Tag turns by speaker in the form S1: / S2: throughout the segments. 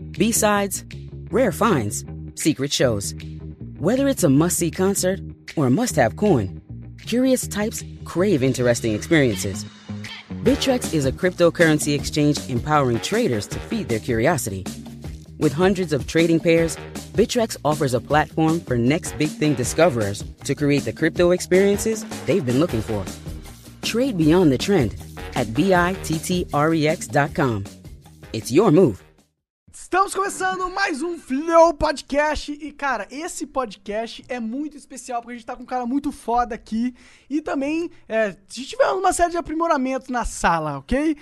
S1: B-sides, rare finds, secret shows. Whether it's a must-see concert or a must-have coin, curious types crave interesting experiences. Bitrex is a cryptocurrency exchange empowering traders to feed their curiosity. With hundreds of trading pairs, Bitrex offers a platform for next big thing discoverers to create the crypto experiences they've been looking for. Trade beyond the trend at E bitrex.com. It's your move.
S2: Estamos começando mais um Flow Podcast e cara, esse podcast é muito especial porque a gente tá com um cara muito foda aqui e também é, a gente tiver uma série de aprimoramentos na sala, ok?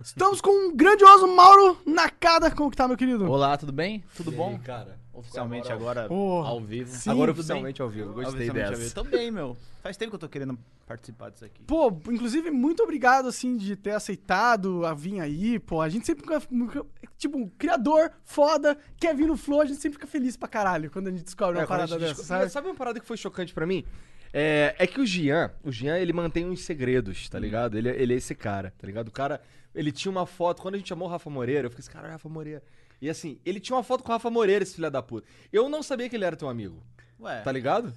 S2: Estamos com um grandioso Mauro Nakada, como que tá, meu querido?
S3: Olá, tudo bem? Tudo bom?
S4: cara?
S2: é
S3: Oficialmente agora
S2: Ô,
S3: ao vivo.
S2: sim,
S3: agora
S2: tudo
S3: oficialmente ao vivo.
S4: Gostei
S3: oficialmente
S4: dessa.
S3: ao vivo. Também, meu. Faz tempo que eu tô querendo participar disso aqui.
S2: Pô, inclusive, muito obrigado, assim, de ter aceitado a vir aí, pô. A gente sempre fica, fica- tipo, um criador foda quer vir no Flow, a gente sempre fica feliz pra caralho quando a gente descobre uma
S4: É, quando a
S2: parada
S4: gente
S2: dessa,
S4: discu-
S2: sabe?
S4: Mas sabe uma parada que foi chocante pra mim? É, é que o Jean, o Jean, ele mantém uns segredos,
S3: Hum.
S4: tá ligado? Ele, é- ele é esse cara, tá ligado? O cara, ele tinha uma foto, quando a gente chamou o Rafa Moreira, eu fiquei assim, caralho, Rafa Moreira. E assim, ele tinha uma foto com o Rafa Moreira, esse filho da puta. Eu não sabia que ele era teu amigo,
S3: Ué,
S4: tá ligado?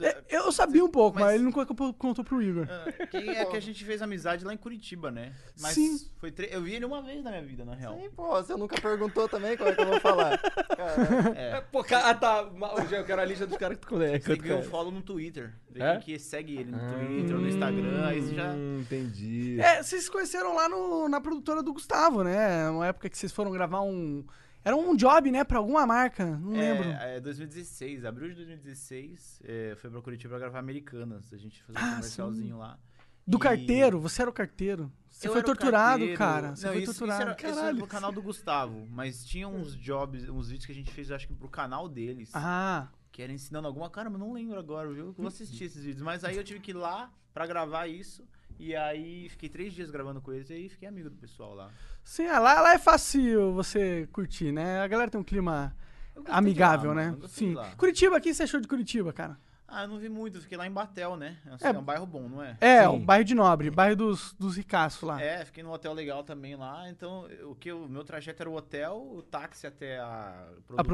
S2: É, Eu sabia um pouco, mas,
S3: Mas-
S2: ele nunca co- contou pro Igor.
S3: ah, quem é que a gente fez amizade lá em Curitiba, né? Mas
S2: Sim.
S3: foi tre- eu vi ele uma vez na minha vida, na real.
S5: Sim, pô, você nunca perguntou também como é que eu vou falar. Cara,
S4: É, pô, cara, ah, tá, ma- o Jean, eu quero a lista dos caras que tu conhece.
S3: Você viu um follow no Twitter. Vê
S4: É?
S3: quem que segue ele no
S2: Ah.
S3: Twitter, ou no Instagram, aí você já...
S4: Hum, entendi.
S2: É, vocês se conheceram lá no- na produtora do Gustavo, né? Uma época que vocês foram gravar um... Era um job, né? Pra alguma marca, não lembro.
S3: É, é 2016, abril de 2016, é, foi pra Curitiba gravar Americanas. A gente fez um
S2: Ah,
S3: comercialzinho lá.
S2: Do
S3: E-
S2: carteiro, você era o carteiro. Você
S3: Eu
S2: foi
S3: era o
S2: torturado,
S3: carteiro.
S2: cara. Você
S3: Não,
S2: foi
S3: isso, isso
S2: torturado.
S3: era, isso era
S2: Caralho.
S3: pro canal do Gustavo, mas tinha uns jobs, uns vídeos que a gente fez, acho que pro canal deles,
S2: Ah,
S3: que era ensinando alguma cara, mas não lembro agora, viu? Eu Vou assistir esses vídeos, mas aí eu tive que ir lá pra gravar isso. E aí fiquei três dias gravando com eles e aí fiquei amigo do pessoal lá.
S2: sim, é, lá, lá é fácil você curtir, né? A galera tem um clima
S3: Eu gostei de
S2: amigável,
S3: lá,
S2: né?
S3: mano, eu gostei de
S2: Sim.
S3: lá.
S2: Curitiba, o que você achou de Curitiba, cara?
S3: Ah, eu não vi muito, eu fiquei lá em Batel, né? Assim,
S2: É.
S3: é. um bairro bom, não é?
S2: É,
S4: Sim.
S2: o bairro de Nobre, bairro dos, dos ricaços lá.
S3: É, fiquei num hotel legal também lá. Então, eu- o que o meu trajeto era o hotel, o táxi até a produtora.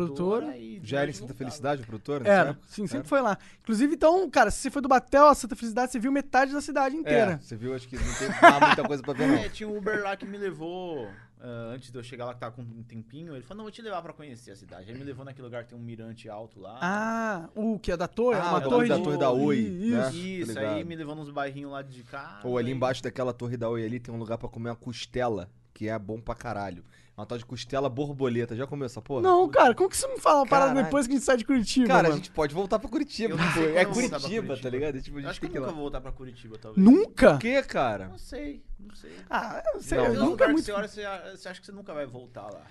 S2: produtora.
S3: e
S4: Já era em
S3: depois
S4: Santa
S3: voltava.
S4: Felicidade, o produtor? nessa
S2: Era,
S4: época?
S2: sim, sempre
S4: Era?
S2: foi lá. Inclusive, então, cara, se você foi do Batel a Santa Felicidade, você viu metade da cidade
S4: É,
S2: inteira.
S4: você viu, acho que não tem lá muita coisa pra ver, não.
S3: É, tinha um Uber lá que me levou. ah, antes de eu chegar lá, que tava com um tempinho. Ele falou: Não, vou te levar pra conhecer a cidade. Aí me levou naquele lugar que tem um mirante alto lá.
S2: Ah, o que é da torre?
S4: Ah,
S2: uma
S4: o
S2: torre
S4: da
S2: de-
S4: Torre da Oi,
S2: Isso.
S4: né?
S3: Isso,
S4: Tá
S3: aí
S4: ligado.
S3: me levou nos bairrinhos lá de cá.
S4: Ou ali embaixo daquela torre da Oi ali tem um lugar pra comer uma costela, que é bom pra caralho. É uma tal de costela borboleta. Já comeu essa porra?
S2: Não, cara, como que você me fala uma parada
S4: Caralho.
S2: depois que a gente sai de Curitiba?
S4: Cara, a
S2: mano?
S4: gente pode voltar pra Curitiba.
S3: Eu não sei
S4: pô.
S3: quando
S4: É
S3: eu vou voltar pra
S4: Curitiba, tá
S3: Curitiba.
S4: ligado? É Tipo, a
S3: Eu
S4: gente
S3: acho que
S4: tem
S3: eu
S4: que ir
S3: nunca
S4: lá.
S3: vou voltar pra Curitiba, talvez.
S2: Nunca?
S4: O que, cara?
S3: Não sei, não sei.
S2: Ah, eu sei,
S4: Não,
S2: eu
S3: Tem uns
S2: nunca
S3: lugares que
S2: muito.
S3: Você, olha, você, você acha que você nunca vai voltar lá.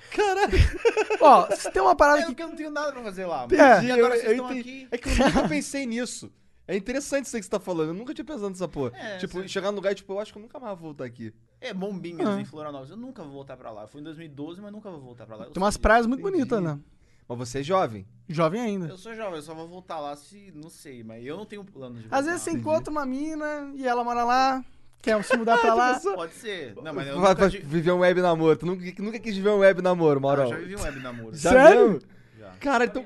S2: Ó, se tem uma parada
S3: É
S2: que.
S3: porque eu não tenho nada pra fazer lá. mano.
S4: Entendi,
S3: E agora
S4: É, eu-
S3: vocês
S4: eu
S3: estão
S4: entendi.
S3: aqui.
S4: É que eu nunca pensei nisso. É interessante isso aí que você tá falando. Eu nunca tinha pensado nessa porra.
S3: É,
S4: tipo,
S3: você-
S4: chegar num lugar e tipo, eu acho que eu nunca mais vou voltar aqui.
S3: É, Bombinhas
S2: Ah.
S3: em Florianópolis. Eu nunca vou voltar pra lá. Eu fui em 2012, mas nunca vou voltar pra lá. Eu
S2: Tem umas
S3: sei
S2: praias muito
S4: Entendi.
S2: bonitas, né?
S4: Mas você é jovem.
S2: Jovem
S3: disso.
S2: ainda.
S3: Eu sou jovem, eu só vou voltar lá se. Não sei, mas eu não tenho plano de voltar.
S2: Às vezes você encontra uma mina e ela mora lá, quer um se mudar
S4: Ah,
S2: pra
S4: tipo,
S2: lá.
S3: Pode ser. Não, Ah, mas eu
S4: vai,
S3: nunca
S4: vai
S3: di-
S4: viver um web namoro. Tu nunca, nunca quis viver um web namoro,
S3: Ah,
S4: Maurão.
S3: já vivi um web namoro.
S4: Já
S2: Sério?
S4: mesmo?
S3: Já.
S4: Cara, então.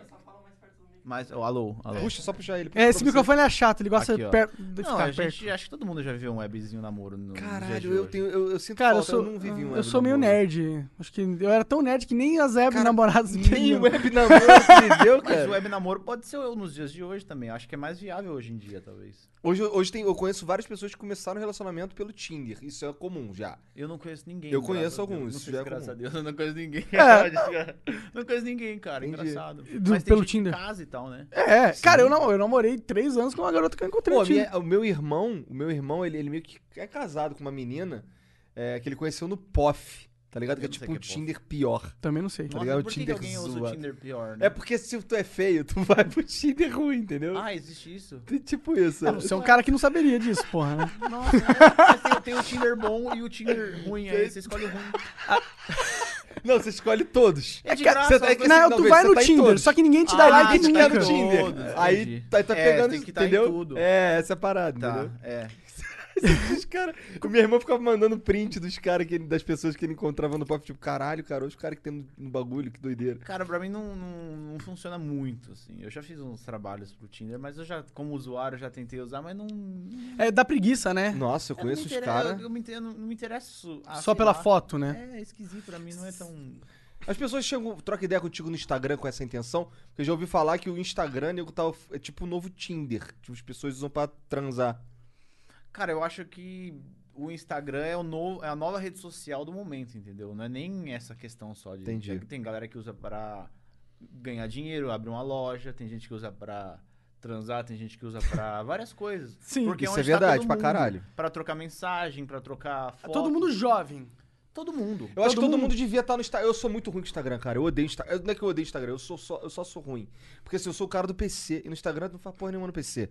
S3: Mas, oh, alô, alô.
S4: Puxa, só puxar ele.
S2: É,
S4: puxa
S2: esse
S4: pra você.
S2: microfone é chato, ele gosta
S3: Aqui, ó.
S2: per- de
S3: Não,
S2: ficar
S3: a
S2: perto.
S3: gente, acho que todo mundo já viu um webzinho namoro no no dia de
S4: Caralho, eu,
S3: hoje.
S4: tenho, eu, eu sinto
S2: Cara, eu
S4: falta,
S2: sou,
S4: eu não vivi um
S2: eu
S4: web
S2: sou meio
S4: namoro.
S2: nerd. Acho que eu era tão nerd que nem as web namoradas
S4: Nem
S3: um
S2: entendiam.
S4: web namoro se deu,
S3: Mas o
S4: cara.
S3: web namoro pode ser eu nos dias de hoje também. Acho que é mais viável hoje em dia, talvez.
S4: Hoje, hoje tem, eu conheço várias pessoas que começaram relacionamento pelo Tinder. Isso é comum já.
S3: Eu não conheço ninguém.
S4: Eu
S3: graças
S4: conheço
S3: a Deus.
S4: alguns,
S3: Não
S4: isso
S3: sei
S4: já
S3: se
S4: é
S3: graças
S4: comum.
S3: a Deus, eu não conheço ninguém. não conheço ninguém, cara.
S4: É. Entendi.
S3: Engraçado.
S2: Do-
S3: Mas tem
S2: pelo
S3: gente
S2: Tinder.
S3: em casa e tal, né?
S4: tá
S2: É, cara, eu, não, eu namorei três anos com uma garota que eu encontrei.
S4: Pô,
S2: no
S4: a
S2: Tinder.
S4: minha- o meu irmão, o meu irmão, ele, ele meio que é casado com uma menina é, que ele conheceu no POF, tá ligado? Que é
S3: Eu não sei
S4: tipo um
S3: o que é POF.
S4: Tinder pior.
S2: Também não sei.
S4: Tá
S3: Nossa,
S4: ligado? O
S3: Por que que
S4: Tinder
S3: alguém usa o
S4: zoado.
S3: Tinder pior, né?
S4: É porque se tu é feio, tu vai pro Tinder ruim, entendeu?
S3: Ah, existe isso?
S4: É tipo isso.
S2: Ah, você é um cara que não saberia disso, porra, né?
S3: Nossa, mas tem, tem o Tinder bom e o Tinder ruim aí. Você escolhe o ruim.
S4: Não, você escolhe todos.
S3: É de
S4: Cara,
S3: graça,
S4: você tá-
S3: ó,
S4: é que
S3: você-
S4: assim,
S2: Não, tu
S4: vê,
S2: vai
S4: você
S2: no
S4: tá em
S2: Tinder,
S4: todos.
S2: só que ninguém te dá
S3: Ah,
S2: like
S3: tu
S4: que
S2: nunca.
S3: tá
S4: tá
S3: em
S4: no
S3: todos,
S4: Tinder.
S3: entendi.
S4: Aí tá, tá
S3: É,
S4: pegando,
S3: tem que tá em
S4: entendeu?
S3: tudo.
S4: É, essa parada,
S3: Tá,
S4: entendeu?
S3: é.
S4: Você Os cara, o meu irmão ficava mandando print dos caras que ele- das pessoas que ele encontrava no pop, tipo, caralho, cara, olha os caras que tem no, no bagulho, que doideira.
S3: Cara, pra mim não, não, não funciona muito, assim. Eu já fiz uns trabalhos pro Tinder, mas eu já, como usuário, já tentei usar, mas não.
S2: É da preguiça, né?
S4: Nossa, eu
S3: não
S4: conheço
S3: me
S4: os
S3: intere-
S4: caras.
S3: É Eu, eu me inte- eu não, não me interesso. a,
S2: Só
S3: Ah, sei
S2: pela
S3: lá.
S2: foto, né?
S3: É, esquisito, pra mim não é tão.
S4: As pessoas chegam, trocam ideia contigo no Instagram com essa intenção, porque eu já ouvi falar que o Instagram nego, tá, of- é tipo o novo Tinder. Tipo, as pessoas usam pra transar.
S3: Cara, eu acho que o Instagram é, o novo, é a nova rede social do momento, entendeu? Não é nem essa questão só de.
S4: Entendi.
S3: Tem galera que usa pra ganhar dinheiro, abrir uma loja, tem gente que usa pra transar, tem gente que usa pra várias coisas.
S2: Sim.
S3: Porque
S4: Isso
S3: onde
S4: é
S3: tá
S4: verdade
S3: todo
S4: pra
S3: mundo,
S4: caralho.
S3: Pra trocar mensagem, pra trocar É foto.
S2: Tá Todo mundo jovem.
S3: Todo mundo.
S4: Eu acho que
S2: Todo
S4: todo mundo,
S2: mundo-
S4: devia estar no Instagram. Eu sou muito ruim com Instagram, cara. Eu odeio Instagram. Não é que eu odeio Instagram, eu, sou só, eu só sou ruim. Porque assim, eu sou o cara do PC. E no Instagram tu não faz porra nenhuma no PC.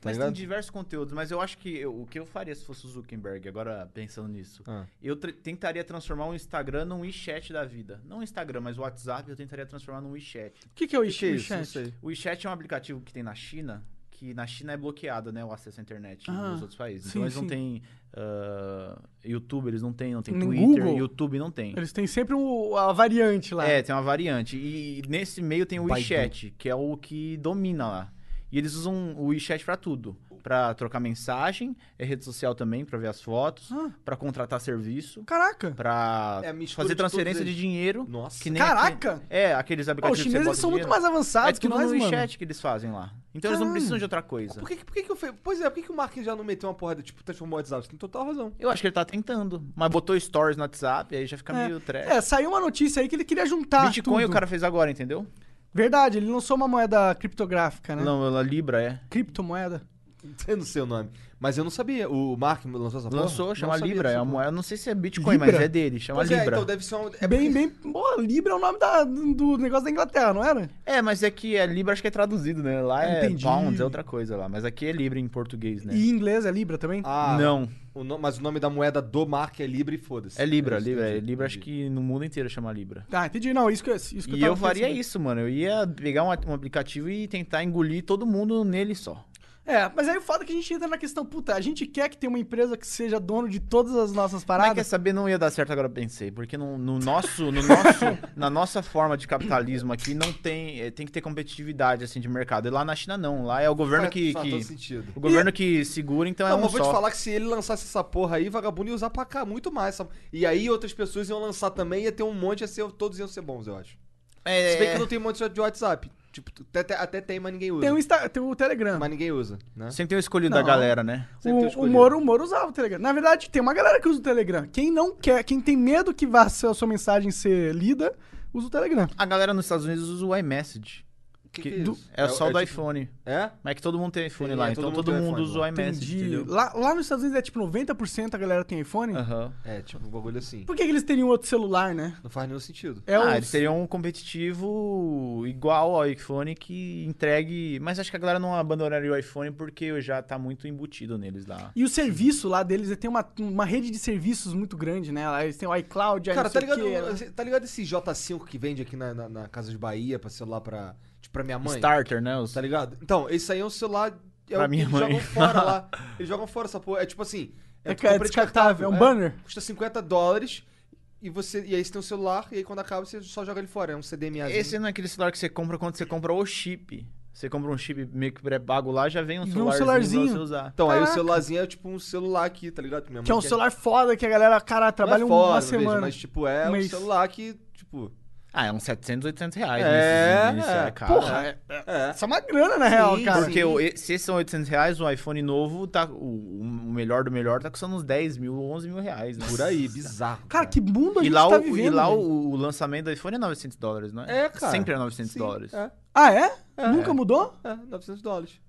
S4: Tá
S3: mas
S4: ligado?
S3: tem diversos conteúdos, mas eu acho que eu- o que eu faria se fosse o Zuckerberg, agora pensando nisso,
S4: Ah.
S3: eu tre- tentaria transformar o Instagram num WeChat da vida. Não o Instagram, mas o WhatsApp eu tentaria transformar num WeChat.
S2: O que, que é o
S4: Que que é isso? Não
S2: WeChat?
S4: sei.
S3: O WeChat é um aplicativo que tem na China, que na China é bloqueado, né, o acesso à internet
S2: Ah,
S3: nos outros países.
S2: sim,
S3: então eles
S2: sim.
S3: não têm ah, YouTube, eles não têm, não tem
S2: Nem
S3: Twitter,
S2: Google?
S3: YouTube não tem.
S2: Eles têm sempre um- a variante lá.
S3: É, tem uma variante. E nesse meio tem o
S4: Baidu.
S3: WeChat, que é o que domina lá. E eles usam o WeChat pra tudo. Pra trocar mensagem, é rede social também, pra ver as fotos,
S2: Ah.
S3: pra contratar serviço,
S2: Caraca!
S3: pra
S4: É a mistura
S3: fazer
S4: de todos
S3: transferência de
S4: eles.
S3: dinheiro.
S4: Nossa.
S3: que Tá nem
S2: Caraca!
S3: aquele- é, aqueles
S2: Pô, os
S3: aplicativos que você
S2: chineses
S3: bota
S2: são muito
S3: dinheiro.
S2: mais
S3: É
S2: avançados que
S3: tudo
S2: nós,
S3: no
S2: mano.
S3: WeChat que eles fazem lá. Então eles não
S2: Caralho.
S3: precisam de outra coisa.
S4: Por que, por que que eu fui. Pois é, por que, que o Mark já não meteu uma porra de, tipo, transformou o WhatsApp? Você tem total razão.
S3: Eu acho que ele tá tentando. Mas botou stories no WhatsApp, aí já fica
S2: É.
S3: meio trash.
S2: É, saiu uma notícia aí que ele queria juntar
S3: Bitcoin
S2: tudo.
S3: o cara fez agora, entendeu?
S2: Verdade, ele lançou uma moeda criptográfica, né?
S3: Não, a Libra é.
S2: Criptomoeda.
S4: Eu não sei o nome. Mas eu não sabia. O Mark lançou essa porra?
S3: Lançou,
S4: Não
S3: chama
S4: sabia
S3: Libra. É
S4: dessa
S3: uma
S4: porra.
S3: moeda. Não sei se é Bitcoin,
S2: Libra?
S3: mas é dele. Chama
S4: Pois é,
S3: Libra. É,
S4: então deve ser uma. É
S2: bem, bem... Pô, Libra é o nome da- do negócio da Inglaterra, não era?
S3: mas é que é Libra acho que é traduzido, né? Lá é
S2: Entendi.
S3: pound, é outra coisa lá. Mas aqui é Libra em português, né?
S2: E em inglês é Libra também?
S4: Ah,
S3: Não,
S4: o no- Mas o nome da moeda do Mark é Libra e foda-se.
S3: é Libra,
S4: isso,
S3: Libra.
S4: entendi,
S3: Libra acho
S4: entendi.
S3: que no mundo inteiro chama Libra.
S2: Ah, entendi. Não, isso que, isso que
S3: E eu
S2: tava
S3: faria
S2: pensando.
S3: isso, mano. Eu ia pegar um, um aplicativo e tentar engolir todo mundo nele só.
S2: É, mas aí o foda é que a gente entra na questão, puta, a gente quer que tenha uma empresa que seja dono de todas as nossas
S3: Mas é assim, quer
S2: paradas.
S3: saber, não ia dar certo agora, eu pensei. Porque no, no nosso, no nosso, na nossa forma de capitalismo aqui, não tem, eh, tem que ter competitividade, assim, de mercado. E lá na China, não. Lá é o governo
S4: Faz-
S3: que,
S4: faz
S3: que-
S4: todo sentido.
S3: o governo que segura, então
S4: é- Não,
S3: é um
S4: mas vou te
S3: só.
S4: falar que se ele lançasse essa porra aí, vagabundo ia usar pra cá muito mais. essa- E aí outras pessoas iam lançar também, ia ter um monte, ia ser, todos iam ser bons, eu acho.
S3: É, um
S4: Se bem que não tem um monte de WhatsApp. Tipo, até, até- até tem, mas ninguém usa.
S2: Tem o, Insta- tem o Telegram.
S4: Mas ninguém usa, né?
S3: sempre tem o escolhido
S2: Não.
S3: da galera, né?
S4: Sempre tem
S2: O, o,
S4: escolhido.
S2: Moro, o Moro usava o Telegram. Na verdade, tem uma galera que usa o Telegram. Quem não quer, quem tem medo que vá ser- a sua mensagem ser lida, usa o Telegram.
S3: A galera nos Estados Unidos usa o iMessage.
S4: Que,
S3: que
S4: que é
S3: do-
S4: isso?
S3: É, só o
S4: tipo-
S3: do iPhone.
S4: É?
S3: Mas é que todo mundo tem iPhone
S4: Sim,
S3: lá,
S4: é,
S3: então
S4: todo
S3: todo
S4: mundo tem
S3: mundo,
S4: iPhone,
S3: usa o iMessage,
S2: Entendi.
S3: entendeu?
S2: Lá, lá nos Estados Unidos é tipo 90% a galera tem iPhone.
S3: Aham.
S4: É, tipo, um bagulho assim.
S2: Por que, que eles teriam outro celular, né?
S4: Não faz nenhum sentido.
S2: É
S3: ah,
S2: o.
S3: eles seriam um competitivo igual ao iPhone que entregue. Mas acho que a galera não abandonaria o iPhone porque já tá muito embutido neles lá.
S2: E o serviço lá deles é- tem uma, uma rede de serviços muito grande, né? Lá Eles têm o iCloud, aí
S4: Cara,
S2: não
S4: tá
S2: sei
S4: ligado,
S2: o quê. né?
S4: tá ligado esse J5 que vende aqui na, na, na Casa de Bahia pra celular pra, tipo, pra minha mãe?
S3: Starter, né? Os-
S4: Tá ligado? Então, esse aí é um celular. É
S3: Pra
S4: o que
S3: minha
S4: eles
S3: mãe.
S4: jogam fora lá. Eles jogam fora essa porra. É tipo assim.
S2: É,
S4: tu
S2: que é
S4: compra
S2: descartável, é um
S4: é.
S2: banner.
S4: Custa 50 dólares. E, você, e aí você tem um celular, e aí quando acaba você só joga ele fora. É um CDMA.
S3: Esse não é aquele celular que você compra quando você compra o chip. Você compra um chip meio que pré-pago lá, já vem um
S2: E vem um
S3: celularzinho,
S2: celularzinho.
S3: pra você usar.
S4: Então, aí
S2: Caraca.
S4: o celularzinho é tipo um celular aqui, tá ligado? minha
S2: Que é um
S4: mãe quer.
S2: celular foda que a galera, cara,
S4: Não é
S2: trabalha
S4: foda,
S2: uma
S4: veja,
S2: semana.
S4: mas, tipo, é
S2: Um
S4: um,
S2: mês.
S4: celular que, tipo.
S3: Ah, é uns 700, 800 reais.
S4: É,
S3: nesses iniciais,
S4: é.
S3: cara.
S2: Porra, é, é-
S4: É.
S2: isso é uma grana, na real,
S4: Sim,
S2: cara.
S4: sim.
S3: Porque o- e- se esses são 800 reais, o iPhone novo, tá, o, o melhor do melhor, tá custando uns 10 mil, 11 mil reais. Né?
S4: Por aí, bizarro.
S2: Cara, que mundo a
S3: E
S2: gente
S3: lá,
S2: tá
S3: o,
S2: vivendo.
S3: e lá
S2: velho.
S3: o, o lançamento do iPhone é 900 dólares, não é?
S4: É, cara.
S3: Sempre é 900
S4: Sim,
S3: dólares. É.
S4: É,
S2: Ah, é? Nunca mudou?
S4: é, 900 dólares.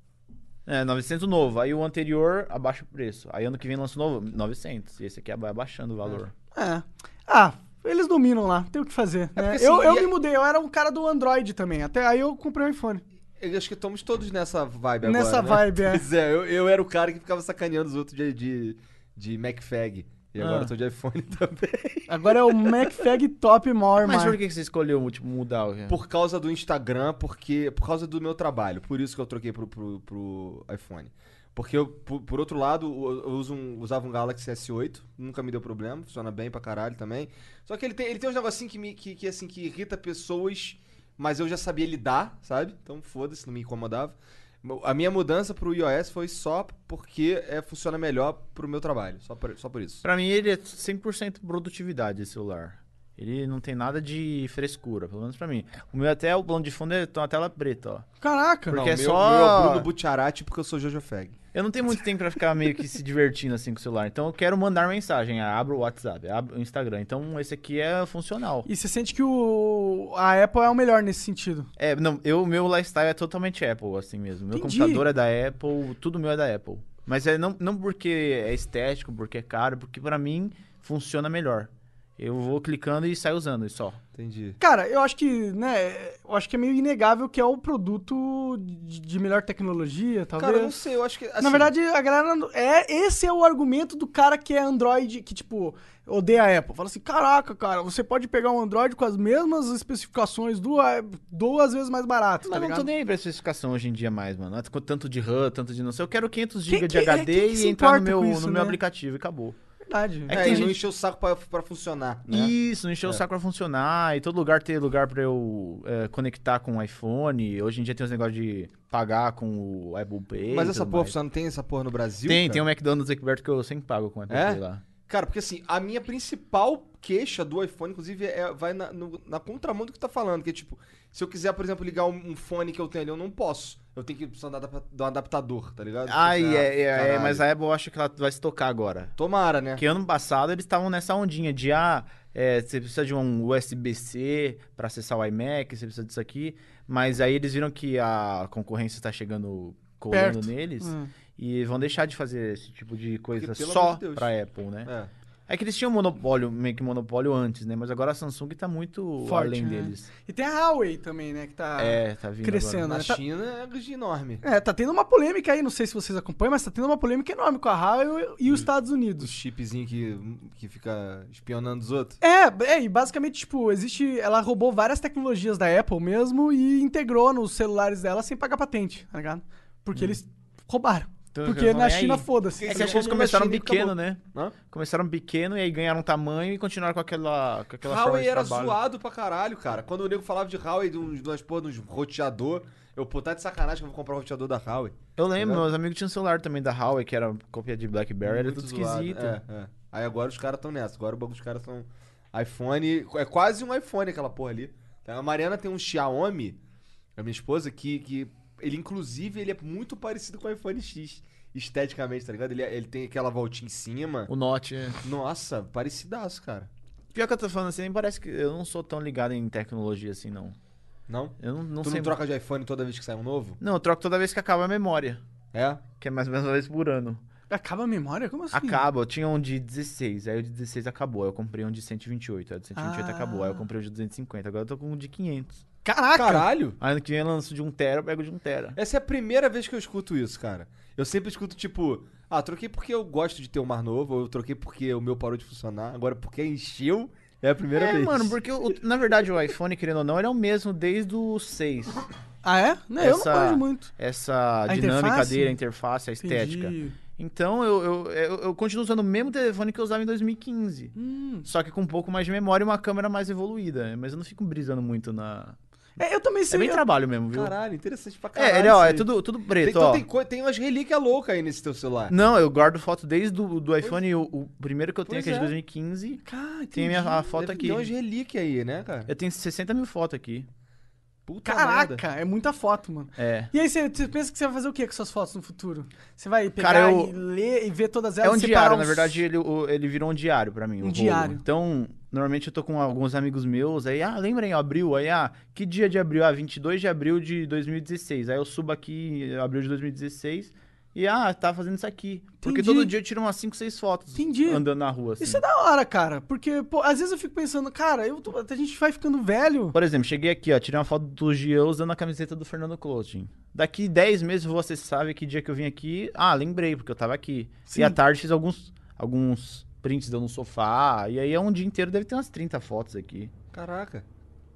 S3: 900 É, novo. Aí o anterior abaixa o preço. Aí ano que vem lança o novo, 900. E esse aqui é, vai abaixando o valor.
S2: É. Ah, eles dominam lá, tem o que fazer. né?
S4: porque, assim,
S2: eu eu
S4: e-
S2: me mudei, eu era um cara do Android também. Até aí eu comprei um iPhone.
S4: Eu acho que estamos todos nessa vibe
S2: Nessa
S4: agora. né?
S2: vibe, é.
S4: Pois é, eu, eu era o cara que ficava sacaneando os outros de, de, de MacFag. E agora
S3: Ah.
S4: eu tô de iPhone também.
S2: Agora é o MacFag Top More,
S3: Mas por
S2: mano.
S3: que que você escolheu tipo, mudar o
S4: Por causa do Instagram, porque. Por causa do meu trabalho. Por isso que eu troquei pro, pro, pro iPhone. Porque eu, por, por outro lado, eu, eu uso um- usava um Galaxy S8, nunca me deu problema, funciona bem pra caralho também. Só que ele tem, ele tem uns negocinhos que, me, que, que, assim, que irrita pessoas, mas eu já sabia lidar, sabe? Então foda-se, não me incomodava. Mo- A minha mudança pro iOS foi só porque é, funciona melhor pro meu trabalho, só por, só por isso.
S3: Pra mim, ele é 100% produtividade, esse celular. Ele não tem nada de frescura, pelo menos pra mim. O meu até, o plano de fundo, é uma tela preta, ó.
S2: Caraca,
S3: Porque
S4: não,
S3: é
S4: meu,
S3: só-
S4: meu é o Bruno Butiarati porque eu sou Jojo Feg.
S3: Eu não tenho muito tempo pra ficar meio que se divertindo assim com o celular. Então eu quero mandar mensagem. ah, Abro o WhatsApp, abro o Instagram. Então esse aqui é funcional.
S2: E você sente que o, a Apple é o melhor nesse sentido.
S3: É, não, eu, meu lifestyle é totalmente Apple, assim mesmo. Meu
S2: Entendi.
S3: computador é da Apple, tudo meu é da Apple. Mas é não, não porque é estético, porque é caro, porque pra mim funciona melhor. Eu vou clicando e saio usando e só.
S4: Entendi.
S2: Cara, eu acho que, né, eu acho que é meio inegável que é o produto de, de melhor tecnologia, talvez.
S4: Cara, eu não sei, eu acho que. assim,
S2: Na verdade, a galera. não- É, esse é o argumento do cara que é Android, que, tipo, odeia a Apple. Fala assim: caraca, cara, você pode pegar um Android com as mesmas especificações do a- duas vezes mais barato,
S3: Mas
S2: tá
S3: não
S2: ligado?
S3: tô nem aí pra especificação hoje em dia mais, mano. Ah, com Tanto de RAM, tanto de não sei. Eu quero 500
S2: Quem
S3: GB de
S2: que- é,
S3: HD
S2: quem que se
S3: e entrar no
S2: importa
S3: meu,
S2: com isso,
S3: no
S2: né?
S3: meu aplicativo e acabou.
S2: Verdade.
S3: É
S4: É, que
S3: que tem
S4: não
S3: gente-
S4: encheu o saco pra, pra funcionar. Né?
S3: Isso, encher o
S4: É.
S3: saco pra funcionar, e todo lugar ter lugar pra eu é, conectar com o iPhone. Hoje em dia tem os negócios de pagar com o Apple Pay.
S4: Mas
S3: e
S4: essa
S3: tudo
S4: porra
S3: mais.
S4: não tem essa porra no Brasil?
S3: Tem,
S4: cara?
S3: tem um McDonald's aqui perto que eu sempre pago com o Apple
S4: É?
S3: Pay lá.
S4: Cara, porque assim, a minha principal queixa do iPhone, inclusive, é, vai na, no- na contramão do que tá falando. Que é tipo, se eu quiser, por exemplo, ligar um, um fone que eu tenho ali, eu não posso. Eu tenho que precisar de um adap- de um adaptador, tá ligado?
S3: Ai,
S4: Tipo,
S3: é, é, é,
S4: caralho.
S3: mas a Apple eu acho que ela vai se tocar agora.
S4: Tomara, né?
S3: Porque ano passado eles estavam nessa ondinha de ah, é, você precisa de um USB-C pra acessar o iMac, você precisa disso aqui. Mas aí eles viram que a concorrência está chegando colando
S2: Perto.
S3: neles
S2: Hum.
S3: e vão deixar de fazer esse tipo de coisa
S4: pelo
S3: só
S4: amor de Deus.
S3: pra Apple, né?
S4: É.
S3: É que eles tinham monopólio, meio que monopólio antes, né? Mas agora a Samsung tá muito
S2: Forte,
S3: além
S2: né?
S3: deles.
S2: E tem a Huawei também, né, que tá.
S3: é, tá vindo.
S2: crescendo. né?
S4: Na
S3: agora.
S2: Tá-
S4: China é enorme.
S2: É, tá tendo uma polêmica aí, não sei se vocês acompanham, mas tá tendo uma polêmica enorme com a Huawei
S4: Hum.
S2: e os Estados
S4: Do
S2: Unidos.
S4: chipzinho que, que fica espionando os outros.
S2: É, é, e basicamente, tipo, existe. Ela roubou várias tecnologias da Apple mesmo e integrou nos celulares dela sem pagar patente, tá ligado? Porque eles roubaram.
S3: Então,
S2: Porque
S3: eles Hum. não
S2: na
S3: nem
S2: China,
S3: aí.
S2: foda-se. tá
S3: É que as
S2: ligado?
S3: coisas
S4: China
S3: começaram
S4: e
S3: pequeno,
S4: acabou.
S3: né?
S4: Hã?
S3: Começaram pequeno e aí ganharam tamanho e continuaram com aquela, com aquela forma
S4: Huawei
S3: de
S4: era
S3: trabalho.
S4: zoado pra caralho, cara. Quando o nego falava de Huawei, de uns, de umas porra, de uns roteador, eu, pô, tá de sacanagem que eu vou comprar o roteador da Huawei.
S3: Eu lembro,
S4: Entendeu?
S3: meus amigos tinham um celular também da Huawei, que era cópia de BlackBerry, era
S4: Muito
S3: tudo
S4: zoado,
S3: esquisito.
S4: é, é. Aí agora os caras estão nessa. Agora o bagulho dos caras são iPhone. É quase um iPhone aquela porra ali. A Mariana tem um Xiaomi, a minha esposa, que, que ele inclusive ele é muito parecido com o iPhone X. Esteticamente, tá ligado? Ele, ele tem aquela voltinha em cima.
S3: O Note, né?
S4: Nossa, parecidaço, cara.
S3: Pior que eu tô falando assim, nem parece que eu não sou tão ligado em tecnologia assim, não.
S4: Não?
S3: Eu não, não
S4: tu
S3: sei.
S4: não troca de iPhone toda vez que sai um novo?
S3: Não, eu troco toda vez que acaba a memória,
S4: É?
S3: que é mais ou menos uma vez por ano.
S2: Acaba a memória? Como assim?
S3: Acaba, eu tinha um de 16, aí o de 16 acabou, aí eu comprei um de 128, aí o de 128
S2: Ah.
S3: acabou, aí eu comprei o de 250, agora eu tô com um de 500.
S2: Caraca!
S4: Caralho!
S3: Aí ano que vem eu lanço de 1 tera, eu pego de 1 tera.
S4: Essa é a primeira vez que eu escuto isso, cara. Eu sempre escuto, tipo, ah, troquei porque eu gosto de ter um mar novo, ou eu troquei porque o meu parou de funcionar, agora porque encheu, é a primeira
S3: é,
S4: vez.
S3: mano, porque o- na verdade o iPhone, querendo ou não, ele é o mesmo desde o 6.
S2: Ah, é? Não, Eu
S3: Essa
S2: não manjo muito.
S3: Essa
S2: A
S3: dinâmica
S2: interface?
S3: dele, a interface, a estética.
S2: Entendi.
S3: Então eu, eu, eu, eu continuo usando o mesmo telefone que eu usava em 2015.
S2: Hum.
S3: Só que com um pouco mais de memória e uma câmera mais evoluída. Mas eu não fico brisando muito na.
S2: É, eu também
S3: É
S2: sei.
S3: bem
S2: eu-
S3: trabalho mesmo, viu?
S4: Caralho, interessante pra caralho.
S3: é, ele, ó,
S4: isso
S3: é
S4: aí.
S3: tudo, tudo
S4: Tem,
S3: preto,
S4: então
S3: ó.
S4: tem, coi- tem umas relíquias loucas aí nesse teu celular.
S3: Não, eu guardo foto desde do, do iPhone, o, o primeiro que eu tenho,
S4: Pois
S3: que é de
S4: é.
S3: 2015.
S2: Cara,
S3: Tem a minha a foto
S4: Deve um
S3: aqui.
S4: Tem umas relíquias aí, né, cara?
S3: Eu tenho 60 mil fotos aqui.
S4: Puta merda.
S2: Caraca, é muita foto, mano.
S3: É.
S2: E aí, você, você pensa que você vai fazer o que com suas fotos no futuro? Você vai pegar
S3: Cara, eu-
S2: e ler e ver todas
S3: É
S2: elas?
S3: um
S2: e separar
S3: diário, na
S2: uns-
S3: verdade ele, o- ele virou um diário pra mim. o
S2: Um
S3: rolo.
S2: diário.
S3: Então, normalmente eu tô com alguns amigos meus, aí, ah, lembra em abril? Aí, ah, que dia de abril? Ah, 22 de abril de 2016. Aí eu subo aqui em abril de 2016 e, ah, tá fazendo isso aqui. Porque
S2: Entendi.
S3: todo dia eu tiro umas 5, 6 fotos
S2: Entendi.
S3: andando na rua. assim.
S2: Isso é da hora, cara. Porque, pô, às vezes eu fico pensando, cara, eu tô- a gente vai ficando velho.
S3: Por exemplo, cheguei aqui, ó, tirei uma foto do Jean usando a camiseta do Fernando Clothing. Daqui 10 meses você sabe que dia que eu vim aqui. Ah, lembrei, porque eu tava aqui.
S2: Sim.
S3: E à tarde fiz alguns, alguns prints dando no sofá. E aí é um dia inteiro, deve ter umas 30 fotos aqui.
S4: Caraca.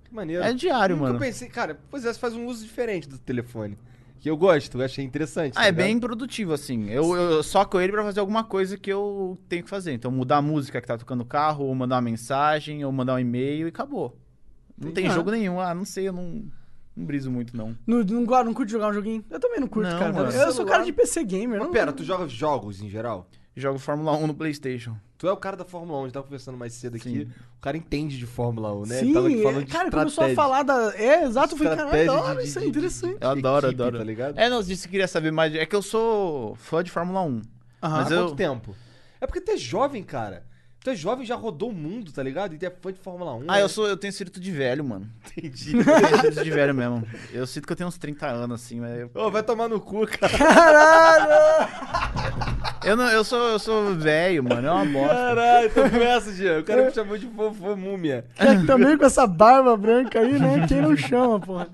S4: Que maneiro.
S3: É diário,
S4: Nunca
S3: mano.
S4: pensei, cara, pois é, você faz um uso diferente do telefone.
S6: que eu gosto, eu achei interessante.
S3: Ah,
S6: tá
S3: é
S6: ligado?
S3: bem produtivo, assim. Eu, eu soco ele pra fazer alguma coisa que eu tenho que fazer. Então, mudar a música que tá tocando no carro, ou mandar uma mensagem, ou mandar um e-mail e acabou. Não tem jogo nenhum. Ah, não sei, eu não, não briso muito, não.
S2: Não, não, gosto- não curto jogar um joguinho? Eu também não curto,
S3: Não,
S2: cara.
S3: mano.
S2: Eu sou cara de PC gamer.
S4: Mas
S2: não-
S4: pera, tu joga jogos em geral?
S3: Jogo Fórmula 1 no PlayStation.
S4: Tu é o cara da Fórmula 1, a gente tava conversando mais cedo aqui.
S3: Sim.
S4: O cara entende de Fórmula 1, né?
S2: Sim,
S4: Ele tava aqui
S2: é,
S4: falando de
S2: cara, começou a
S4: estratégia.
S2: falar da. É, exato, eu falei, caralho,
S4: Estratégia
S2: da hora,
S4: de-
S2: isso é
S4: de- de-
S2: interessante.
S3: Eu adoro,
S4: equipe,
S3: adoro.
S4: tá ligado?
S3: É, não, você disse que queria saber mais. de- É que eu sou fã de Fórmula 1.
S2: Aham.
S3: mas
S4: Há
S3: eu.
S4: quanto tempo? É porque tu é jovem, cara. Tu é jovem, já rodou o mundo, tá ligado? E tu é fã de Fórmula 1.
S3: Ah, eu sou. Eu tenho espírito de velho, mano.
S4: Entendi.
S3: Eu tenho espírito de velho mesmo. Eu sinto que eu tenho uns 30 anos, assim, mas. eu-
S4: Ô, vai tomar no cu, cara.
S3: Eu, não, eu sou, eu sou velho, mano. É uma bosta.
S4: Caralho, tu conhece, Jean. O cara me chamou de fofo múmia.
S2: É, também com essa barba branca aí, né? Quem não chama, porra.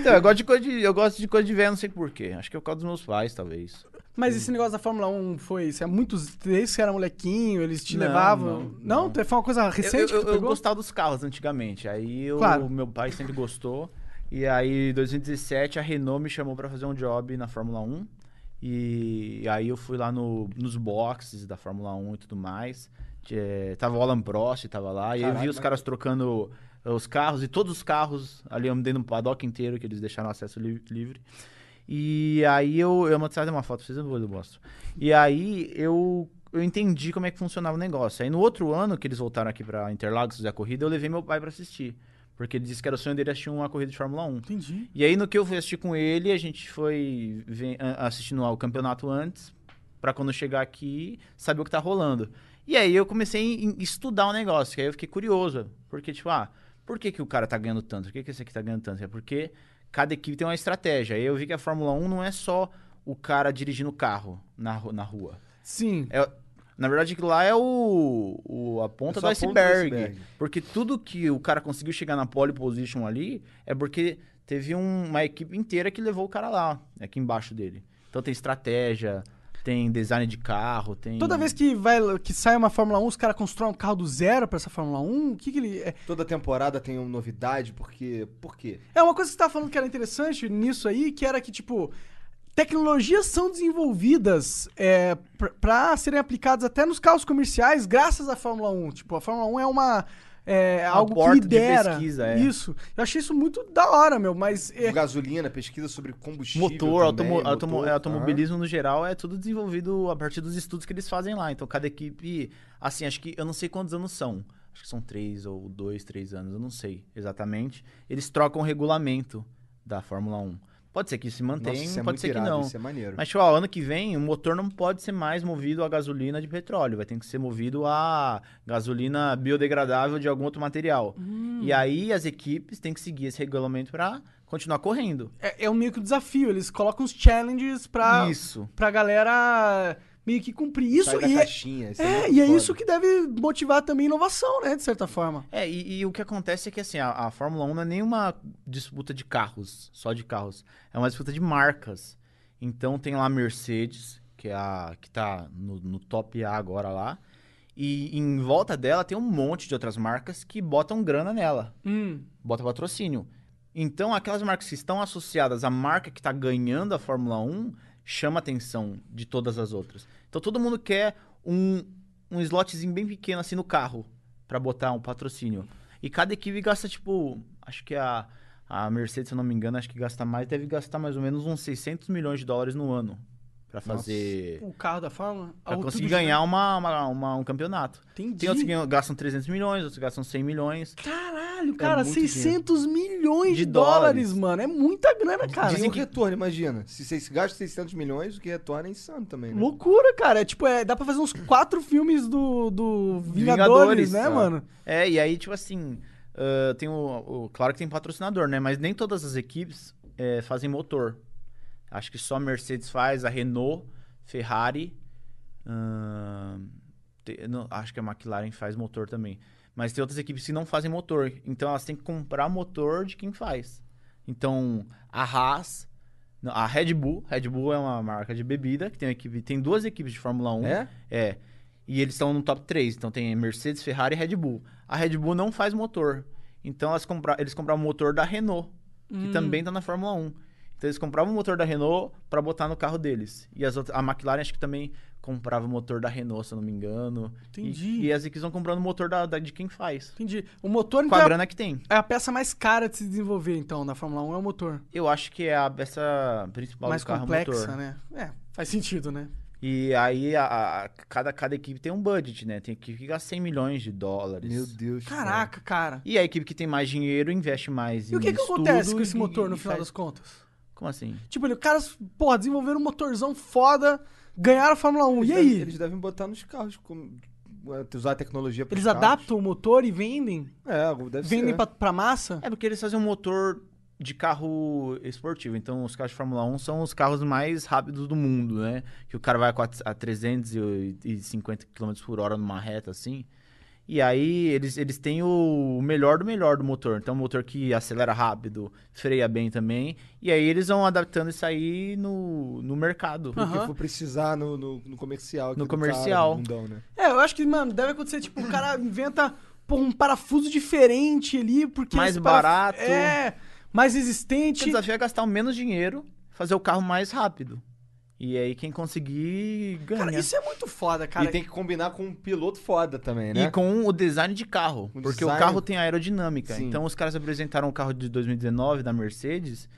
S3: Então, eu gosto de coisa de, eu gosto de coisa de velho, não sei porquê. Acho que é por causa dos meus pais, talvez.
S2: Mas esse negócio da Fórmula 1 foi isso? É muitos. Desde que era molequinho, eles te
S3: Não,
S2: levavam.
S3: não,
S2: Não,
S3: não.
S2: foi uma coisa recente
S3: eu, eu,
S2: que tu
S3: eu
S2: pegou?
S3: gostava dos carros antigamente. Aí eu,
S2: Claro.
S3: meu pai sempre gostou. E aí, em 2017, a Renault me chamou pra fazer um job na Fórmula 1. E aí eu fui lá no, nos boxes da Fórmula 1 e tudo mais. Eh, tava o Alan Prost, tava lá. e aí eu vi
S4: Caraca.
S3: os caras trocando eh, os carros. E todos os carros ali, eu andei no paddock inteiro, que eles deixaram acesso li- livre. E aí eu. Eu vou te uma foto, vocês não vou, eu mostro. E aí eu, eu entendi como é que funcionava o negócio. Aí no outro ano que eles voltaram aqui pra Interlagos fazer a corrida, eu levei meu pai pra assistir. Porque ele disse que era o sonho dele assistir uma corrida de Fórmula 1.
S2: Entendi.
S3: E aí no que eu fui assistir com ele, a gente foi ve- a- assistindo ao campeonato antes, pra quando eu chegar aqui, saber o que tá rolando. E aí eu comecei a estudar o negócio, que aí eu fiquei curioso, porque tipo, ah, por que, que o cara tá ganhando tanto? Por que, que esse aqui tá ganhando tanto? É porque cada equipe tem uma estratégia. Aí eu vi que a Fórmula 1 não é só o cara dirigindo o carro na, ru- na rua.
S2: Sim.
S3: É, na verdade, aquilo lá é o, o- a ponta
S4: É só
S3: do
S4: a ponta do
S3: iceberg,
S4: iceberg.
S3: Porque tudo que o cara conseguiu chegar na pole position ali é porque teve um- uma equipe inteira que levou o cara lá, aqui embaixo dele. Então tem estratégia, tem design de carro, tem.
S2: Toda vez que, vai, que sai uma Fórmula 1, os caras constroem um carro do zero pra essa Fórmula 1? O que, que ele. É,
S4: Toda temporada tem uma novidade, porque... Por quê?
S2: é uma coisa que você tava falando que era interessante nisso aí, que era que, tipo. Tecnologias são desenvolvidas é, pra, pra serem aplicadas até nos carros comerciais graças à Fórmula 1. Tipo, a Fórmula 1 é uma. É, algo que
S3: porta de
S2: lidera.
S3: pesquisa, é.
S2: Isso. Eu achei isso muito da hora, meu, mas. é,
S4: Gasolina, pesquisa sobre combustível
S3: Motor,
S4: também,
S3: automo- automo-
S4: motor,
S3: é,
S4: tá?
S3: automobilismo no geral é tudo desenvolvido a partir dos estudos que eles fazem lá. Então cada equipe, assim, acho que eu não sei quantos anos são. Acho que são três ou dois, três anos, eu não sei exatamente. Eles trocam o regulamento da Fórmula 1. Pode ser que isso se
S4: Nossa,
S3: mantenha,
S4: isso é
S3: pode
S4: muito
S3: ser
S4: irado,
S3: que não.
S4: Isso é maneiro.
S3: Mas, tipo, ó, ano que vem, o motor não pode ser mais movido a gasolina de petróleo. Vai ter que ser movido a gasolina biodegradável de algum outro material. E aí as equipes têm que seguir esse regulamento pra continuar correndo.
S2: é, é um meio que um desafio. Eles colocam os challenges pra,
S3: Isso.
S2: pra galera meio que cumprir isso.
S4: Sai da
S2: E é,
S4: caixinha. isso
S2: é,
S4: muito
S2: e é
S4: foda.
S2: isso que deve motivar também a inovação, né? De certa forma.
S3: É, e, e o que acontece é que assim, a, a Fórmula 1 não é nenhuma disputa de carros, só de carros. É uma disputa de marcas. Então tem lá a Mercedes, que é a que tá no, no top A agora lá. E em volta dela tem um monte de outras marcas que botam grana nela,
S2: Hum,
S3: bota patrocínio. Então aquelas marcas que estão associadas à marca que tá ganhando a Fórmula 1 chama a atenção de todas as outras. Então todo mundo quer um, um slotzinho bem pequeno assim no carro pra botar um patrocínio. E cada equipe gasta, tipo, acho que a, a Mercedes, se eu não me engano, acho que gasta mais, deve gastar mais ou menos uns 600 milhões de dólares no ano pra fazer.
S2: O carro da Fórmula.
S3: Pra
S2: algo
S3: conseguir
S2: tudo
S3: ganhar uma, uma- uma- um campeonato.
S2: junto. Entendi.
S3: Tem outros que ganham- gastam 300 milhões, outros gastam 100 milhões.
S2: Caralho, cara,
S3: É muito
S2: 600 milhões de,
S3: De
S2: dólares,
S3: dólares.
S2: mano. É muita grana, cara.
S4: Dizem que retorno, imagina. Se vocês gastam 600 milhões, o que retorna é insano também, né?
S2: Loucura, cara. É tipo, é, dá pra fazer uns quatro filmes do, do Vingadores,
S3: Vingadores,
S2: né,
S4: é.
S2: mano?
S3: É, e aí, tipo assim, ah, tem o, o- Claro que tem patrocinador, né? Mas nem todas as equipes eh, fazem motor. Acho que só a Mercedes faz, a Renault, Ferrari. ah, te- não, acho que a McLaren faz motor também. Mas tem outras equipes que não fazem motor. Então elas têm que comprar motor de quem faz. Então, a Haas. não, A Red Bull, Red Bull é uma marca de bebida que tem, uma equipe, tem duas equipes de Fórmula 1.
S4: É?
S3: É. E eles estão no top 3. Então tem Mercedes, Ferrari e Red Bull. A Red Bull não
S2: Hum.
S3: faz motor. Então elas compra- eles compraram o motor da Renault, que também tá na Fórmula 1. Então eles compravam o motor da Renault pra botar no carro deles. E as outras- a McLaren acho que também comprava o motor da Renault, se eu não me engano. E-
S2: Entendi.
S3: E, as equipes vão comprando o motor da, da- de quem faz.
S2: Entendi. O motor
S3: Com
S2: então,
S3: a
S2: é,
S3: grana que tem.
S2: é a peça mais cara de se desenvolver, então, na Fórmula 1 é o motor.
S3: Eu acho que é a peça principal
S2: mais
S3: do carro é o
S2: complexa,
S3: motor.
S2: né? É, faz sentido, né?
S3: E aí a- a- a- cada, cada equipe tem um budget, né? Tem equipe que gasta 100 milhões de dólares.
S4: Meu Deus.
S2: Caraca, cara.
S3: E a equipe que tem mais dinheiro investe mais
S2: E o que,
S3: em
S2: que acontece
S3: estudo
S2: com esse
S3: e-
S2: motor no
S3: e
S2: final
S3: faz-
S2: das contas?
S3: Como assim?
S2: Tipo, ele, os caras, porra, desenvolveram um motorzão foda, ganharam a Fórmula 1. E
S4: Eles devem-
S2: aí?
S4: Eles
S2: Eles,
S4: devem botar nos carros, como, eh, usar a tecnologia pros carros.
S2: adaptam o motor e vendem?
S4: É, deve
S2: Vendem
S4: ser.
S2: pra, pra massa?
S3: É porque eles fazem um motor de carro esportivo. Então, os carros de Fórmula 1 são os carros mais rápidos do mundo, né? Que o cara vai a quatro- a 350 km por hora numa reta assim. E aí, eles, eles têm o melhor do melhor do motor. Então, um motor que acelera rápido, freia bem também. E aí, eles vão adaptando isso aí no, no mercado.
S4: O que
S2: Aham.
S4: for precisar no, no, no comercial. aqui
S3: No
S4: do cara,
S3: comercial.
S4: do mundão, né?
S2: É, eu acho que, mano, deve acontecer, tipo, o cara inventa pô, um parafuso diferente ali, porque...
S3: Mais
S2: esse paraf-
S3: barato.
S2: É, mais resistente.
S3: O desafio é gastar o menos dinheiro, fazer o carro mais rápido. E aí, quem conseguir ganha.
S2: Cara, isso é muito foda, cara.
S4: E tem que combinar com um piloto foda também, né?
S3: E com o design de carro.
S4: O
S3: porque
S4: design-
S3: o carro tem aerodinâmica.
S4: Sim.
S3: Então os caras apresentaram o carro de 2019 da Mercedes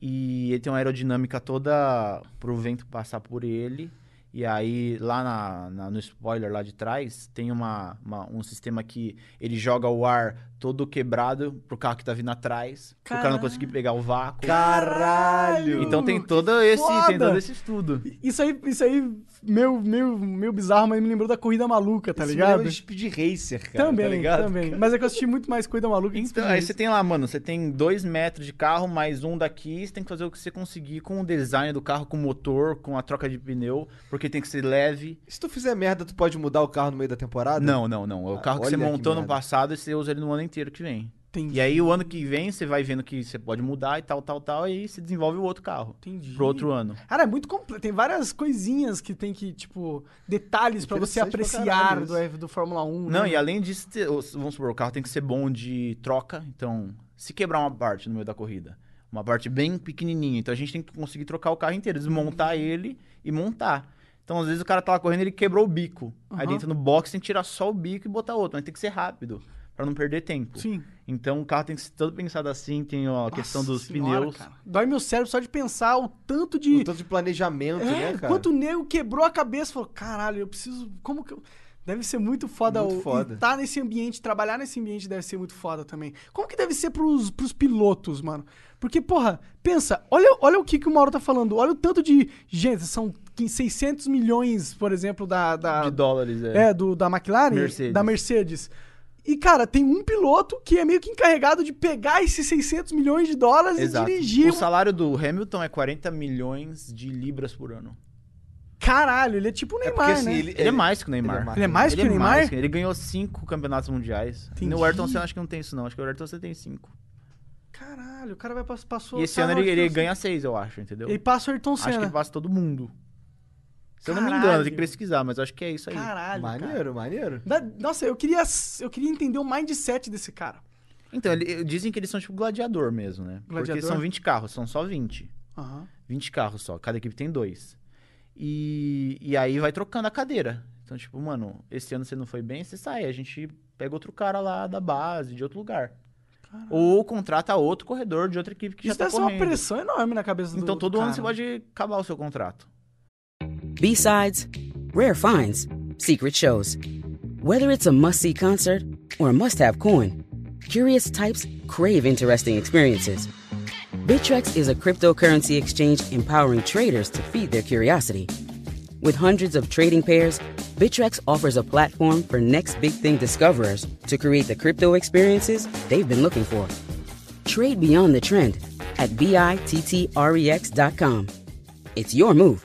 S3: e ele tem uma aerodinâmica toda pro vento passar por ele. E aí, lá na- na- no spoiler lá de trás, tem uma- uma- um sistema que ele joga o ar todo quebrado pro carro que tá vindo atrás. Pro cara não
S2: Caralho.
S3: conseguir pegar o vácuo.
S4: Caralho!
S3: Então tem
S2: que
S3: todo esse, tem
S2: foda!
S3: todo esse estudo.
S2: Isso aí, isso aí, meio, meio, meio bizarro, mas me lembrou da corrida maluca, tá
S4: Esse me
S2: ligado?
S4: lembra de Speed Racer, cara.
S2: também,
S4: tá ligado?
S2: também. Mas é que eu assisti muito mais corrida maluca que
S3: Então,
S2: Speed
S3: aí
S2: Racer.
S3: você tem lá, mano, você tem dois metros de carro, mais um daqui, você tem que fazer o que você conseguir com o design do carro, com o motor, com a troca de pneu, porque tem que ser leve.
S4: Se tu fizer merda, tu pode mudar o carro no meio da temporada?
S3: Não, não, não. É o
S4: Ah,
S3: carro que
S4: olha
S3: você
S4: que
S3: montou no
S4: merda.
S3: passado e você usa ele no ano inteiro que vem.
S2: Entendi.
S3: E aí o ano que vem você vai vendo que você pode mudar e tal, tal, tal, e aí você desenvolve o outro carro.
S2: Entendi.
S3: Pro outro ano.
S2: Cara, é muito completo. Tem várias coisinhas que tem que, tipo, detalhes pra você
S4: Interessante pra
S2: apreciar
S4: caralho
S2: do, F- do Fórmula 1.
S3: Não,
S2: né?
S3: e além disso, te- os- vamos supor, o carro tem que ser bom de troca. Então, se quebrar uma parte no meio da corrida, uma parte bem pequenininha, então a gente tem que conseguir trocar o carro inteiro, desmontar ele e montar. Então, às vezes o cara tá lá correndo, ele quebrou o bico. Aí
S2: Aham.
S3: dentro no box tem que tirar só o bico e botar outro, mas tem que ser rápido. Pra não perder tempo.
S2: Sim.
S3: Então o carro tem que ser todo pensado assim, tem ó, a questão
S2: Nossa
S3: dos
S2: senhora,
S3: pneus.
S2: cara. Dói meu cérebro só de pensar o tanto de.
S4: O tanto de planejamento,
S2: é,
S4: né, cara?
S2: quanto o nego quebrou a cabeça e falou: caralho, eu preciso. Como que eu. Deve ser muito foda
S4: Muito foda.
S2: estar nesse ambiente, trabalhar nesse ambiente deve ser muito foda também. Como que deve ser pros, pros pilotos, mano? Porque, porra, pensa, olha, olha o que, que o Mauro tá falando, olha o tanto de. Gente, são 600 milhões, por exemplo, da. da
S3: De dólares, é.
S2: é, do, da McLaren,
S3: Mercedes.
S2: da Mercedes. E, cara, tem um piloto que é meio que encarregado de pegar esses 600 milhões de dólares
S3: Exato.
S2: e dirigir. um
S3: O salário do Hamilton é 40 milhões de libras por ano.
S2: Caralho, ele é tipo o Neymar,
S4: assim,
S2: né?
S4: ele-
S3: Ele é mais que o
S4: Ele
S3: Neymar.
S4: é mais
S2: Ele é mais
S3: ele
S2: que o
S3: é
S2: Neymar?
S3: mais que- ele ganhou cinco campeonatos mundiais.
S2: Entendi.
S3: No Ayrton Senna acho que não tem isso não. Acho que o Ayrton Senna tem cinco.
S2: Caralho, o cara vai pass- passou.
S3: e esse
S2: cara,
S3: ano ele,
S2: eu acho
S3: ele
S2: que-
S3: ganha seis, eu acho, entendeu?
S2: tá Ele passa o Ayrton
S3: acho que
S2: Senna.
S3: ele passa todo mundo. Se eu não me
S2: Caralho.
S3: engano, tem que pesquisar, mas acho que é isso aí.
S2: Caralho. cara.
S4: Maneiro, maneiro.
S2: Da- nossa, eu queria, eu queria entender o mindset desse cara.
S3: Então, ele- dizem que eles são tipo gladiador mesmo, né?
S2: Gladiador?
S3: Porque são 20 carros, são só 20.
S2: Aham.
S3: 20 carros só, cada equipe tem dois. E, e aí vai trocando a cadeira. Então, tipo, mano, esse ano você não foi bem, você sai. A gente pega outro cara lá da base, de outro lugar. Ou contrata outro corredor de outra equipe que
S2: Isso
S3: já tá
S2: deve ser uma
S3: correndo.
S2: pressão enorme na cabeça do
S3: Então todo
S2: do
S3: ano você
S2: cara.
S3: pode acabar o seu contrato.
S1: B-sides, rare finds, secret shows. Whether it's a must-see concert or a must-have coin, curious types crave interesting experiences. Bitrex is a cryptocurrency exchange empowering traders to feed their curiosity. With hundreds of trading pairs, Bitrex offers a platform for next big thing discoverers to create the crypto experiences they've been looking for. Trade beyond the trend at E bitrex.com. It's your move.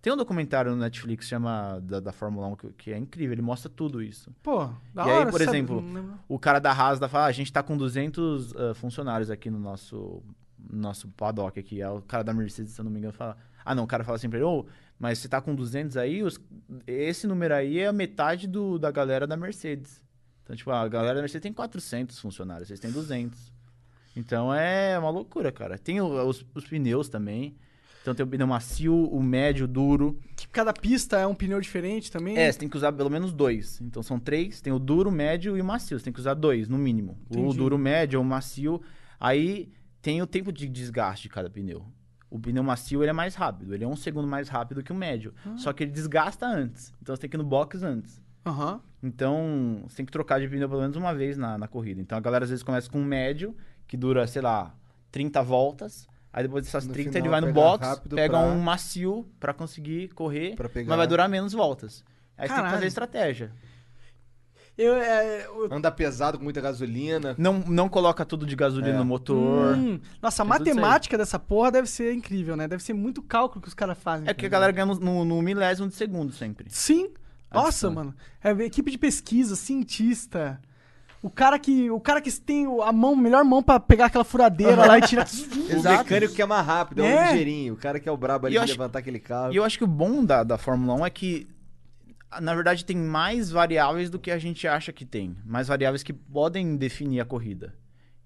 S3: Tem um documentário no Netflix que chama da, da Fórmula 1 que, que é incrível, ele mostra tudo isso.
S2: Pô, da
S3: e
S2: hora.
S3: aí, por
S2: sabe?
S3: exemplo, o cara da Haas fala, "Ah, a gente tá com 200 ah, funcionários aqui no nosso no nosso paddock aqui. Aí o cara da Mercedes, se eu não me engano, fala, ah não, o cara fala assim pra ele, ô, mas você tá com 200 aí, os- esse número aí é a metade do, da galera da Mercedes. Então, tipo, a galera da Mercedes tem 400 funcionários, vocês têm 200. Então é uma loucura, cara. Tem o- os, os pneus também. Então tem o pneu macio, o médio, o duro.
S2: Que cada pista é um pneu diferente também.
S3: É, você tem que usar pelo menos dois. Então são três, tem o duro, o médio e o macio. Você tem que usar dois, no mínimo. Ou o
S2: Entendi.
S3: duro, o médio, ou o macio. Aí tem o tempo de desgaste de cada pneu. O pneu macio ele é mais rápido, ele é um segundo mais rápido que o médio.
S2: Ah.
S3: Só que ele desgasta antes. Então você tem que ir no box antes.
S2: Aham.
S3: Então você tem que trocar de pneu pelo menos uma vez na, na corrida. Então a galera às vezes começa com o médio, que dura, sei lá, 30 voltas. Aí depois dessas
S4: No
S3: 30
S4: final,
S3: ele vai no
S4: pega
S3: box,
S4: rápido
S3: pega
S4: pra-
S3: um macio pra conseguir correr,
S4: Pra pegar.
S3: mas vai durar menos voltas. Aí você tem
S2: Caralho.
S3: que fazer estratégia.
S2: Eu, é, eu-
S4: Anda pesado com muita gasolina.
S3: Não, não coloca tudo de gasolina
S4: É.
S3: no motor.
S2: Hum, nossa, a
S3: Tem tudo isso aí.
S2: matemática dessa porra deve ser incrível, né? Deve ser muito cálculo que os caras fazem.
S3: É porque a
S2: cara.
S3: galera ganha no, no- no milésimo de segundo sempre.
S2: Sim. Nossa, mano. É a equipe de pesquisa, cientista. O cara que, o cara que tem o- a mão, melhor mão pra pegar aquela furadeira lá e tirar.
S4: O mecânico que é mais rápido, é,
S2: É.
S4: o ligeirinho. O cara que é o brabo ali
S3: E eu
S4: de
S3: acho-
S4: levantar aquele carro.
S3: E eu acho que o bom da, da Fórmula 1 é que, na verdade, tem mais variáveis do que a gente acha que tem. Mais variáveis que podem definir a corrida.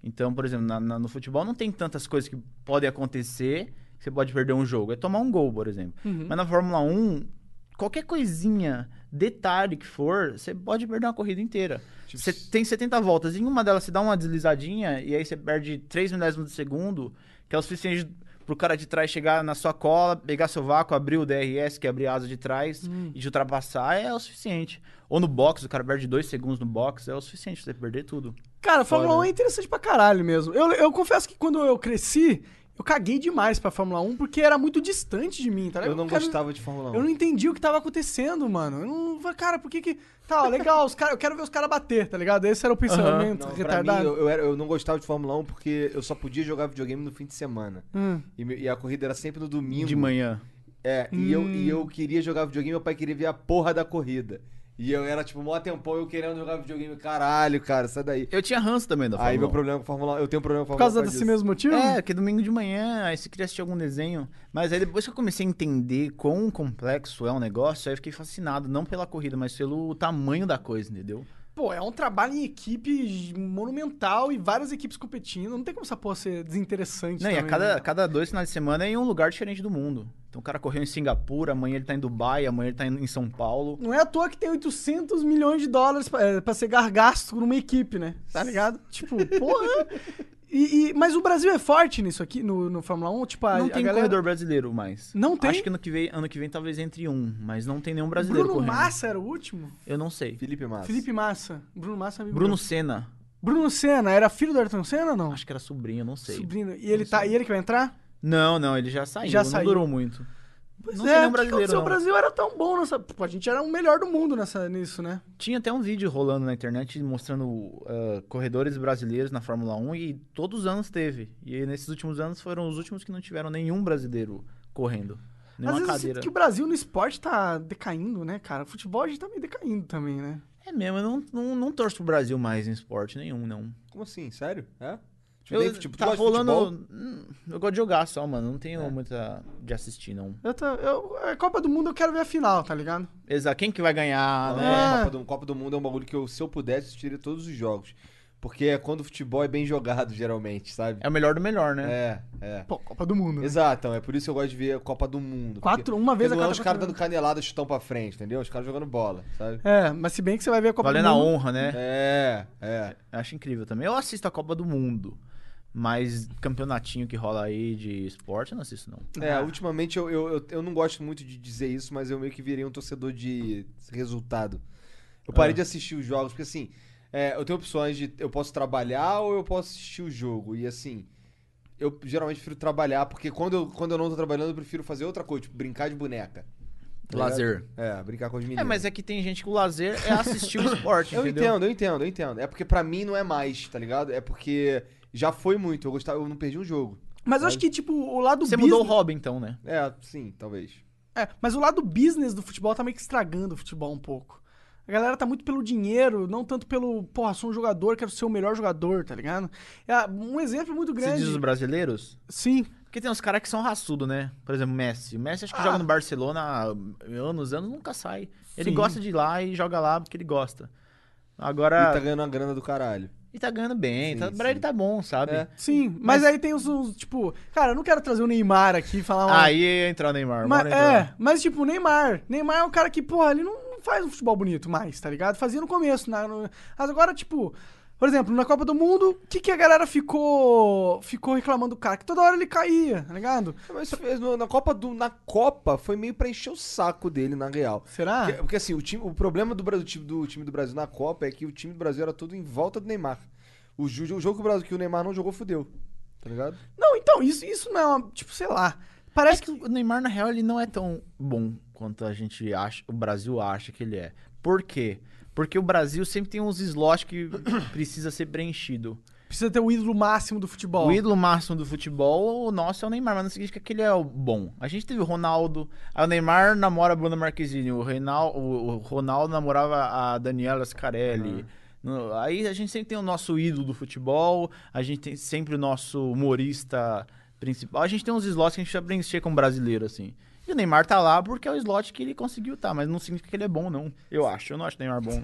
S3: Então, por exemplo, na- na- no futebol não tem tantas coisas que podem acontecer que você pode perder um jogo. É tomar um gol, por exemplo. Mas na Fórmula 1, qualquer coisinha, detalhe que for, você pode perder uma corrida inteira. Você tem 70 voltas, em uma delas você dá uma deslizadinha e aí você perde 3 milésimos de segundo, que é o suficiente pro cara de trás chegar na sua cola, pegar seu vácuo, abrir o DRS, que é abrir a asa de trás e te ultrapassar, é o suficiente. Ou no box, o cara perde 2 segundos no box, é o suficiente pra você perder tudo.
S2: Cara, a Fórmula 1
S3: né?
S2: é interessante pra caralho mesmo. Eu, eu confesso que quando eu cresci, eu caguei demais pra Fórmula 1 porque era muito distante de mim, tá ligado?
S4: Eu não
S2: Cara,
S4: gostava de Fórmula 1.
S2: Eu não entendi o que tava acontecendo, mano. Eu não. falei, Cara, por que que. Tá, ó, legal, os cara, eu quero ver os caras bater, tá ligado? Esse era o pensamento
S4: Não, pra mim,
S2: retardado.
S4: eu, eu era- eu não gostava de Fórmula 1 porque eu só podia jogar videogame no fim de semana.
S2: Hum.
S4: E, me- e a corrida era sempre no domingo.
S3: De manhã.
S4: É, e, eu, e
S2: Hum.
S4: eu queria jogar videogame, meu pai queria ver a porra da corrida. E eu era, tipo, mó tempão eu querendo jogar videogame. Caralho, cara, sai daí.
S3: Eu tinha ranço também da Fórmula
S4: Aí meu
S3: 1.
S4: problema com Fórmula 1, eu tenho um problema com
S2: Por
S4: Fórmula 1.
S2: causa desse mesmo motivo?
S3: É, que domingo de manhã, aí você queria assistir algum desenho. Mas aí depois que eu comecei a entender quão complexo é um negócio, aí eu fiquei fascinado, não pela corrida, mas pelo tamanho da coisa, entendeu?
S2: Pô, é um trabalho em equipe monumental e várias equipes competindo. Não tem como essa porra ser desinteressante.
S3: Não, e a
S2: também,
S3: cada,
S2: né?
S3: cada dois finais de semana é em um lugar diferente do mundo. Então o cara correu em Singapura, amanhã ele tá em Dubai, amanhã ele tá em em São Paulo.
S2: Não é à toa que tem 800 milhões de dólares pra, é, pra ser gargasto numa equipe, né? Tá ligado? tipo, porra. E, e- mas o Brasil é forte nisso aqui, no, no Fórmula 1? Tipo, a,
S3: Não
S2: a
S3: tem
S2: galera...
S3: corredor brasileiro mais.
S2: Não tem?
S3: Acho que ano que vem, ano que vem talvez entre um, mas não tem nenhum
S2: O
S3: brasileiro
S2: Bruno
S3: correndo.
S2: Massa era o último?
S3: Eu não sei.
S4: Felipe Massa.
S2: Felipe Massa. Bruno Massa é amigo
S3: Bruno
S2: meu.
S3: Senna,
S2: Bruno Senna. Era filho do Ayrton Senna ou não?
S3: acho que era sobrinho, não sei.
S2: Sobrinho. E ele, tá, e ele que vai entrar?
S3: Não, não, ele já saiu,
S2: Já
S3: não
S2: saiu.
S3: durou muito.
S2: Pois
S3: não
S2: é,
S3: tem nenhum
S2: o que
S3: brasileiro,
S2: aconteceu?
S3: não.
S2: O Brasil era tão bom nessa... Pô, a gente era o melhor do mundo nessa, nisso, né?
S3: Tinha até um vídeo rolando na internet mostrando ah, corredores brasileiros na Fórmula 1 e todos os anos teve. E aí, nesses últimos anos foram os últimos que não tiveram nenhum brasileiro correndo. Nenhuma
S2: Às vezes eu
S3: cadeira.
S2: sinto que o Brasil no esporte tá decaindo, né, cara? O futebol a gente tá meio decaindo também, né?
S3: É mesmo, eu não, não, não torço pro Brasil mais em esporte nenhum, não.
S4: Como assim? Sério? É?
S2: Tipo,
S3: Eu,
S4: nem futebol- tu
S3: tá
S4: gosta de futebol?
S3: rolando. hum, Eu gosto de jogar só, mano. Não
S2: É.
S3: tenho muita de assistir, não.
S2: Eu tô, eu, a Copa do Mundo eu quero ver a final, tá ligado?
S3: Exato. Quem que vai ganhar,
S2: Ah.
S4: Não,
S3: né?
S4: Copa, do, Copa do Mundo é um bagulho que eu, se eu pudesse, assistiria todos os jogos. Porque é quando o futebol é bem jogado, geralmente, sabe?
S3: É o melhor do melhor, né?
S4: É, é.
S2: Pô, Copa do Mundo. né?
S4: Exato, então, é por isso que eu gosto de ver a Copa do Mundo. porque-
S2: Quatro, uma vez a
S4: porque não é
S2: cada
S4: os caras
S2: quatro
S4: dando canelada, chutão pra frente, entendeu? Os caras jogando bola, sabe?
S2: É, mas se bem que você vai ver a Copa
S3: Valendo
S2: do
S3: a
S2: Mundo.
S3: honra, né?
S4: É, é.
S3: Eu acho incrível também. Eu assisto a Copa do Mundo. Mas campeonatinho que rola aí de esporte, eu não assisto, não. Tá
S4: É, ultimamente eu, eu, eu, eu não gosto muito de dizer isso, mas eu meio que virei um torcedor de resultado. Eu parei de assistir os jogos, porque assim, é, eu tenho opções de. Eu posso trabalhar ou eu posso assistir o jogo. E assim, eu geralmente prefiro trabalhar, porque quando eu, quando eu não tô trabalhando, eu prefiro fazer outra coisa, tipo, brincar de boneca. tá ligado?
S7: Lazer.
S4: É, brincar com as meninas.
S3: É, mas é que tem gente que o lazer é assistir o esporte,
S4: Eu
S3: entendeu?
S4: entendo, eu entendo, eu entendo. É porque pra mim não é mais, tá ligado? É porque já foi muito. Eu gostava, eu não perdi um jogo.
S2: Mas eu acho que, tipo, o lado
S3: Você
S2: business...
S3: mudou o hobby, então, né?
S4: É, sim, talvez.
S2: É, mas o lado business do futebol tá meio que estragando o futebol um pouco. A galera tá muito pelo dinheiro, não tanto pelo, porra, sou um jogador, quero ser o melhor jogador, tá ligado? É, um exemplo muito
S3: Você
S2: grande.
S3: diz os brasileiros?
S2: Sim.
S3: Porque tem uns caras que são raçudo, né? Por exemplo, o Messi. O Messi acho que joga no Barcelona há anos, anos, nunca sai. Ele
S2: Ah. Sim.
S3: gosta de ir lá e joga lá porque ele gosta.
S4: E
S3: Agora.
S4: tá ganhando uma grana do caralho.
S3: E tá ganhando bem,
S4: Sim,
S3: tá,
S4: sim.
S3: pra ele tá bom, sabe?
S4: É.
S2: Sim, mas, aí tem os, uns, tipo, cara, eu não quero trazer o Neymar aqui e falar uma-
S3: Aí entra o Neymar.
S2: Mas,
S3: bora entrar.
S2: é, mas tipo, o Neymar. Neymar é um cara que, porra, ele não faz um futebol bonito mais, tá ligado? Fazia no começo. Na, no- mas agora, tipo, por exemplo, na Copa do Mundo, o que, que a galera ficou ficou reclamando do cara? Que toda hora ele caía, tá ligado?
S4: Mas fez no- na Copa do. Na Copa foi meio pra encher o saco dele, na real.
S2: Será?
S4: Porque, porque, assim, o, time, o problema do, Brasil, do time- do time do Brasil na Copa é que o time do Brasil era todo em volta do Neymar. O, ju- o jogo que o, Brasil, que o Neymar não jogou, fudeu. Tá ligado?
S2: Não, então, isso, isso não é uma, tipo, sei lá. Parece
S3: Parece que o Neymar, na real, ele não é tão bom quanto a gente acha, o Brasil acha que ele é. Por quê? Porque o Brasil sempre tem uns slots que precisa ser preenchido.
S2: que precisa ter o ídolo máximo do futebol.
S3: O ídolo máximo do futebol, o nosso é o Neymar, mas não significa que ele é o bom. A gente teve o Ronaldo, aí o Neymar namora a Bruna Marquezine, o, Reinal- o- o Ronaldo namorava a Daniela Scarelli. No- Aí a gente sempre tem o nosso ídolo do futebol, a gente tem sempre o nosso humorista principal. A gente tem uns slots que a gente precisa preencher como brasileiro, assim. E o Neymar tá lá porque é o slot que ele conseguiu tá, mas não significa que ele é bom, não. Eu acho, eu não acho o Neymar bom,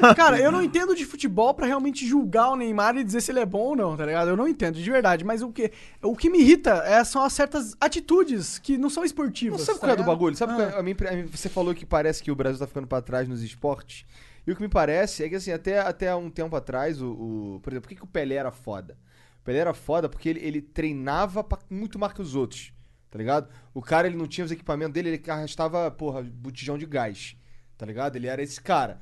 S3: não.
S2: Cara, eu não entendo de futebol pra realmente julgar o Neymar e dizer se ele é bom ou não, tá ligado? Eu não entendo, de verdade. Mas o que, o que me irrita é, são as certas atitudes que não são
S4: Não
S2: esportivas.
S4: sabe
S2: tá
S4: qual é do
S2: ligado?
S4: bagulho? Sabe
S2: Ah.
S4: qual é? a minha impre- a minha- você falou que parece que o Brasil tá ficando pra trás nos esportes. E o que me parece é que, assim, até, até um tempo atrás, o, o- por exemplo, por que, que o Pelé era foda? O Pelé era foda porque ele, ele treinava pra- muito mais que os outros, tá ligado? O cara, ele não tinha os equipamentos dele, ele arrastava, porra, botijão de gás, tá ligado? Ele era esse cara.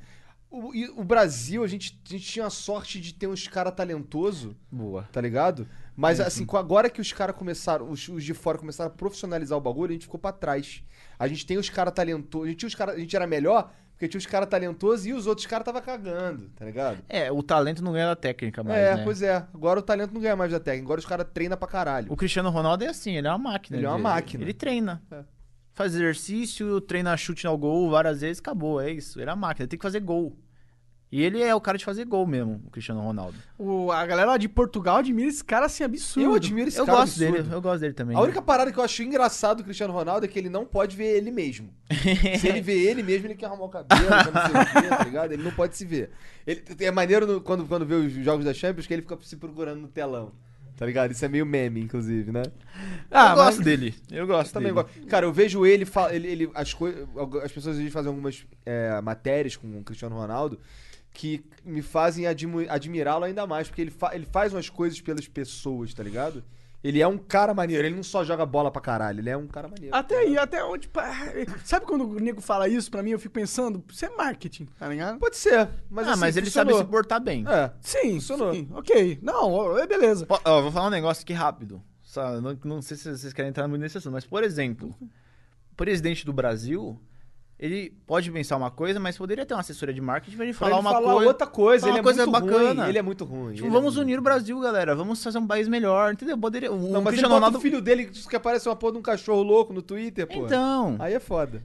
S4: O, e o Brasil, a gente, a gente tinha a sorte de ter uns caras talentosos
S3: Boa.
S4: tá ligado? Mas assim, com agora que os caras começaram, os, os de fora começaram a profissionalizar o bagulho, a gente ficou pra trás. A gente tem os caras talentosos, a gente tinha os cara, a gente era melhor porque tinha os caras talentosos e os outros caras tava cagando, tá ligado?
S3: É, o talento não ganha da técnica mais,
S4: é,
S3: né?
S4: pois é. Agora o talento não ganha mais da técnica, agora os caras treinam pra caralho.
S3: O Cristiano Ronaldo é assim, ele é uma máquina.
S4: Ele é uma máquina. É.
S3: Ele treina. Faz exercício, treina chute ao gol várias vezes, acabou, é isso. Ele é uma máquina, ele tem que fazer gol. E ele é o cara de fazer gol mesmo, o Cristiano Ronaldo.
S2: O- a galera de Portugal admira esse cara assim, absurdo.
S4: Eu admiro esse
S3: eu
S4: cara.
S3: gosto
S4: absurdo.
S3: dele, eu gosto dele também. né?
S4: A única parada que eu acho engraçado do Cristiano Ronaldo é que ele não pode ver ele mesmo. se ele vê ele mesmo, ele quer arrumar o cabelo, quer não sei o quê, tá ligado? Ele não pode se ver. Ele, é maneiro no- quando, quando vê os jogos da Champions que ele fica se procurando no telão. Tá ligado? Isso é meio meme, inclusive, né?
S3: Ah, eu gosto dele. Eu gosto
S4: Eu também
S3: também.
S4: gosto. Cara, eu vejo ele, fa- ele, ele- as, coi- algu- as pessoas às vezes fazem algumas é, matérias com o Cristiano Ronaldo que me fazem admi- admirá-lo ainda mais, porque ele, fa- ele faz umas coisas pelas pessoas, tá ligado? Ele é um cara maneiro, ele não só joga bola pra caralho, ele é um cara maneiro.
S2: Até aí, até onde. pá, Sabe quando o nego fala isso pra mim, eu fico pensando, isso é marketing, tá ligado?
S4: Pode ser, mas
S3: ah,
S4: assim,
S3: mas ele sabe
S4: funcionou.
S3: se portar bem.
S4: É.
S2: Sim,
S4: Funcionou.
S2: sim, ok. Não, ó, é beleza.
S3: Ó, ó, vou falar um negócio aqui rápido. Só- Não, não sei se vocês querem entrar muito nesse assunto, mas, por exemplo, o presidente do Brasil, ele pode pensar uma coisa, mas poderia ter uma assessoria de marketing pra ele
S4: Pra
S3: falar
S4: ele
S3: uma
S4: falar
S3: coisa.
S4: outra coisa,
S3: falar
S4: ele
S3: uma
S4: é
S3: coisa
S4: muito
S3: bacana.
S4: ruim, ele é muito ruim. ele
S3: Tipo,
S4: é
S3: vamos
S4: muito
S3: unir o Brasil, galera. Vamos fazer um país melhor, entendeu? Poderia, o
S4: Não,
S3: o
S4: mas ele
S3: Cristiano
S4: bota
S3: Ronaldo...
S4: o filho dele que aparece uma porra de um cachorro louco no Twitter, pô.
S3: Então,
S4: Aí é foda.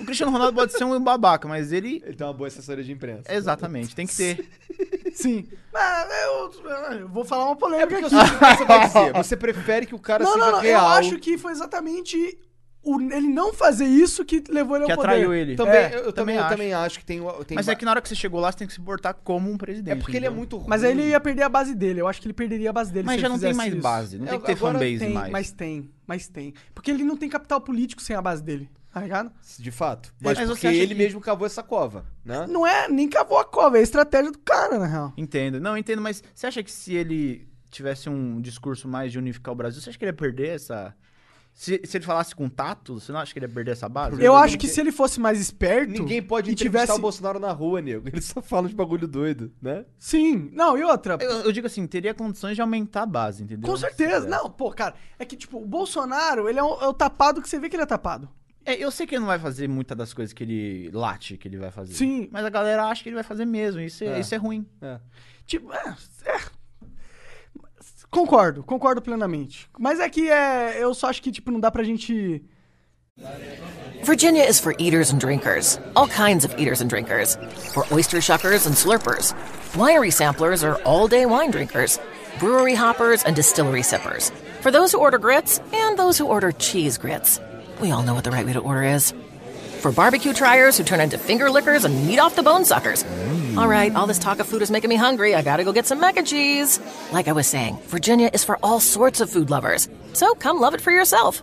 S3: o Cristiano Ronaldo pode ser um babaca, mas ele...
S4: Ele tem uma boa assessoria de imprensa.
S3: Exatamente, tem que ter.
S2: Sim. Mas eu, eu vou falar uma polêmica aqui.
S4: você vai dizer? Você prefere que o cara
S2: Não,
S4: seja
S2: não, não.
S4: real?
S2: Eu acho que foi exatamente o- ele não fazer isso que levou ele ao
S3: Que
S2: poder.
S3: atraiu ele.
S4: Também,
S2: É,
S4: eu, eu também,
S3: também
S4: eu
S3: acho.
S4: também acho que tem, o- tem
S3: Mas é que na hora que você chegou lá, você tem que se portar como um presidente.
S4: é porque ele é
S3: entendeu?
S4: muito ruim.
S2: Mas aí ele ia perder a base dele. Eu acho que ele perderia a base dele. se
S3: Mas já
S2: ele
S3: não tem
S2: fizesse
S3: mais
S2: isso.
S3: base, não
S4: É,
S3: tem que ter
S4: agora
S3: fanbase
S2: Tem,
S3: mais.
S2: mas tem, mas tem. Porque ele não tem capital político sem a base dele, tá ligado?
S4: de fato. Mas,
S3: mas você
S4: porque
S3: acha
S4: ele
S3: que-
S4: mesmo cavou essa cova, né?
S2: Não é nem cavou a cova, é a estratégia do cara, na real.
S3: Entendo. Não, entendo, mas você acha que se ele tivesse um discurso mais de unificar o Brasil, você acha que ele ia perder essa. Se, se ele falasse com tato, você não acha que ele ia perder essa base?
S2: Eu acho que se ele fosse mais esperto.
S4: Ninguém pode
S2: e
S4: entrevistar
S2: tivesse...
S4: o Bolsonaro na rua, nego. Ele só fala de bagulho doido, né?
S2: Sim, não, e outra.
S3: Eu, eu digo assim, teria condições de aumentar a base, entendeu?
S2: Com certeza. Não, pô, cara, é que, tipo, o Bolsonaro, ele é o, é o tapado que você vê que ele é tapado.
S3: É, eu sei que ele não vai fazer muita das coisas que ele late que ele vai fazer.
S2: Sim.
S3: Mas a galera acha que ele vai fazer mesmo. Isso é, isso é ruim.
S2: Tipo, é, é. Concordo, concordo plenamente. Mas é que é, eu só acho que tipo não dá pra gente
S8: Virginia is for eaters and drinkers, all kinds of eaters and drinkers, for oyster shuckers and slurpers. Winery samplers are all day wine drinkers, brewery hoppers and distillery sippers, for those who order grits and those who order cheese grits. We all know what the right way to order is. For barbecue triers who turn into finger lickers and meat off the bone suckers. All right, all this talk of food is making me hungry. I gotta go get some mac and cheese. Like I was saying, Virginia is for all sorts of food lovers. So come love it for yourself.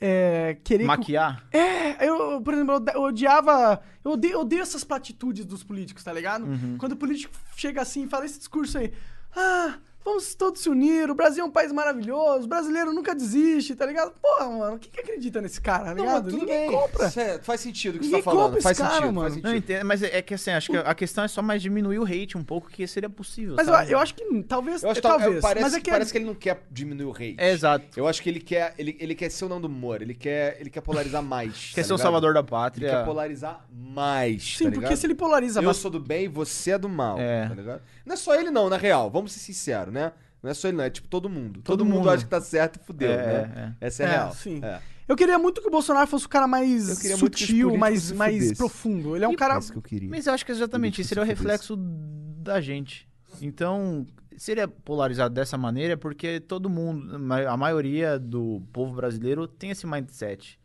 S2: é, querer que o-
S3: Maquiar.
S2: É, eu, por exemplo, eu ode- eu odiava. Eu odeio, eu odeio essas platitudes dos políticos, tá ligado?
S4: Uhum.
S2: Quando o político chega assim e fala esse discurso aí. Ah, vamos todos se unir, o Brasil é um país maravilhoso, o brasileiro nunca desiste, tá ligado? Porra, mano, quem que acredita nesse cara, tá
S4: Não,
S2: ligado?
S4: mas tudo
S2: Ninguém
S4: bem.
S2: compra.
S4: Cê- faz sentido o que você
S2: Ninguém
S4: tá falando.
S2: compra
S4: Faz
S2: esse cara,
S4: sentido,
S2: mano.
S4: faz
S3: Não,
S4: sentido.
S3: entendo, mas é é que assim, acho que a questão é só mais diminuir o hate um pouco, que seria possível.
S2: Mas eu,
S3: sabe?
S2: eu acho que talvez.
S4: Eu acho que
S2: talvez.
S4: talvez, parece,
S2: mas é que.
S4: parece que ele não quer diminuir o hate.
S3: É, exato.
S2: Tá
S4: Eu acho que ele quer, ele, ele quer ser o não do humor, ele quer, ele quer polarizar mais.
S3: Quer
S4: tá
S3: ser o
S4: ligado?
S3: salvador É. da
S4: Ele
S3: pátria.
S4: quer polarizar mais.
S2: Sim,
S4: tá
S2: porque
S4: ligado?
S2: se ele polariza
S4: Eu
S2: bastante-
S4: sou do bem, você é do mal.
S3: É.
S4: Tá ligado? Não é só ele, não, na real. Vamos ser sinceros, né? Não é só ele, não. É tipo todo mundo. Todo,
S3: Todo
S4: mundo,
S3: mundo.
S4: acha que tá certo e fudeu,
S3: É,
S4: né? Essa é a
S2: É,
S4: real.
S2: sim.
S4: É.
S2: Eu queria muito que o Bolsonaro fosse o cara
S4: Eu
S2: mais
S4: queria muito que os
S2: sutil,
S4: políticos
S2: mais,
S4: se
S2: mais
S4: fudessem.
S2: profundo. Ele é um cara.
S4: É isso que eu queria.
S3: Mas eu acho que exatamente isso seria o
S4: Políticos
S3: reflexo da gente. Então, se ele é polarizado dessa maneira é porque todo mundo, ma- a maioria do povo brasileiro tem esse mindset.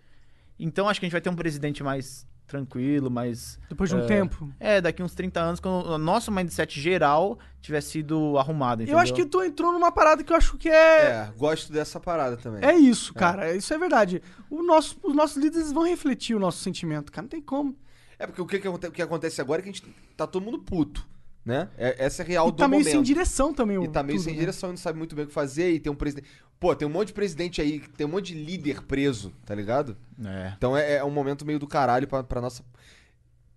S3: Então, acho que a gente vai ter um presidente mais tranquilo, mais...
S2: Depois de um
S3: é,
S2: tempo.
S3: É, daqui uns 30 anos, quando o nosso mindset geral tiver sido arrumado, entendeu?
S2: Eu acho que tu entrou numa parada que eu acho que é.
S4: É, gosto dessa parada também.
S2: É isso, cara. Isso é verdade. O nosso- os nossos líderes vão refletir o nosso sentimento, cara. Não tem como.
S4: É porque o que, que aconte- o que acontece agora é que a gente tá todo mundo puto, né? É- essa é a real
S2: e
S4: do
S2: tá meio
S4: momento.
S2: sem direção também.
S4: E
S2: o-
S4: tá meio
S2: tudo,
S4: sem
S2: né?
S4: direção, não sabe muito bem o que fazer. E tem um presidente. Pô, tem um monte de presidente aí, tem um monte de líder preso, tá ligado?
S3: É.
S4: Então é, é um momento meio do caralho pra, pra nossa.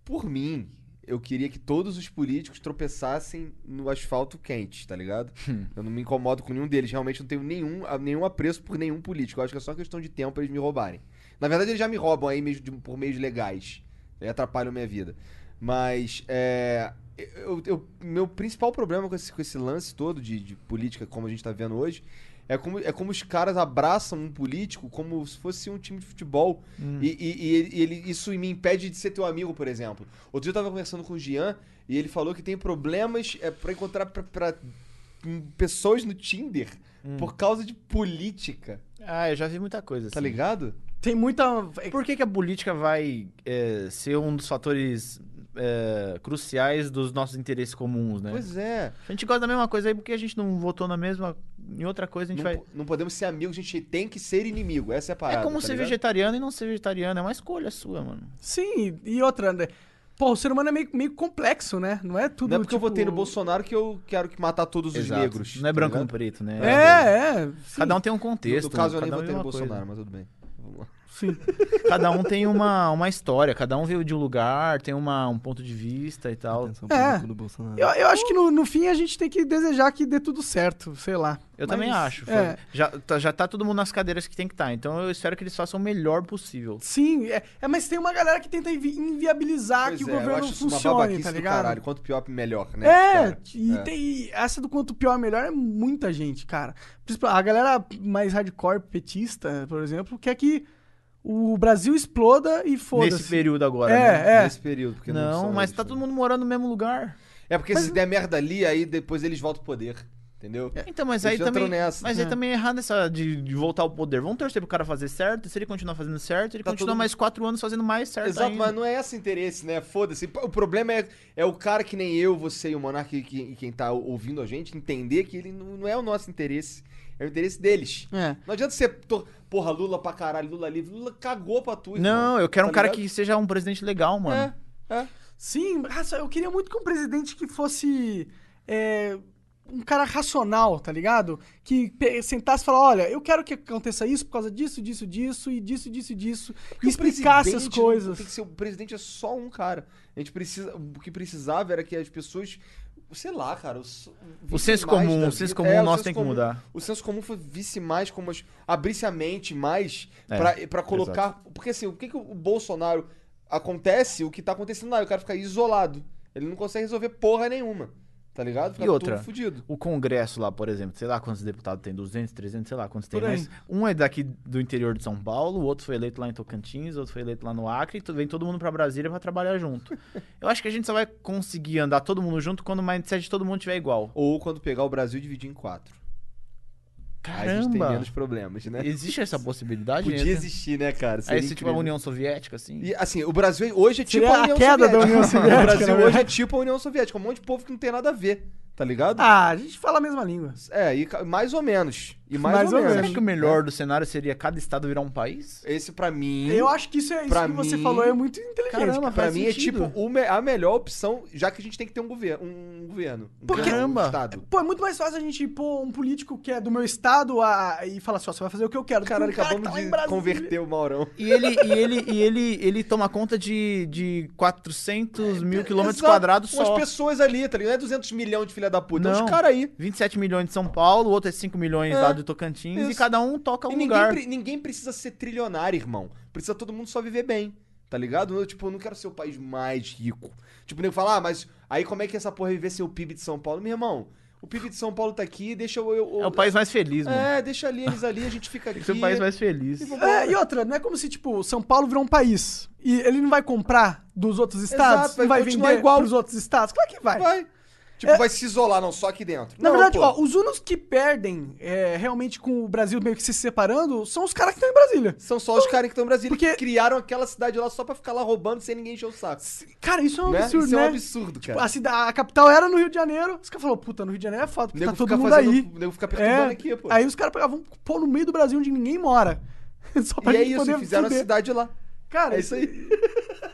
S4: Por mim, eu queria que todos os políticos tropeçassem no asfalto quente, tá ligado?
S2: Hum.
S4: eu não me incomodo com nenhum deles. Realmente não tenho nenhum, a- nenhum apreço por nenhum político. Eu acho que é só questão de tempo pra eles me roubarem. Na verdade, eles já me roubam aí mesmo de- por meios legais. E atrapalham minha vida. Mas é. eu- eu- meu principal problema com esse, com esse lance todo de, de política, como a gente tá vendo hoje, é como, é como os caras abraçam um político como se fosse um time de futebol.
S3: Hum.
S4: E, e- e ele- e ele- isso me impede de ser teu amigo, por exemplo. Outro dia eu tava conversando com o Jean e ele falou que tem problemas é, para encontrar pra, pra, hum, pessoas no Tinder
S3: Hum.
S4: por causa de política.
S3: Ah, eu já vi muita coisa,
S4: Tá
S3: assim.
S4: ligado?
S2: Tem muita. é,
S3: Por que, que a política vai é, ser um dos fatores é, cruciais dos nossos interesses comuns, né?
S4: Pois é.
S3: A gente gosta da mesma coisa aí porque a gente não votou na mesma. Em outra coisa a gente
S4: Não,
S3: vai.
S4: po- não podemos ser amigos, a gente tem que ser inimigo. Essa é a parada.
S3: é como
S4: tá
S3: ser
S4: ligado?
S3: vegetariano e não ser vegetariano. É uma escolha sua, mano.
S2: Sim, e e outra, né? Pô, o ser humano é meio, meio complexo, né? Não é tudo.
S4: Não é porque eu
S2: tipo-
S4: votei no Bolsonaro que eu quero que matar todos os negros.
S3: Não é
S4: tá
S3: branco
S4: ligado?
S3: no preto, né?
S2: É, é. sim,
S3: Cada um tem um
S4: No-
S3: contexto.
S4: No caso, eu
S3: cada
S4: nem
S3: um
S4: votei no
S3: vive uma coisa.
S4: Bolsonaro, mas tudo bem. Vamos lá.
S2: sim.
S3: Cada um tem uma, uma história, cada um veio de um lugar, tem uma, um ponto de vista e tal.
S2: É.
S5: do Bolsonaro.
S2: Eu, eu acho que no, no fim a gente tem que desejar que dê tudo certo, sei lá. Mas,
S3: Eu também acho. foi-
S2: é.
S3: Já, tá, já tá todo mundo nas cadeiras que tem que estar. então eu espero que eles façam o melhor possível.
S2: Sim, é, é, mas tem uma galera que tenta invi- inviabilizar
S4: Pois
S2: Tá que o
S4: é, eu
S2: governo
S4: acho isso uma
S2: funcione,
S4: babaquice
S2: tá
S4: do
S2: ligado?
S4: Caralho, quanto pior, melhor, né?
S2: É,
S4: cara?
S2: e
S4: É.
S2: tem e essa do quanto pior é melhor é muita gente, cara. Principal- A galera mais hardcore petista, por exemplo, quer que o Brasil exploda e
S3: Nesse
S2: foda-se.
S3: período agora. né?
S2: É, é.
S4: Nesse período, porque não
S3: Não,
S4: são
S3: mas
S4: eles,
S3: tá
S4: né?
S3: todo mundo morando no mesmo lugar.
S4: É porque se der merda ali, aí depois eles voltam pro poder. Entendeu?
S3: Então, mas
S4: Eles
S3: aí
S4: já
S3: também.
S4: entram nessa.
S3: Mas aí também é errado essa de, de voltar ao poder. Vamos torcer pro cara fazer certo. Se ele continuar fazendo certo, ele
S4: Tá
S3: continua
S4: todo-
S3: mais quatro anos fazendo mais certo.
S4: Exato,
S3: ainda.
S4: mas não é esse interesse, né? Foda-se. O problema é, é o cara que nem eu, você e o Monark e que- e quem tá ouvindo a gente entender que ele não, não é o nosso interesse. É o interesse deles.
S3: É.
S4: Não adianta você. tor- Porra, Lula pra caralho, Lula livre. Lula cagou pra tu.
S3: Não,
S4: irmão.
S3: eu quero
S4: Tá
S3: um cara
S4: ligado?
S3: que seja um presidente legal, mano.
S4: É.
S2: Sim, raça- eu queria muito que um presidente que fosse é, um cara racional, tá ligado? Que pe- sentasse e falasse, olha, eu quero que aconteça isso por causa disso, disso, disso, e disso, disso, disso.
S4: Porque
S2: e
S4: o
S2: explicasse as
S4: presidente não
S2: coisas.
S4: Tem que ser, o presidente é só um cara. A gente precisa. O que precisava era que as pessoas. Sei lá, cara. os-
S3: O
S4: vissem
S3: senso
S4: mais
S3: comum,
S4: da
S3: o senso
S4: vida.
S3: comum
S4: É, o
S3: nosso
S4: senso
S3: tem que
S4: comum-
S3: mudar.
S4: O senso comum foi visse mais como. as- abrisse a mente mais
S3: É,
S4: pra, pra colocar. Porque assim, o que, que o Bolsonaro. Acontece o que tá acontecendo lá. O cara fica isolado. Ele não consegue resolver porra nenhuma. Tá ligado? Fica
S3: E outra?
S4: tudo fudido.
S3: O Congresso lá, por exemplo, sei lá quantos deputados tem, 200, 300, sei lá quantos tem,
S2: Por aí.
S3: mas um é daqui do interior de São Paulo, o outro foi eleito lá em Tocantins, o outro foi eleito lá no Acre, e tu- vem todo mundo pra Brasília pra trabalhar junto. Eu acho que a gente só vai conseguir andar todo mundo junto quando o mindset de todo mundo tiver igual.
S4: Ou quando pegar o Brasil e dividir em quatro. Aí a gente tem
S3: Caramba!
S4: menos problemas, né?
S3: Existe essa possibilidade?
S4: Podia
S3: né?
S4: existir, né, cara?
S3: Aí
S4: Seria
S3: esse tipo a
S4: incrível.
S3: União Soviética, assim.
S4: E assim, o Brasil hoje é tipo
S2: Seria a queda da União Soviética, né,
S4: o
S2: na
S4: Brasil hoje é
S2: verdade.
S4: tipo a União Soviética, um monte de povo que não tem nada a ver, tá ligado?
S2: Ah, a gente fala a mesma língua.
S4: É, e ca- mais ou menos. E mais,
S2: Mais
S4: ou,
S2: ou
S4: menos. É.
S3: Será que o melhor do cenário seria cada estado virar um país?
S4: Esse pra mim.
S2: Eu acho que isso, é, isso
S4: Pra
S2: que você
S4: mim-
S2: falou é muito inteligente.
S3: Caramba,
S2: cara.
S4: Pra
S3: faz
S4: mim
S3: sentido.
S4: é tipo o me- a melhor opção, já que a gente tem que ter um governo. Um governo. Um
S2: Porque-
S4: governo,
S3: Caramba.
S4: Um estado.
S2: Pô, é muito mais fácil a gente pôr um político que é do meu estado a- e falar assim, ó, você vai fazer o que eu quero. do que um
S4: Caralho,
S2: cara que
S4: acabamos
S2: tá lá em
S4: de
S2: Brasília.
S4: converter o Maurão.
S3: E ele, e ele, e ele, ele toma conta de, de 400 mil quilômetros
S4: Exato,
S3: quadrados
S4: Umas
S3: só.
S4: pessoas ali, tá ligado? Não é 200 milhões de filha da puta. É
S3: Não.
S4: uns caras aí.
S3: 27 milhões de São Paulo, o outro é 5 milhões
S4: É,
S3: lá de Tocantins, e
S4: isso.
S3: cada um toca um
S4: E ninguém,
S3: lugar.
S4: pre- ninguém precisa ser trilionário, irmão. Precisa todo mundo só viver bem, tá ligado? Eu, tipo, eu não quero ser o país mais rico. Tipo, o nego fala, ah, mas aí como é que essa porra viver sem o PIB de São Paulo? Meu irmão, o PIB de São Paulo tá aqui, deixa eu... eu- eu-
S3: É o país mais feliz, mano.
S4: É, deixa ali eles ali, a gente fica aqui.
S3: Esse é o país mais feliz.
S2: É, e outra, não é como se, tipo, São Paulo virou um país e ele não vai comprar dos outros estados,
S4: Exato, vai
S2: não vai
S4: continuar
S2: vender
S4: igual.
S2: pros outros estados. Claro que vai.
S4: Vai. Tipo, vai se isolar, não, só aqui dentro.
S2: Na
S4: Não,
S2: verdade,
S4: pô.
S2: ó, os únicos que perdem é, realmente com o Brasil meio que se separando são os caras que estão em Brasília.
S4: São só os caras que estão no Brasil
S2: Porque-
S4: que criaram aquela cidade lá só pra ficar lá roubando sem ninguém encher o saco.
S2: Cara, isso é um
S4: né?
S2: absurdo,
S4: Isso
S2: né?
S4: é um absurdo, cara.
S2: A, cida- a capital era no Rio de Janeiro. Os caras falaram, puta, no Rio de Janeiro é foda,
S4: O
S2: porque
S4: nego
S2: tá todo
S4: fica
S2: mundo
S4: fazendo-
S2: aí. É.
S4: o nego fica perturbando aqui, pô.
S2: Aí os caras pegavam um pôr no meio do Brasil onde ninguém mora. Só pra
S4: e é
S2: gente
S4: isso,
S2: poder
S4: fizeram
S2: fuder.
S4: a cidade lá.
S2: Cara,
S4: É isso aí.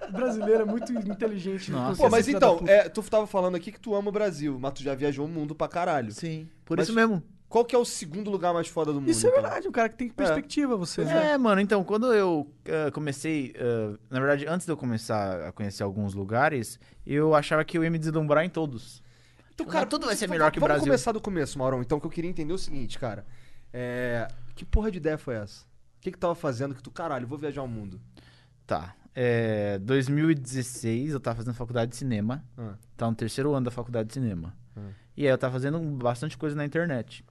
S2: O brasileiro é muito inteligente.
S3: Nossa.
S4: Pô,
S2: Pô,
S4: mas então, é, tu tava falando aqui que tu ama o Brasil, mas tu já viajou o mundo pra caralho.
S3: Sim. Por
S4: Mas-
S3: isso mesmo.
S4: Qual que é o segundo lugar mais foda do mundo?
S2: Isso é
S4: então?
S2: verdade, um cara que tem perspectiva, você. né?
S3: É, mano, então, quando eu eh, comecei. eh, na verdade, antes de eu começar a conhecer alguns lugares, eu achava que eu ia me deslumbrar em todos.
S4: Então,
S3: Mas tudo vai ser
S4: vamos-
S3: melhor que o Brasil.
S4: Vamos começar do começo, Maurão. Então, que eu queria entender o seguinte, cara. É, Que porra de ideia foi essa? O que que tava fazendo que tu, caralho, vou viajar o mundo?
S3: Tá. É, 2016, eu tava fazendo faculdade de cinema.
S4: Ah.
S3: Tava no terceiro ano da faculdade de cinema. E aí eu tava fazendo bastante coisa na internet.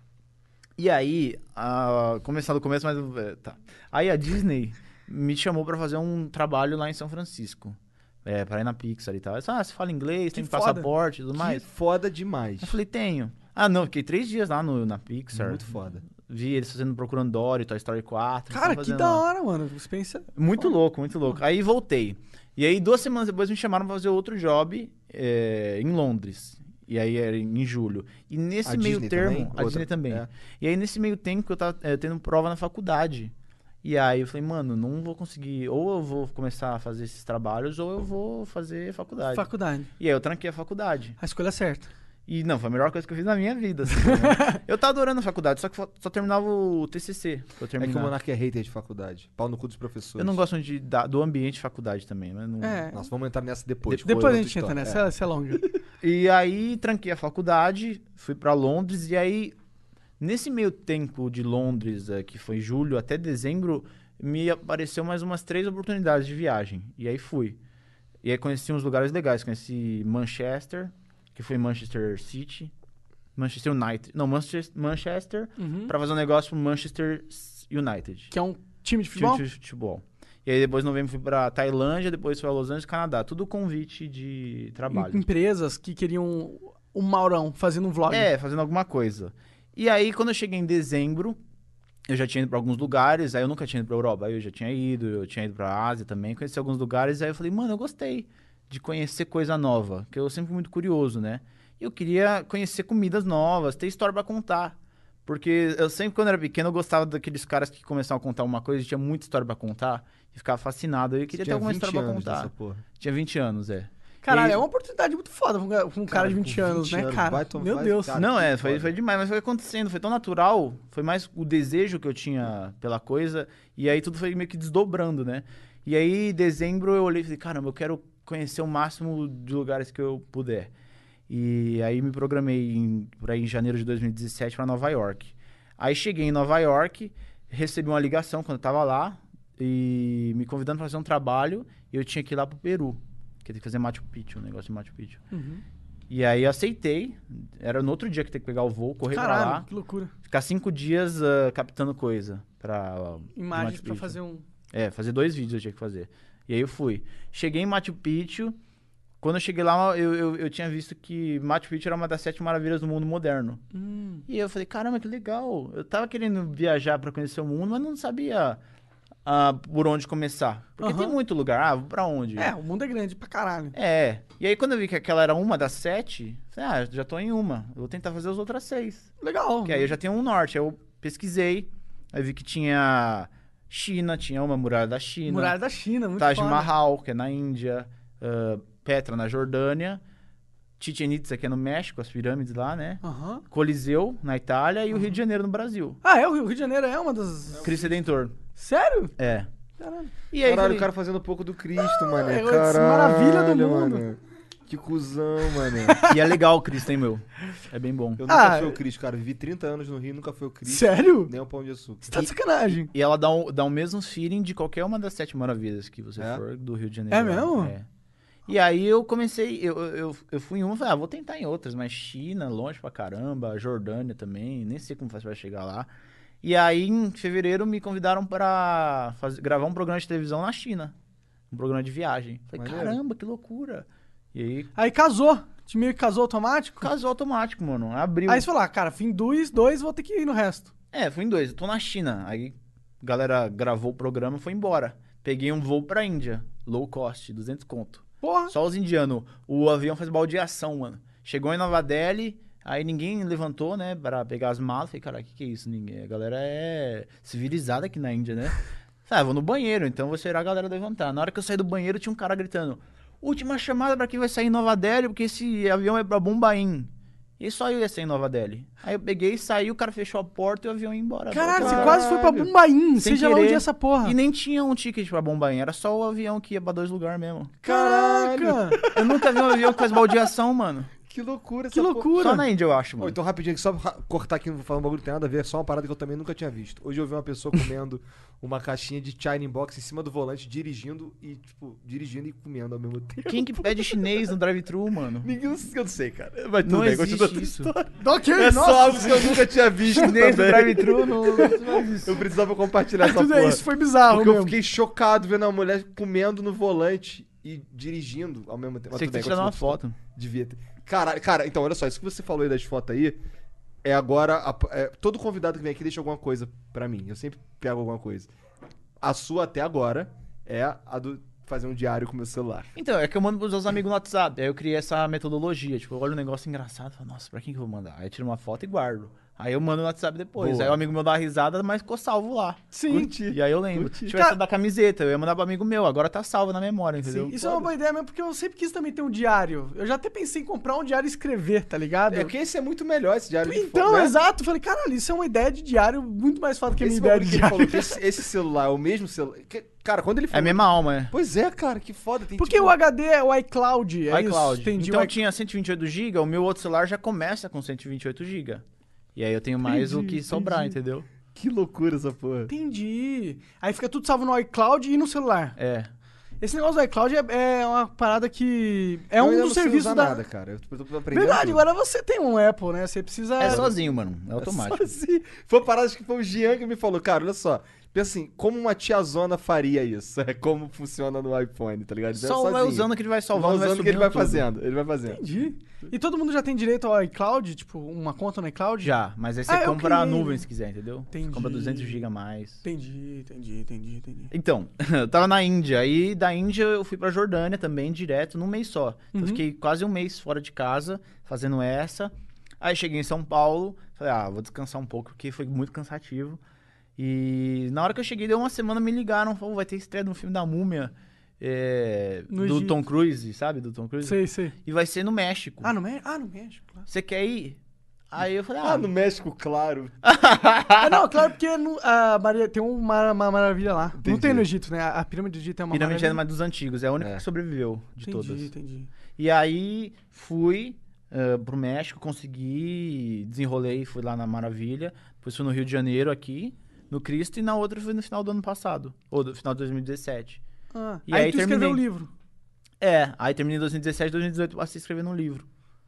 S3: E aí, a... começar do começo, mas. é, Tá. Aí a Disney me chamou pra fazer um trabalho lá em São Francisco. É, pra ir na Pixar e tal. Eu disse, ah, você fala inglês, tem
S2: foda.
S3: passaporte e tudo mais.
S4: Que foda demais.
S3: Eu falei, tenho. Ah, não, fiquei três dias lá no, na Pixar.
S4: Muito foda.
S3: Vi eles fazendo Procurando Dory, Toy Story 4. eles
S2: Cara,
S3: tão
S2: que
S3: Tá fazendo
S2: da
S3: lá.
S2: hora, mano. Experiência.
S3: Muito louco, muito louco. Aí voltei. E aí, duas semanas depois, me chamaram pra fazer outro job é, em Londres. E aí era em julho. E nesse
S4: A
S3: meio
S4: Disney
S3: termo.
S4: também?
S3: A Disney
S4: Outra-
S3: também.
S4: é.
S3: E aí, nesse meio tempo que eu tava é, tendo prova na faculdade. E aí eu falei, mano, não vou conseguir. Ou eu vou começar a fazer esses trabalhos, ou eu vou fazer faculdade.
S2: Faculdade.
S3: E aí eu tranquei a faculdade.
S2: A escolha é certa.
S3: E não, foi a melhor coisa que eu fiz na minha vida. assim, né? eu tava adorando a faculdade, só que fa- só terminava o TCC. pra Eu,
S4: É que o
S3: terminar.
S4: Monark é hater de faculdade. Pau no cu dos professores.
S3: né? eu não gosto de, da- do ambiente de faculdade também, mas não.
S2: É.
S4: Nossa, vamos entrar nessa depois.
S2: Depois a
S4: outra
S2: gente entra
S4: história.
S2: nessa, essa é longa.
S3: E aí tranquei a faculdade, fui pra Londres e aí nesse meio tempo de Londres, eh, que foi julho até dezembro, me apareceu mais umas três oportunidades de viagem. E aí fui. E aí conheci uns lugares legais, conheci Manchester, que foi Manchester City, Manchester United, não, Manchester, Manchester
S2: Uhum.
S3: pra fazer um negócio pro Manchester United.
S2: Que é um time de
S3: Time
S2: futebol?
S3: de futebol. E aí depois em novembro fui pra Tailândia, depois fui a Los Angeles, Canadá, tudo convite de trabalho.
S2: Em- Empresas que queriam o Maurão fazendo um vlog.
S3: É, fazendo alguma coisa. E aí, quando eu cheguei em dezembro, eu já tinha ido pra alguns lugares, aí eu nunca tinha ido pra Europa, aí eu já tinha ido, eu tinha ido pra Ásia também, conheci alguns lugares, aí eu falei, mano, eu gostei de conhecer coisa nova, que eu sempre fui muito curioso, né? E eu queria conhecer comidas novas, ter história pra contar. Porque eu sempre, quando era pequeno, eu gostava daqueles caras que começavam a contar uma coisa e tinha muita história pra contar, e ficava fascinado, eu queria ter alguma história pra contar. Tinha 20 anos, é.
S2: Caralho,
S3: E-
S2: é uma oportunidade muito foda pra um cara- pra um cara de 20 anos, né, cara? Meu Deus.
S3: Não, é, foi, foi demais, mas foi acontecendo, foi tão natural, foi mais o desejo que eu tinha pela coisa, e aí tudo foi meio que desdobrando, né? E aí, em dezembro, eu olhei e falei, caramba, eu quero conhecer o máximo de lugares que eu puder. E aí me programei em, pra ir em janeiro de 2017 pra Nova York. Aí cheguei em Nova York, recebi uma ligação quando eu tava lá, e me convidando pra fazer um trabalho, e eu tinha que ir lá pro Peru. Que tem que fazer Machu Picchu, um negócio de Machu Picchu. E aí eu aceitei. Era no outro dia que tem que pegar o voo, correr pra
S2: Caralho,
S3: lá.
S2: que loucura.
S3: Ficar cinco dias ah, captando coisa pra. ah,
S2: Imagens pra
S3: Picchu.
S2: fazer um.
S3: É, fazer dois vídeos eu tinha que fazer. E aí eu fui. Cheguei em Machu Picchu. Quando eu cheguei lá, eu, eu, eu tinha visto que Machu Picchu era uma das sete maravilhas do mundo moderno.
S2: Hum.
S3: E eu falei, caramba, que legal. Eu tava querendo viajar pra conhecer o mundo, mas não sabia ah, por onde começar. Porque tem
S2: Aham.
S3: muito lugar. Ah, pra onde?
S2: É, o mundo é grande pra caralho.
S3: É. E aí quando eu vi que aquela era uma das sete, falei, ah, já tô em uma. Eu vou tentar fazer as outras seis.
S2: Legal.
S3: Que aí eu já tenho um norte. Aí eu pesquisei, aí vi que tinha China, tinha uma muralha da China.
S2: Muralha da China, muito
S3: Taj
S2: foda.
S3: Mahal, que é na Índia, ah, Petra na Jordânia, Chichen Itza, que é no México, as pirâmides lá, né?
S2: Aham.
S3: Coliseu na Itália e o Rio de Janeiro no Brasil.
S2: Ah, é, o Rio de Janeiro é uma das.
S3: Cristo Redentor.
S2: Sério?
S3: É.
S2: Caralho.
S3: E aí,
S4: Caralho,
S3: falei,
S4: o cara fazendo um pouco do Cristo, mano.
S2: é,
S4: É,
S2: essa maravilha do mundo.
S4: Que cuzão, mano.
S3: e é legal o Cristo, hein, meu? É bem bom.
S4: Eu nunca
S2: Ah,
S4: fui o Cristo, cara. Vivi 30 anos no Rio, nunca fui o Cristo.
S2: Sério?
S4: Nem o Pão de Açúcar.
S2: Você tá de sacanagem.
S3: E ela dá, um, dá o mesmo feeling de qualquer uma das sete maravilhas que você
S4: É?
S3: for do Rio de Janeiro.
S2: É mesmo?
S3: É. E aí eu comecei, eu, eu, eu fui em uma e falei, ah, vou tentar em outras, mas China, longe pra caramba, Jordânia também, nem sei como faz pra chegar lá. E aí em fevereiro me convidaram pra faz- gravar um programa de televisão na China, um programa de viagem. Falei,
S4: Maneiro.
S3: caramba, que loucura. E aí
S2: Aí casou. Te meio que casou automático.
S3: casou automático, mano, abriu.
S2: Aí você falou, ah, cara, fim dois, dois, vou ter que ir no resto.
S3: É, fui em dois. Eu tô na China. Aí a galera gravou o programa e foi embora. Peguei um voo pra Índia. Low cost, 200 conto.
S2: Porra.
S3: Só os indianos. O avião faz baldeação, mano. Chegou em Nova Delhi, aí ninguém levantou, né, pra pegar as malas. Falei, cara, o que, que é isso? Ninguém... A galera é civilizada aqui na Índia, né? Falei, ah, vou no banheiro, então vou esperar a galera levantar. Na hora que eu saí do banheiro, tinha um cara gritando: Última chamada pra quem vai sair em Nova Delhi, porque esse avião é pra Bombaim. E só eu ia sair em Nova Delhi. Aí eu peguei, saí, o cara fechou a porta e o avião ia embora.
S2: Caralho,
S3: Eu
S2: você
S3: falei,
S2: quase foi pra Bombaim,
S3: Sem
S2: seja lá onde
S3: querer.
S2: é essa porra.
S3: E nem tinha um ticket pra Bombaim, era só o avião que ia pra dois lugares mesmo.
S2: Caraca!
S3: Eu nunca vi um avião com as baldeação, mano.
S4: Que loucura,
S2: Que
S4: essa
S2: loucura!
S3: Só na Índia, eu acho,
S4: Pô,
S3: mano.
S4: então rapidinho aqui, só ra- cortar aqui, não vou falar um bagulho que tem nada a ver, é só uma parada que eu também nunca tinha visto. Hoje eu vi uma pessoa comendo uma caixinha de China Box em cima do volante, dirigindo e, tipo, dirigindo e comendo ao mesmo
S2: então
S4: tempo.
S3: Quem que pede chinês no drive-thru, mano?
S4: Ninguém eu não sei, cara. Mas
S3: Não existe isso.
S2: Ok,
S4: É só algo que eu nunca tinha visto
S3: Chinês no
S4: também.
S3: drive-thru não, não faz isso.
S4: Eu precisava compartilhar essa
S2: Tudo
S4: porra.
S2: é, isso foi bizarro
S4: porque eu
S2: mesmo.
S4: fiquei chocado vendo a mulher comendo no volante e dirigindo ao mesmo tempo. Mas
S3: Você
S4: tudo
S3: que tá
S4: bem,
S3: tirando uma
S4: continua.
S3: foto.
S4: Devia ter. Caralho, cara, então, olha só, isso que você falou aí das fotos aí. É agora. a- é, todo convidado que vem aqui deixa alguma coisa pra mim. Eu sempre pego alguma coisa. A sua até agora é a do fazer um diário com meu celular.
S3: Então, é que eu mando pros meus amigos no WhatsApp. Aí eu criei essa metodologia. Tipo, eu olho um negócio engraçado e falo, nossa, pra quem que eu vou mandar? Aí eu tiro uma foto e guardo. Aí eu mando no WhatsApp depois.
S4: Boa.
S3: Aí o amigo meu dá uma risada, mas ficou salvo lá.
S2: Sim.
S3: E aí eu lembro. Tipo,
S2: Cara-
S3: essa da camiseta, eu ia mandar pro amigo meu, agora tá salva na memória, entendeu?
S2: Isso é uma boa ideia mesmo, porque eu sempre quis também ter um diário. Eu já até pensei em comprar um diário e escrever, tá ligado?
S4: É porque esse é muito melhor, esse diário de
S2: então,
S4: foto, né?
S2: exato. Eu Falei, caralho, isso é uma ideia de diário muito mais foda que a minha
S4: Esse
S2: ideia de
S4: bagulho que ele
S2: diário.
S4: falou, que esse, esse celular é o mesmo celular. que- cara, quando ele
S3: É a
S4: falou.
S3: mesma alma, é.
S4: Pois é, cara, que foda. Tem
S2: Porque
S4: tipo,
S2: o HD é o iCloud, é
S3: iCloud.
S2: isso? Entendi.
S3: então
S2: o
S3: eu tinha 128 GB, o meu outro celular já começa com 128 GB. E aí eu tenho mais o que sobrar, entendeu?
S4: Que loucura essa porra.
S2: Entendi. Aí fica tudo salvo no iCloud e no celular.
S3: É.
S2: Esse negócio do iCloud é, é uma parada que. É
S4: Eu
S2: um
S4: ainda
S2: dos
S4: não sei
S2: serviços
S4: usar
S2: da.
S4: nada, cara. Eu tô, tô aprendendo.
S2: Verdade,
S4: tudo.
S2: agora você tem um Apple,
S4: É.
S2: né? Você precisa.
S3: É sozinho, mano. É automático.
S4: Sozinho. Foi uma parada acho que foi o Jean que me falou, cara, olha só. Pensa assim, como uma tiazona faria isso? É como funciona no iPhone, tá ligado? Ele é
S3: Só vai
S4: sozinho.
S3: usando que ele vai
S4: Vai
S3: salvando, vai
S4: usando
S3: subindo
S4: que ele vai
S3: tudo.
S4: fazendo. Ele vai fazendo.
S2: Entendi. E todo mundo já tem direito ao iCloud? Tipo, uma conta no iCloud?
S3: Já, mas aí você
S2: Ah, eu
S3: compra a
S2: queria.
S3: nuvem se quiser, entendeu? Você
S2: Entendi.
S3: compra 200 GB a mais.
S2: Entendi, entendi, entendi, entendi.
S3: Então, eu tava na Índia, aí da Índia eu fui pra Jordânia também, direto, num mês só.
S2: Uhum.
S3: Então, eu fiquei quase um mês fora de casa, fazendo essa. Aí cheguei em São Paulo, falei, ah, vou descansar um pouco, porque foi muito cansativo. E na hora que eu cheguei, deu uma semana, me ligaram, falou, vai ter estreia de um filme da Múmia, é,
S2: No
S3: do
S2: Egito.
S3: Tom Cruise, sabe, do Tom Cruise?
S2: Sei, sei.
S3: E vai ser no México.
S2: Ah, no México? Ah, no México, claro.
S3: Você quer ir? Aí eu falei, ah,
S4: Ah, no México, claro.
S2: Ah, não, claro, porque no- a Maria, tem uma, uma maravilha lá. Não
S4: Entendi.
S2: tem no Egito, né? A pirâmide do Egito é uma
S3: Pirâmide é
S2: maravilha.
S3: uma dos antigos, é a única
S4: É.
S3: que sobreviveu de
S2: entendi,
S3: todas.
S2: Entendi,
S3: E aí fui eh, pro México, consegui, desenrolei, fui lá na Maravilha, depois fui no Rio de Janeiro aqui, no Cristo, e na outra fui no final do ano passado, ou no final de 2017.
S2: Ah,
S3: E
S2: aí,
S3: aí
S2: tu escreveu o
S3: terminei.
S2: livro.
S3: É, aí terminei em 2017, 2018, passei a escrever num um livro.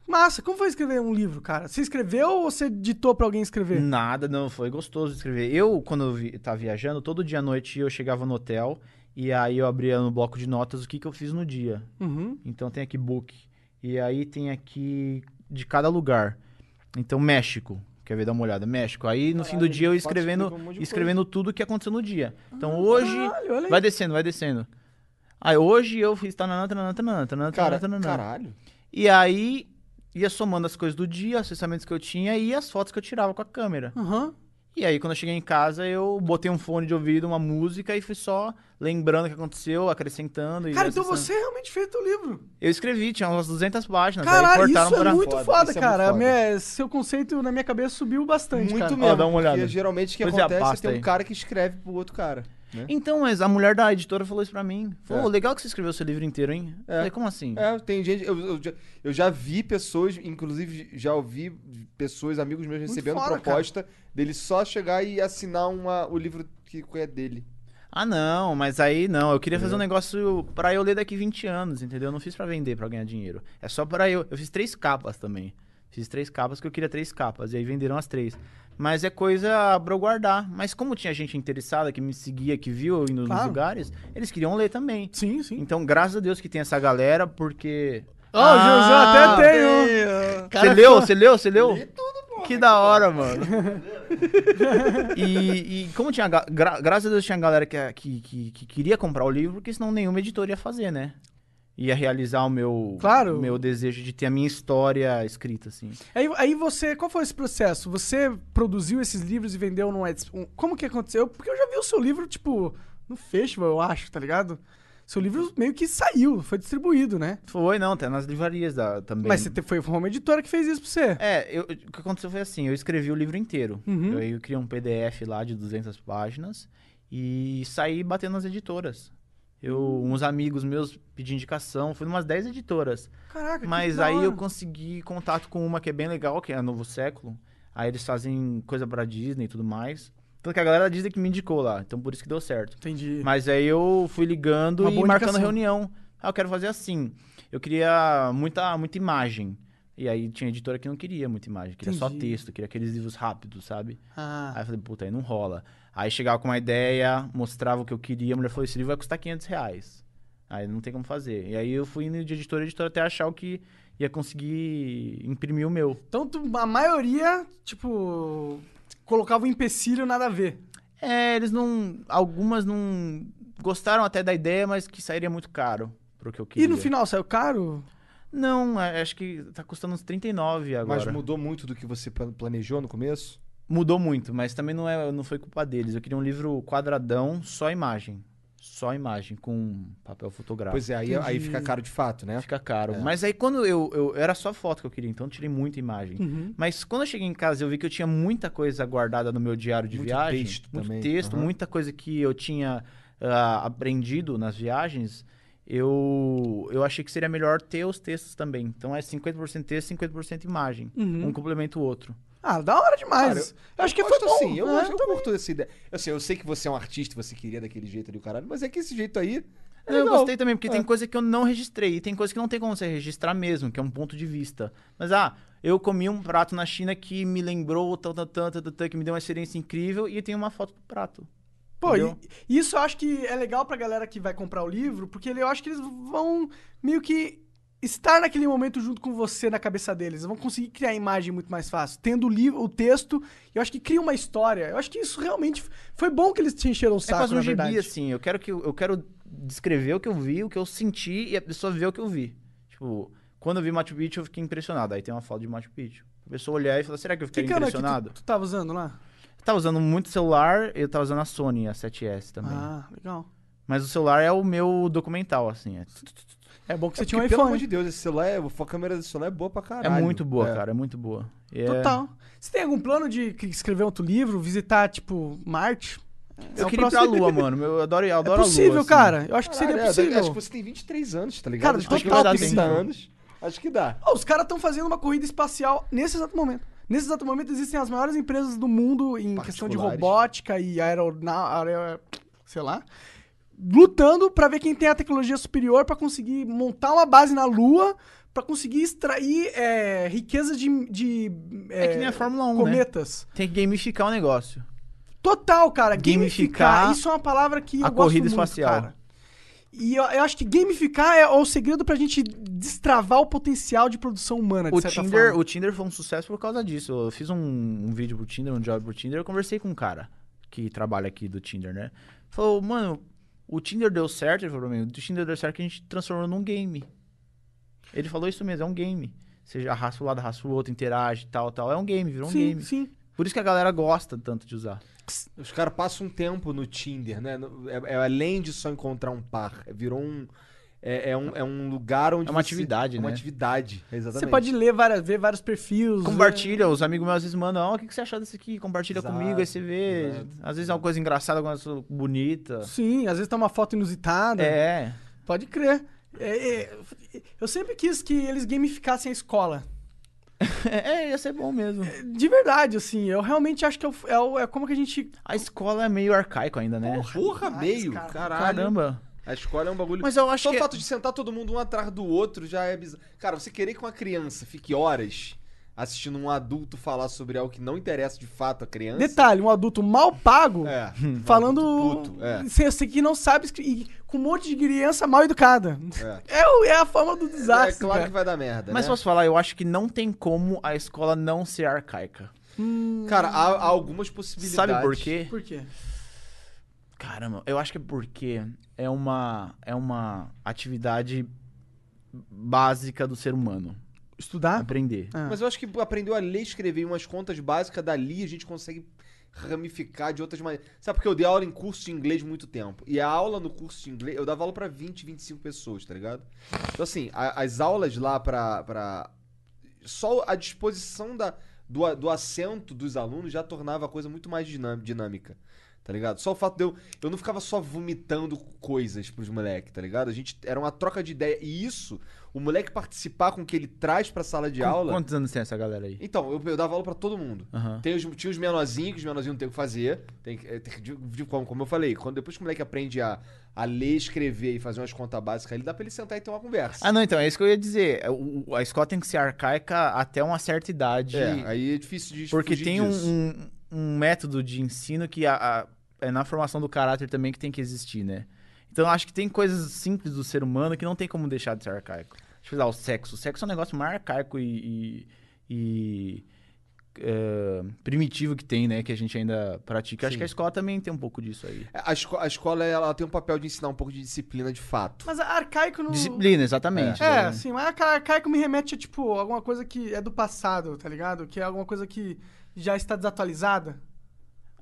S2: Massa, como foi escrever um livro, cara? Você escreveu ou você ditou pra alguém escrever?
S3: Nada, não, foi gostoso de escrever. Eu, quando eu vi, tava viajando, todo dia à noite eu chegava no hotel, e aí eu abria no bloco de notas o que, que eu fiz no dia.
S2: Uhum.
S3: Então tem aqui book. E aí tem aqui de cada lugar. Então México. Quer ver? Dá uma olhada. México. Aí no fim do dia eu escrevendo,
S4: explicou um monte de
S3: escrevendo tudo o que aconteceu no dia. Então hoje.
S2: Caralho, olha aí.
S3: Vai descendo, vai descendo. Aí hoje eu fiz tananã, tananã, tananã, tananã,
S4: Cara,
S3: tananã, tananã.
S4: caralho.
S3: E aí ia somando as coisas do dia, os pensamentos que eu tinha e as fotos que eu tirava com a câmera.
S2: Aham.
S3: E aí, quando eu cheguei em casa, eu botei um fone de ouvido, uma música e fui só lembrando o que aconteceu, acrescentando. E
S2: Cara, então
S3: acessando.
S2: você realmente fez o livro.
S3: Eu escrevi, tinha umas 200 páginas.
S2: Caralho,
S3: aí cortaram
S2: isso
S3: pra...
S2: é muito
S4: Foda,
S2: foda,
S4: isso é muito
S2: cara.
S4: foda.
S2: Minha- seu conceito na minha cabeça subiu bastante,
S4: Muito
S2: cara.
S4: mesmo.
S3: Ó, dá uma olhada.
S4: Porque geralmente o que
S3: Pois é,
S4: acontece é,
S3: pasta
S4: tem
S3: aí.
S4: um cara que escreve pro outro cara. Né?
S3: Então, mas a mulher da editora falou isso pra mim. Falou,
S4: É.
S3: legal que você escreveu seu livro inteiro, hein? Eu Falei, como assim?
S4: É, tem gente. Eu, eu já, eu já vi pessoas, inclusive já ouvi pessoas, amigos meus, recebendo
S2: foda,
S4: proposta dele só chegar e assinar uma, o livro que é dele.
S3: Ah, não, mas aí não. Eu queria fazer um negócio pra eu ler daqui 20 anos, entendeu? Eu não fiz pra vender, pra ganhar dinheiro. É só pra eu. Eu fiz três capas também. Fiz três capas que eu queria três capas. E aí venderam as três. Mas é coisa pra eu guardar. Mas como tinha gente interessada que me seguia, que viu eu indo
S2: Claro.
S3: nos lugares, eles queriam ler também.
S2: Sim, sim.
S3: Então, graças a Deus que tem essa galera, porque.
S2: Ó, o José até tem um.
S3: Você leu? Você leu? Você leu? Que da hora, mano. e, e como tinha. ga- gra- graças a Deus tinha galera que, que, que, que queria comprar o livro, porque senão nenhuma editora ia fazer, né? Ia realizar o meu,
S2: Claro.
S3: meu desejo de ter a minha história escrita, assim.
S2: Aí, aí você, qual foi esse processo? Você produziu esses livros e vendeu no Etsy? Um- Como que aconteceu? Porque eu já vi o seu livro, tipo, no festival, eu acho, tá ligado? Seu livro meio que saiu, foi distribuído, né?
S3: Foi, não, tá nas livrarias da, também.
S2: Mas você te- foi foi uma editora que fez isso pra você.
S3: É, eu- o que aconteceu foi assim, eu escrevi o livro inteiro.
S2: Uhum.
S3: Eu, aí eu criei um PDF lá de 200 páginas e saí batendo nas editoras. Eu,
S2: Hum.
S3: uns amigos meus pedi indicação, fui em umas 10 editoras.
S2: Caraca, Ah, que
S3: Mas
S2: da
S3: aí
S2: hora.
S3: eu consegui contato com uma que é bem legal, que é a Novo Século. Aí eles fazem coisa pra Disney e tudo mais. Tanto que a galera da Disney que me indicou lá, então por isso que deu certo.
S2: Entendi.
S3: Mas aí eu fui ligando
S2: Uma
S3: e
S2: boa
S3: marcando
S2: indicação.
S3: reunião. Ah, eu quero fazer assim. Eu queria muita, muita imagem. E aí tinha editora que não queria muita imagem, queria só
S2: Entendi.
S3: texto, queria aqueles livros rápidos, sabe? Aí
S2: Ah,
S3: eu falei, puta, aí não rola. Aí chegava com uma ideia, mostrava o que eu queria, a mulher falou, esse livro vai custar 500 reais. Aí não tem como fazer. E aí eu fui indo de editora em editora até achar o que ia conseguir imprimir o meu.
S2: então tu- a maioria, tipo, colocava um empecilho nada a ver.
S3: É, eles não... Algumas não gostaram até da ideia, mas que sairia muito caro pro que eu queria.
S2: E no final saiu caro?
S3: Não, a- acho que tá custando uns 39 agora.
S4: Mas mudou muito do que você pla- planejou no começo?
S3: Mudou muito, mas também não, é, não foi culpa deles. Eu queria um livro quadradão, só imagem. Só imagem, com papel fotográfico.
S4: Pois é, aí, aí fica caro de fato, né?
S3: Tá. Fica caro. Mas aí quando eu, eu- Era só foto que eu queria, então eu tirei muita imagem. Mas quando eu cheguei em casa, eu vi que eu tinha muita coisa guardada no meu diário de
S4: Muito
S3: viagem.
S4: texto
S3: muito
S4: também,
S3: texto,
S4: aham.
S3: muita coisa que eu tinha ah, aprendido nas viagens. Eu, eu achei que seria melhor ter os textos também. Então é 50% texto, 50% imagem. Um complementa o outro.
S2: Ah, da hora demais.
S4: Cara,
S2: eu acho que foi
S4: gosto
S2: bom.
S4: assim, eu,
S2: né?
S4: acho- eu curto essa ideia. Assim, eu sei que você é um artista, você queria daquele jeito ali, o caralho, mas é que esse jeito aí. é
S3: Não, eu
S4: legal.
S3: gostei também, porque
S2: Ah.
S4: É.
S3: tem coisa que eu não registrei. E tem coisa que não tem como você registrar mesmo, que é um ponto de vista. Mas, ah, eu comi um prato na China que me lembrou tal, tal, tal, tal, tal, tal, que me deu uma experiência incrível. E tem uma foto do prato.
S2: Pô, e,
S3: Entendeu?
S2: e isso eu acho que é legal pra galera que vai comprar o livro, porque ele- eu acho que eles vão meio que estar naquele momento junto com você na cabeça deles. Vão conseguir criar a imagem muito mais fácil. Tendo o livro, o texto, eu acho que cria uma história. Eu acho que isso realmente f- foi bom que eles te encheram o
S3: É
S2: saco,
S3: quase
S2: na
S3: um gibi,
S2: verdade.
S3: assim. Eu quero, que, eu quero descrever o que eu vi, o que eu senti e a pessoa ver o que eu vi. Tipo, quando eu vi Machu Picchu, eu fiquei impressionado. Aí tem uma foto de Machu Picchu. A pessoa olhar e falar, será que eu
S2: que
S3: fiquei
S2: câmera que
S3: impressionado?
S2: tu, tu tava usando lá?
S3: Eu tava usando muito celular, eu tava usando a Sony, a 7S também.
S2: Ah,
S3: É
S2: legal.
S3: Mas o celular é o meu documental, assim. É,
S2: É bom que você
S4: Porque,
S2: tinha um
S4: pelo
S2: iPhone.
S4: amor de Deus, esse celular, é, a câmera desse celular é boa pra
S3: é
S4: caralho.
S3: muito boa,
S4: É.
S3: cara. É muito boa. E é-
S2: Total. Você tem algum plano de que- escrever outro livro, visitar, tipo, Marte? É
S3: Eu
S2: o
S3: queria ir pra
S2: próximo-
S3: Lua, mano. Eu adoro, eu
S2: É
S3: adoro a Lua.
S2: possível,
S3: assim.
S2: cara. Eu acho que
S4: Caralho,
S2: seria
S4: é,
S2: possível.
S4: Acho que você tem 23 anos, tá ligado?
S2: Cara,
S4: Acho que
S2: total
S4: tem
S2: possível.
S4: anos. Acho que dá.
S2: Ó, os caras estão fazendo uma corrida espacial nesse exato momento. Nesse exato momento existem as maiores empresas do mundo em questão de
S4: Particulares.
S2: robótica e aeronáutica, sei lá, lutando pra ver quem tem a tecnologia superior pra conseguir montar uma base na Lua, pra conseguir extrair é, riqueza de, de,
S3: É que nem a Fórmula 1, né?
S2: cometas.
S3: Tem que gamificar o negócio.
S2: É Total, cara. Gamificar,
S3: Gamificar
S2: isso é uma palavra que
S3: a
S2: eu gosto
S3: corrida
S2: muito,
S3: espacial.
S2: cara. E eu, eu acho que gamificar é o segredo pra gente destravar o potencial de produção humana, de
S3: O
S2: certa
S3: Tinder,
S2: forma.
S3: o Tinder foi um sucesso por causa disso. Eu fiz um, um vídeo pro Tinder, um job pro Tinder, eu conversei com um cara que trabalha aqui do Tinder, né? Falou, mano, o Tinder deu certo, ele falou pra mim, o Tinder deu certo que a gente transformou num game. Ele falou isso mesmo, é um game. Você arrasta o lado, arrasta o outro, interage e tal, tal. É um game, virou um
S2: sim,
S3: game.
S2: sim.
S3: Por isso que a galera gosta tanto de usar.
S4: Os caras passam um tempo no Tinder, né? No- É, é além de só encontrar um par. é- Virou um. É, é um, é um lugar onde.
S3: É uma
S4: você-
S3: atividade,
S4: é uma
S3: né?
S4: atividade, exatamente.
S2: Você pode ler várias, ver vários perfis.
S3: Compartilha, os amigos meus às vezes mandam, ó, o que, que você achou desse aqui? Compartilha
S4: Exato,
S3: comigo, aí você vê.
S4: exato.
S3: Às vezes é uma coisa engraçada, alguma coisa bonita.
S2: né? Sim, às vezes tá uma foto inusitada.
S3: É.
S2: Pode crer. É, é, eu sempre quis que eles gamificassem a escola.
S3: É, ia ser bom mesmo.
S2: De verdade, assim, eu realmente acho que é, o- é o- é como que a gente.
S3: A escola é meio arcaico ainda, né?
S4: Porra, meio.
S2: cara.
S4: Caralho.
S3: Caramba.
S4: A escola é um bagulho.
S3: Mas eu acho
S4: Só
S3: que-
S4: o fato de sentar todo mundo um atrás do outro já é bizarro. Cara, você querer que uma criança fique horas assistindo um adulto falar sobre algo que não interessa de fato a criança.
S2: Detalhe, um adulto mal pago
S4: É.
S2: falando.
S4: Puto, é.
S2: Você você que não sabe escre- e com um monte de criança mal educada. É, o- é a forma do
S4: É
S2: desastre.
S4: claro
S2: cara.
S4: que vai dar merda.
S3: Mas
S4: né?
S3: posso falar, eu acho que não tem como a escola não ser arcaica.
S4: Cara, há, há algumas possibilidades.
S3: Sabe por quê?
S2: Por quê?
S3: Caramba, eu acho que é porque é uma, é uma atividade básica do ser humano.
S2: Estudar?
S3: Aprender.
S2: Ah.
S4: Mas eu acho que aprendeu a ler, escrever e umas contas básicas dali, a gente consegue ramificar de outras maneiras. Sabe porque eu dei aula em curso de inglês muito tempo. E a aula no curso de inglês, eu dava aula pra 20, 25 pessoas, tá ligado? Então assim, a- as aulas lá pra, pra só a disposição da, do, a- do assento dos alunos já tornava a coisa muito mais dinam- dinâmica. Tá ligado? Só o fato de eu. Eu não ficava só vomitando coisas pros moleques, tá ligado? A gente. Era uma troca de ideia. E isso, o moleque participar com o que ele traz pra sala de aula.
S3: Quantos anos tem essa galera aí?
S4: Então, eu, eu dava aula pra todo mundo.
S3: Aham.
S4: Tem os, tinha os menorzinhos, que os menorzinhos não tem o que fazer. Tem, que- é, tem que- de, de- como, como eu falei, quando depois que o moleque aprende a, a ler, escrever e fazer umas contas básicas, ele dá pra ele sentar e ter uma conversa.
S3: Ah, não, então, é isso que eu ia dizer. O- o- A escola tem que ser arcaica até uma certa idade.
S4: É, aí é difícil de
S3: Porque
S4: fugir
S3: tem um,
S4: disso.
S3: um- um método de ensino que a- a- é na formação do caráter também que tem que existir, né? Então eu acho que tem coisas simples do ser humano que não tem como deixar de ser arcaico. Deixa eu falar, o sexo. O sexo é um negócio mais arcaico e, e- e, é, primitivo que tem, né? Que a gente ainda pratica. Eu Acho que a escola também tem um pouco disso aí.
S4: A, esco- a escola ela tem um papel de ensinar um pouco de disciplina de fato.
S2: Mas arcaico não.
S3: Disciplina, exatamente.
S2: É,
S3: né?
S2: assim, mas arca- arcaico me remete a, tipo, alguma coisa que é do passado, tá ligado? Que é alguma coisa que já está desatualizada.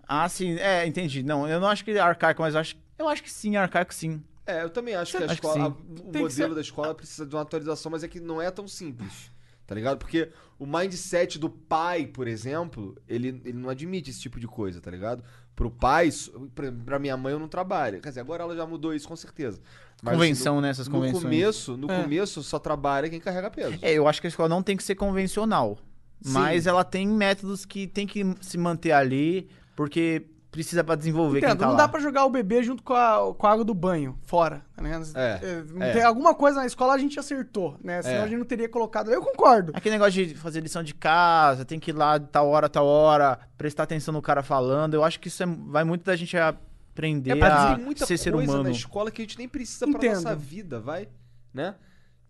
S3: Ah, sim. É, entendi. Não, eu não acho que é arcaico, mas eu acho, eu acho que sim, é arcaico sim.
S4: É, eu também acho que a
S3: Acho que
S4: escola. a- o
S2: Tem que
S4: modelo
S2: ser-
S4: da escola precisa de uma atualização, mas é que não é tão simples. Tá ligado? Porque o mindset do pai, por exemplo, ele, ele não admite esse tipo de coisa, tá ligado? Pro pai, isso- pra, pra minha mãe eu não trabalho. Quer dizer, agora ela já mudou isso com certeza. Mas,
S3: Convenção,
S4: assim,
S3: né? Essas
S4: no,
S3: convenções.
S4: No começo, no
S2: É.
S4: começo só trabalha quem carrega peso.
S3: É, eu acho que a escola não tem que ser convencional. Mas ela tem métodos que tem que se manter ali, porque precisa pra desenvolver quem
S2: Entendo,
S3: tá
S2: não
S3: lá.
S2: dá pra jogar o bebê junto com a, com a água do banho, fora, tá ligado?
S4: É,
S2: não
S4: é.
S2: tem- alguma coisa na escola a gente acertou, né? Senão
S4: É.
S2: a gente não teria colocado. Eu concordo.
S3: Aquele negócio de fazer lição de casa, tem que ir lá de tal hora, tal hora, prestar atenção no cara falando. Eu acho que isso é- vai muito da gente a- aprender
S4: mas
S3: a
S4: tem muita
S3: ser ser
S4: coisa
S3: humano.
S4: na escola que a gente nem precisa pra
S2: Entendo.
S4: nossa vida, vai? Né?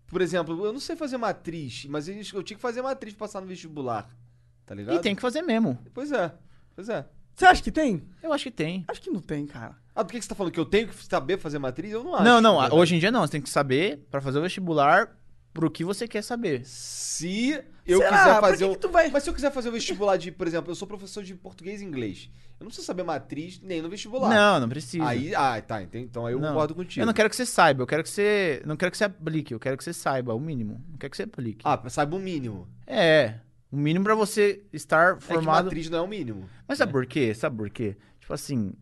S4: Por exemplo, eu não sei fazer matriz, mas eles- eu tinha que fazer matriz pra passar no vestibular. Tá ligado?
S3: E tem que fazer mesmo.
S4: Pois é. Pois é.
S2: Você acha que tem?
S3: Eu acho que tem.
S2: Acho que não tem, cara.
S4: Ah, por que que você tá falando que eu tenho que saber fazer matriz? Eu não acho.
S3: não, não,
S4: na
S3: a-
S4: verdade.
S3: hoje em dia não. Você tem que saber pra fazer o vestibular pro que você quer saber.
S4: Se eu
S2: Será?
S4: quiser
S2: Pra
S4: fazer.
S2: que
S4: o-
S2: que tu vai-
S4: Mas se eu quiser fazer o vestibular de, por exemplo, eu sou professor de português e inglês. Eu não preciso saber matriz nem no vestibular.
S3: Não, não precisa.
S4: Aí, ah, tá, entendi. Então aí eu
S3: Não.
S4: concordo contigo.
S3: Eu não quero que você saiba, eu quero que você. Não quero que você aplique, eu quero que você saiba, o mínimo. Não quero que você aplique.
S4: Ah, saiba o mínimo.
S3: É. O mínimo pra você estar
S4: É que
S3: formado.
S4: matriz não é o mínimo.
S3: Mas sabe por quê? Sabe por quê? Tipo assim.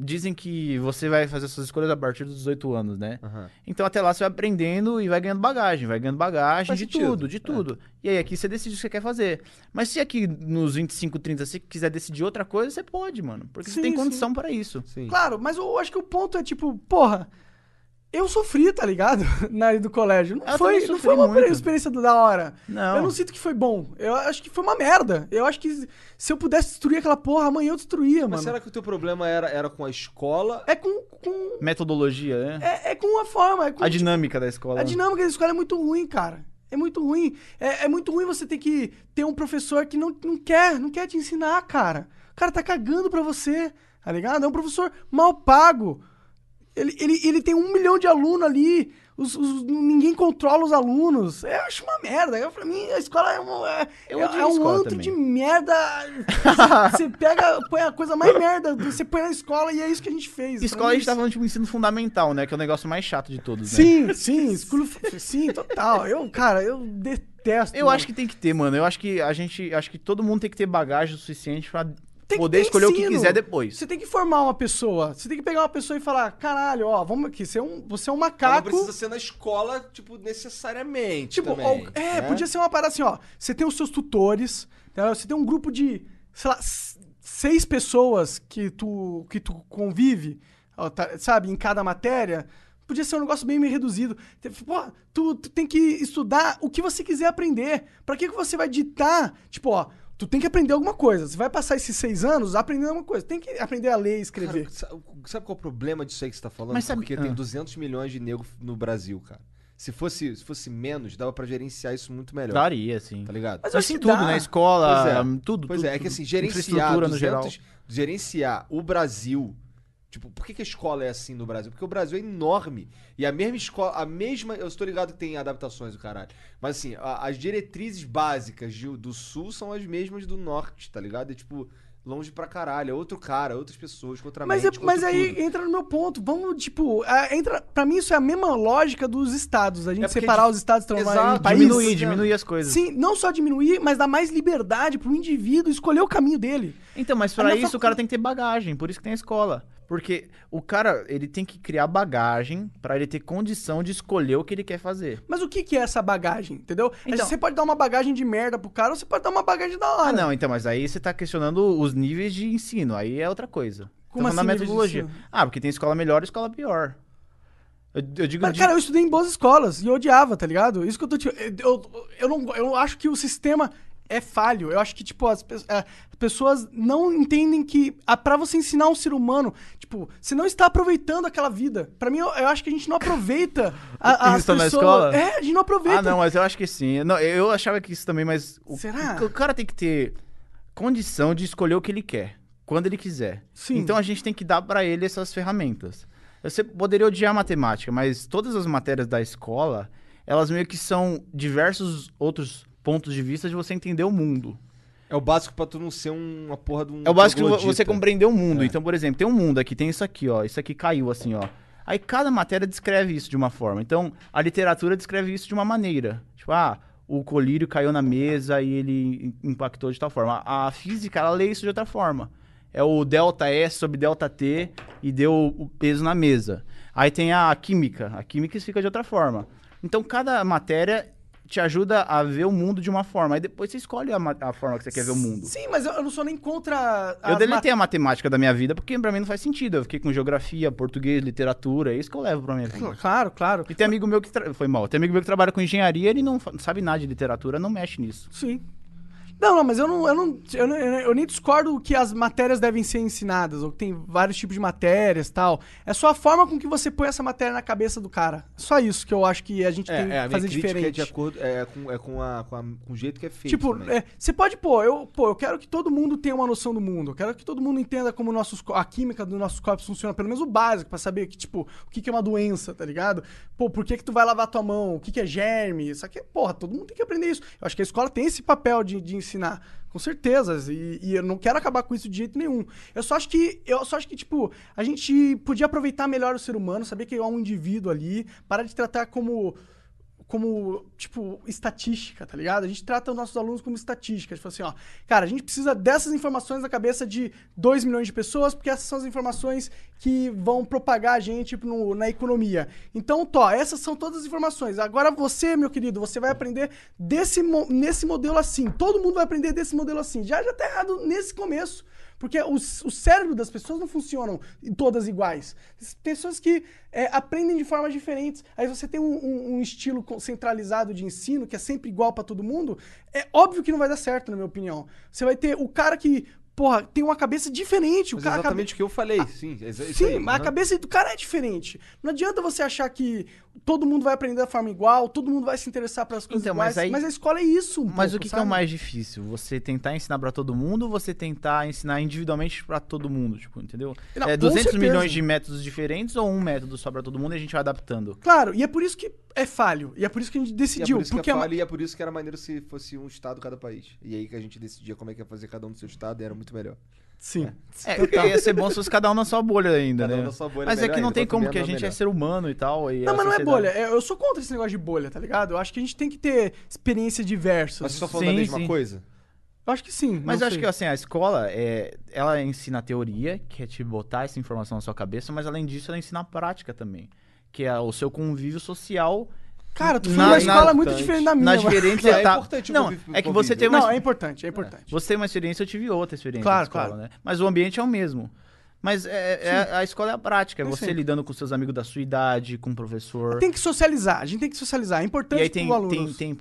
S3: Dizem que você vai fazer suas escolhas a partir dos 18 anos, né?
S4: Aham.
S3: Então até lá você vai aprendendo e vai ganhando bagagem, vai ganhando bagagem
S4: Faz
S3: de
S4: sentido, é.
S3: tudo, de tudo. E aí aqui você decide o que você quer fazer. Mas se aqui nos 25, 30 você quiser decidir outra coisa, você pode, mano. Porque você
S2: Sim,
S3: tem
S2: sim.
S3: condição pra isso.
S4: Sim.
S2: Claro, mas eu acho que o ponto é tipo, porra, eu sofri, tá ligado? Na do colégio. Não
S3: Eu
S2: foi,
S3: também
S2: não
S3: sofri
S2: foi uma
S3: muito.
S2: experiência da hora.
S3: Não.
S2: Eu não sinto que foi bom. Eu acho que foi uma merda. Eu acho que se eu pudesse destruir aquela porra, amanhã eu destruía,
S4: Mas
S2: mano.
S4: será que o teu problema era, era com a escola?
S2: É com. com
S3: Metodologia, né?
S2: é, é com a forma. É com,
S3: A dinâmica da escola.
S2: A dinâmica da escola é muito ruim, cara. É muito ruim. É, é muito ruim você ter que ter um professor que não, não quer, não quer te ensinar, cara. O cara tá cagando pra você, tá ligado? É um professor mal pago. Ele, ele, ele tem um milhão de alunos ali. Os, os- ninguém controla os alunos. Eu acho uma merda. Eu, pra mim, a escola é um, é,
S3: Eu
S2: é-
S3: odeio
S2: é um
S3: escola
S2: antro
S3: também.
S2: de merda. Você- Você pega, põe a coisa mais merda, você põe na escola e é isso que a gente fez.
S3: Escola
S2: Pra
S3: a
S2: mim,
S3: gente tá falando tipo ensino fundamental, né? Que é o negócio mais chato de todos, né?
S2: Sim, sim, esculo, sim, total. Eu, cara, eu detesto.
S3: Eu acho que tem que ter, mano. Eu acho que a gente. Acho que todo mundo tem que ter bagagem o suficiente pra poder escolher o que quiser depois.
S2: Você tem que formar uma pessoa. Você tem que pegar uma pessoa e falar: caralho, ó, vamos aqui, você é um, você é um
S4: Ela Não
S2: macaco.
S4: precisa ser na escola, tipo, necessariamente.
S2: Tipo,
S4: também,
S2: ó, é,
S4: né?
S2: podia ser uma parada assim, ó. Você tem os seus tutores, tá? você tem um grupo de, sei lá, s- seis pessoas que tu, que tu convive, ó, tá- sabe, em cada matéria. Podia ser um negócio bem meio reduzido. Te- Pô, tu, tu tem que estudar o que você quiser aprender. Pra que, que você vai ditar? Tipo, ó, tu tem que aprender alguma coisa. Você vai passar esses seis anos aprendendo alguma coisa. Tem que aprender a ler e escrever.
S4: Cara, sa- sabe qual é o problema disso aí que você tá falando?
S3: Mas sabe-
S4: Porque
S3: ah.
S4: tem 200 milhões de negros no Brasil, cara. Se fosse, se fosse menos, dava pra gerenciar isso muito melhor.
S3: Daria, assim.
S4: Tá ligado?
S2: Mas eu
S3: Mas
S2: acho
S3: em
S2: que
S3: tudo,
S2: dá.
S3: né? Escola,
S4: Pois é.
S3: tudo.
S4: Pois
S3: tudo,
S4: é, é que
S3: tudo.
S4: assim, gerenciar
S3: Infraestrutura
S4: 200,
S3: no geral.
S4: gerenciar o Brasil. Tipo, por que, que a escola é assim no Brasil? Porque o Brasil é enorme. E a mesma escola, a mesma. Eu estou ligado que tem adaptações do caralho. Mas assim, a- as diretrizes básicas de- do sul são as mesmas do norte, tá ligado? É tipo, longe pra caralho. É outro cara, outras pessoas, contra
S2: Mas, é-
S4: mente,
S2: mas
S4: outro
S2: aí
S4: tudo.
S2: entra no meu ponto. Vamos, tipo, a- entra, pra mim isso é a mesma lógica dos estados. A gente
S4: É porque
S2: separar
S4: di-
S2: os estados e transformar
S4: Exato,
S2: em país.
S3: Diminuir, diminuir as coisas.
S2: né? Sim, não só diminuir, mas dar mais liberdade pro indivíduo escolher o caminho dele.
S3: Então, mas
S2: na
S3: pra isso
S2: facu-
S3: o cara tem que ter bagagem, por isso que tem a escola. Porque o cara, ele tem que criar bagagem pra ele ter condição de escolher o que ele quer fazer.
S2: Mas o que, que é essa bagagem, entendeu? É,
S3: Então-
S2: você pode dar uma bagagem de merda pro cara ou você pode dar uma bagagem da hora.
S3: Ah, não, então, mas aí você tá questionando os níveis de ensino, aí é outra coisa.
S2: Como
S3: tá falando
S2: assim,
S3: da
S2: níveis de
S3: metodologia.
S2: ensino?
S3: Ah, porque tem escola melhor e escola pior. Eu, eu digo
S2: Mas,
S3: de-
S2: cara, eu estudei em boas escolas e eu odiava, tá ligado? Isso que eu tô te... eu- Eu, eu, não, eu acho que o sistema é falho. Eu acho que, tipo, as, pe- eh, as pessoas não entendem que a, pra você ensinar um ser humano, tipo, você não está aproveitando aquela vida. Pra mim, eu, eu acho que a gente não aproveita a,
S3: Eles
S2: as
S3: estão na
S2: pessoas.
S3: escola?
S2: É, a gente não aproveita.
S3: Ah, não, mas eu acho que sim. Não, eu achava que isso também, mas. O,
S2: Será?
S3: O cara tem que ter condição de escolher o que ele quer, quando ele quiser.
S2: Sim.
S3: Então a gente tem que dar pra ele essas ferramentas. Você poderia odiar matemática, mas todas as matérias da escola, elas meio que são diversos outros pontos de vista de você entender o mundo.
S4: É o básico pra tu não ser um- uma porra de um.
S3: É o básico de vo-
S4: troglodita. É.
S3: você compreender o mundo. Então, por exemplo, tem um mundo aqui, tem isso aqui, ó. Isso aqui caiu assim, ó. Aí cada matéria descreve isso de uma forma. Então, a literatura descreve isso de uma maneira. Tipo, ah, o colírio caiu na mesa e ele im- impactou de tal forma. A física, ela lê isso de outra forma. É o delta S sobre delta T e deu o peso na mesa. Aí tem a química. A química fica de outra forma. Então, cada matéria te ajuda a ver o mundo de uma forma. Aí depois você escolhe a, ma- a forma que você quer ver o mundo.
S2: Sim, mas eu, eu não sou nem contra.
S3: Eu
S2: as
S3: deletei a matemática da minha vida porque pra mim não faz sentido. Eu fiquei com geografia, português, literatura, é isso que eu levo pra minha vida.
S2: mat- Claro, claro.
S3: E tem amigo meu que. tra- Foi mal. Tem amigo meu que trabalha com engenharia, ele não fa- sabe nada de literatura, não mexe nisso.
S2: Sim. Não, não, mas eu não, eu não, eu não- eu não- eu nem discordo que as matérias devem ser ensinadas, ou que tem vários tipos de matérias tal. É só a forma com que você põe essa matéria na cabeça do cara. Só isso que eu acho que a gente
S4: É,
S2: tem
S4: é, a
S2: que
S4: minha
S2: fazer
S4: crítica
S2: diferente.
S4: é de acordo é, com, é com, a, com, a- com o jeito que é feito.
S2: Tipo,
S4: também.
S2: é, você pode, pô eu, pô, eu quero que todo mundo tenha uma noção do mundo. Eu quero que todo mundo entenda como nossos, co- a química dos nossos corpos funciona, pelo menos o básico, pra saber que, tipo, o que, que é uma doença, tá ligado? Pô, por que, que tu vai lavar tua mão? O que, que é germe? Isso aqui, porra, todo mundo tem que aprender isso. Eu acho que a escola tem esse papel de, de ensinar. Com certeza, e, e eu não quero acabar com isso de jeito nenhum. Eu só acho que, eu só acho que tipo, a gente podia aproveitar melhor o ser humano, saber que é um indivíduo ali, parar de tratar como como, tipo, estatística, tá ligado? A gente trata os nossos alunos como estatística. Tipo assim, ó, cara, a gente precisa dessas informações na cabeça de 2 milhões de pessoas, porque essas são as informações que vão propagar a gente no- na economia. Então, tó, essas são todas as informações. Agora você, meu querido, você vai aprender desse, mo- nesse modelo assim. Todo mundo vai aprender desse modelo assim. Já já tá errado nesse começo. Porque o, c- o cérebro das pessoas não funcionam todas iguais. As Pessoas que é, aprendem de formas diferentes. Aí você tem um, um- um estilo co- centralizado de ensino que é sempre igual pra todo mundo. É óbvio que não vai dar certo, na minha opinião. Você vai ter o cara que, porra, tem uma cabeça diferente. O
S4: Mas é
S2: cara, a cabe-
S4: exatamente
S2: Ah,
S4: o que eu falei, sim. é isso aí,
S2: Sim, mas a
S4: aham.
S2: cabeça do cara é diferente. Não adianta você achar que todo mundo vai aprender da forma igual, todo mundo vai se interessar pelas coisas
S3: Então, mas
S2: iguais. Mas,
S3: aí-
S2: a escola é isso. um
S3: Mas o
S2: pouco,
S3: que, que é o
S2: sabe?
S3: mais difícil? Você tentar ensinar pra todo mundo ou você tentar ensinar individualmente pra todo mundo, tipo, entendeu?
S2: Não,
S3: é
S2: com
S3: 200
S2: certeza.
S3: milhões de métodos diferentes ou um método só pra todo mundo e a gente vai adaptando?
S2: Claro, e é por isso que é falho. E é por isso que a gente
S4: E é
S2: decidiu.
S4: por isso
S2: porque
S4: que
S2: é
S4: é
S2: ma-
S4: falha, e é por isso que era maneiro se fosse um estado cada país. E aí que a gente decidia como é que ia fazer cada um do seu estado e era muito melhor.
S2: Sim.
S3: É,
S2: então.
S3: ia ser bom se fosse cada um na sua bolha ainda,
S4: Cada um
S3: né?
S4: na sua bolha
S3: Mas é
S4: melhor
S3: que não
S4: ainda,
S3: tem
S4: quanto
S3: como, porque a
S4: menos,
S3: gente é
S4: melhor.
S3: ser humano e tal. e
S2: Não,
S3: a
S2: mas não é
S3: sociedade-
S2: bolha. É, Eu sou contra esse negócio de bolha, tá ligado? Eu acho que a gente tem que ter experiências diversas.
S4: Mas você só falou da
S3: Sim,
S4: mesma
S3: sim.
S4: coisa?
S2: Eu acho que sim.
S3: Mas
S2: não
S3: eu acho
S2: sei.
S3: que assim, a escola, é, ela ensina a teoria, que é te botar essa informação na sua cabeça, mas além disso, ela ensina a prática também. Que é o seu convívio social.
S2: Cara, tu
S3: na-
S2: foi numa
S3: na-
S2: escola muito diferente da minha.
S3: nas
S2: mano.
S3: diferentes
S4: Não, é
S3: etapas.
S4: importante o
S3: não,
S4: convívio-
S3: é que você
S4: convívio.
S3: tem uma,
S2: Não, é importante, é importante.
S3: você tem uma experiência, eu tive outra experiência
S2: Claro,
S3: na escola,
S2: claro.
S3: né? Mas o ambiente é o mesmo. Mas é- é- a escola é a prática, é você lidando com seus amigos da sua idade, com o professor.
S2: Tem que socializar, a gente tem que socializar. É importante
S3: é e aí tem,
S2: pro aluno.
S3: tem, tem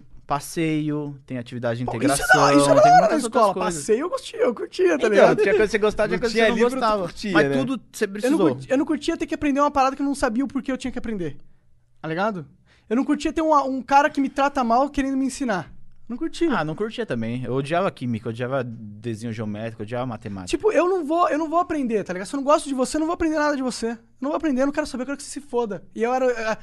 S3: passeio, tem atividade de
S2: Pô,
S3: integração,
S2: isso não, isso era
S3: tem
S2: da hora na
S3: muitas outras
S2: escola.
S3: coisas.
S2: Passeio, eu curtia, eu curtia, tá
S3: Então,
S2: ligado?
S3: tinha coisa que você gostava, tinha
S4: Não
S3: coisa que
S4: tinha
S3: você não
S4: livro, tu
S3: gostava.
S4: curtia,
S3: Mas
S4: né?
S3: tudo você
S2: Eu não,
S3: precisou.
S2: curti- eu não curtia ter que aprender uma parada que eu não sabia o porquê eu tinha que aprender. Tá ligado? Eu não curtia ter um, um cara que me trata mal querendo me ensinar. Não curtia.
S3: Ah, não curtia também. Eu odiava química, eu odiava desenho geométrico, eu odiava matemática.
S2: Tipo, eu não vou, eu não vou aprender, tá ligado? Se eu não gosto de você, eu não vou aprender nada de você. Eu não vou aprender, eu não quero saber, eu quero que você se foda. E eu era. eh,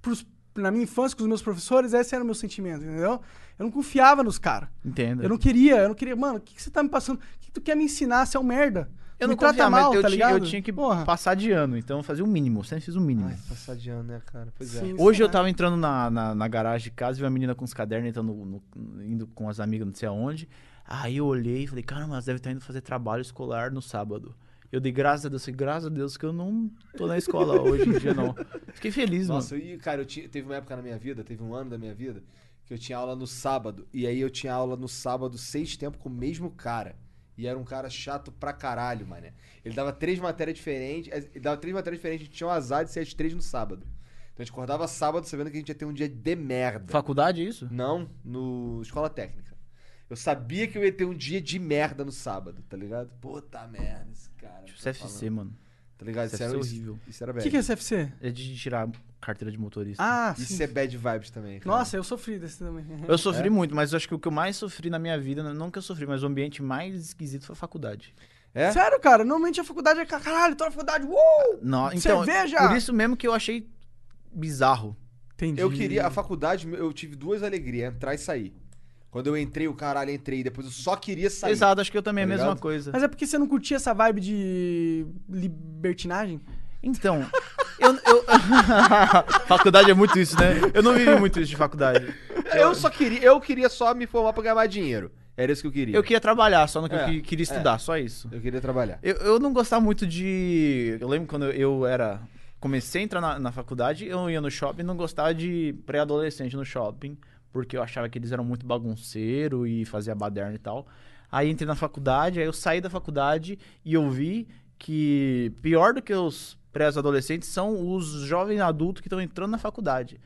S2: pros- na minha infância, com os meus professores, esse era o meu sentimento, entendeu? Eu não confiava nos caras.
S3: Entendo.
S2: Eu não queria, eu não queria. Mano, o que, que você tá me passando? O que, que tu quer me ensinar? Você é um merda.
S3: Eu
S2: me
S3: não
S2: trata
S3: confiava,
S2: mal,
S3: mas eu,
S2: tá
S3: tinha,
S2: ligado?
S3: eu tinha que
S2: Porra.
S3: passar de ano, então eu fazia o mínimo, eu sempre fiz o mínimo.
S4: Passar de ano, né, cara? Pois é.
S2: Sim,
S3: Hoje
S2: sei
S3: eu
S2: lá.
S3: tava entrando na, na, na garagem de casa, vi uma menina com os cadernos entrando no- no- indo com as amigas não sei aonde. Aí eu olhei e falei, caramba, elas devem estar indo fazer trabalho escolar no sábado. Eu dei graças a Deus, falei, graças a Deus que eu não tô na escola hoje em dia, não. Fiquei feliz, mano.
S4: Nossa, e cara, eu tinha, teve uma época na minha vida, teve um ano da minha vida, que eu tinha aula no sábado. E aí eu tinha aula no sábado seis tempos com o mesmo cara. E era um cara chato pra caralho, mané. Ele dava três matérias diferentes. eh, Ele dava três matérias diferentes, a gente tinha um azar de ser as três no sábado. Então a gente acordava sábado sabendo que a gente ia ter um dia de merda.
S2: é
S3: Faculdade, isso?
S4: Não, no Escola Técnica. Eu sabia que eu ia ter um dia de merda no sábado, tá ligado? Puta merda, esse cara.
S3: Tipo,
S4: tá
S3: CFC,
S4: falando.
S3: mano.
S4: Tá ligado? Isso
S3: CFC
S4: era
S3: é
S4: isso-
S3: horrível.
S4: Isso era
S2: O
S4: bad.
S2: que, que é CFC?
S3: É de tirar carteira de motorista.
S2: Ah, sim.
S4: Isso é bad vibes também. cara.
S2: Nossa, eu sofri desse também.
S3: Eu sofri
S4: é?
S3: muito, mas eu acho que o que eu mais sofri na minha vida, não que eu sofri, mas o ambiente mais esquisito foi a faculdade.
S4: É?
S2: Sério, cara, normalmente a faculdade é ca- caralho, tô na faculdade, uou!
S3: Não, então,
S2: Cerveja!
S3: por isso mesmo que eu achei bizarro.
S2: Entendi.
S4: Eu queria, a faculdade, eu tive duas alegrias, entrar e sair. Quando eu entrei, o caralho, entrei, depois eu só queria sair.
S3: Exato, acho que eu também é a
S4: Tá
S3: mesma
S4: ligado?
S3: coisa.
S2: Mas é porque você não curtia essa vibe de libertinagem?
S3: Então, eu, eu- faculdade é muito isso, né? Eu não vivi muito isso de faculdade.
S4: Eu só queria, eu queria só me formar pra ganhar mais dinheiro. Era isso que eu queria.
S3: Eu queria trabalhar, só no que eu
S4: É,
S3: que- queria estudar, só isso.
S4: Eu queria trabalhar.
S3: Eu, eu não gostava muito de. Eu lembro quando eu era. Comecei a entrar na, na faculdade, eu ia no shopping não gostava de pré-adolescente no shopping, porque eu achava que eles eram muito bagunceiro e fazia baderna e tal. Aí entrei na faculdade, aí eu saí da faculdade e eu vi que pior do que os pré-adolescentes são os jovens adultos que estão entrando na faculdade.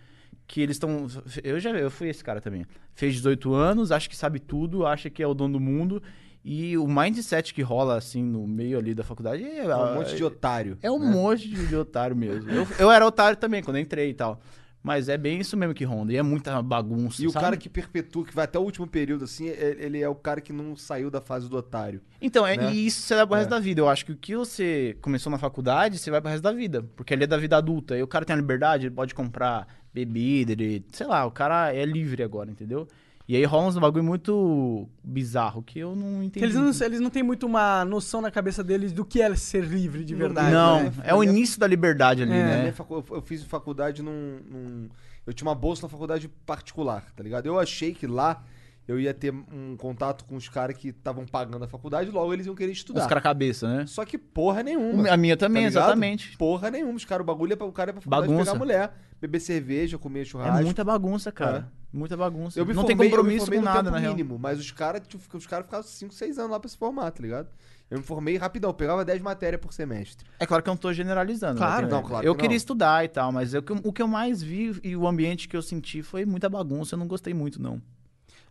S3: que eles estão. Eu já eu fui esse cara também. Fez 18 anos, acha que sabe tudo, acha que é o dono do mundo. E o mindset que rola, assim, no meio ali da faculdade é,
S4: É um monte de otário.
S3: é um monte de, de otário mesmo. Eu, eu era otário também quando eu entrei e tal. Mas é bem isso mesmo que ronda. E é muita bagunça.
S4: E o
S3: sabe?
S4: cara que perpetua, que vai até o último período, assim, é- ele é o cara que não saiu da fase do otário.
S3: Então, é, e isso você leva pro resto da vida. Eu acho que o que você começou na faculdade, você vai pro resto da vida. Porque ele é da vida adulta. E o cara tem a liberdade, ele pode comprar bebida, ele, sei lá, o cara é livre agora, entendeu? E aí rola uns bagulho muito bizarro que eu não entendi.
S2: Eles não, eles não têm muito uma noção na cabeça deles do que é ser livre de verdade.
S3: Não,
S2: né?
S3: é o início da liberdade ali,
S4: Na
S3: né?
S4: minha facu- eu- Eu fiz faculdade num, num- Eu tinha uma bolsa na faculdade particular, tá ligado? Eu achei que lá eu ia ter um contato com os caras que estavam pagando a faculdade, logo eles iam querer
S3: Os
S4: estudar.
S3: caras cabeça, né?
S4: Só que porra nenhuma.
S3: A minha também,
S4: tá ligado?
S3: exatamente.
S4: Porra nenhuma. Os caras, o bagulho é pra, o cara é pra faculdade
S3: Bagunça.
S4: pegar mulher, beber cerveja, comer churrasco.
S3: É muita bagunça, cara. Muita bagunça.
S4: Eu me
S3: não
S4: formei,
S3: tem
S4: eu
S3: compromisso
S4: me formei
S3: com
S4: no
S3: nada,
S4: tempo
S3: na real.
S4: mínimo, mas os caras tipo, os cara ficavam 5, 6 anos lá pra se formar, tá ligado? Eu me formei rapidão, eu pegava 10 matérias por semestre.
S3: É claro que eu não tô generalizando. né?
S4: Claro.
S3: Tem-
S4: Não, claro
S3: Eu
S4: que
S3: queria
S4: não.
S3: estudar e tal, mas eu- o que eu mais vi e o ambiente que eu senti foi muita bagunça, eu não gostei muito, não.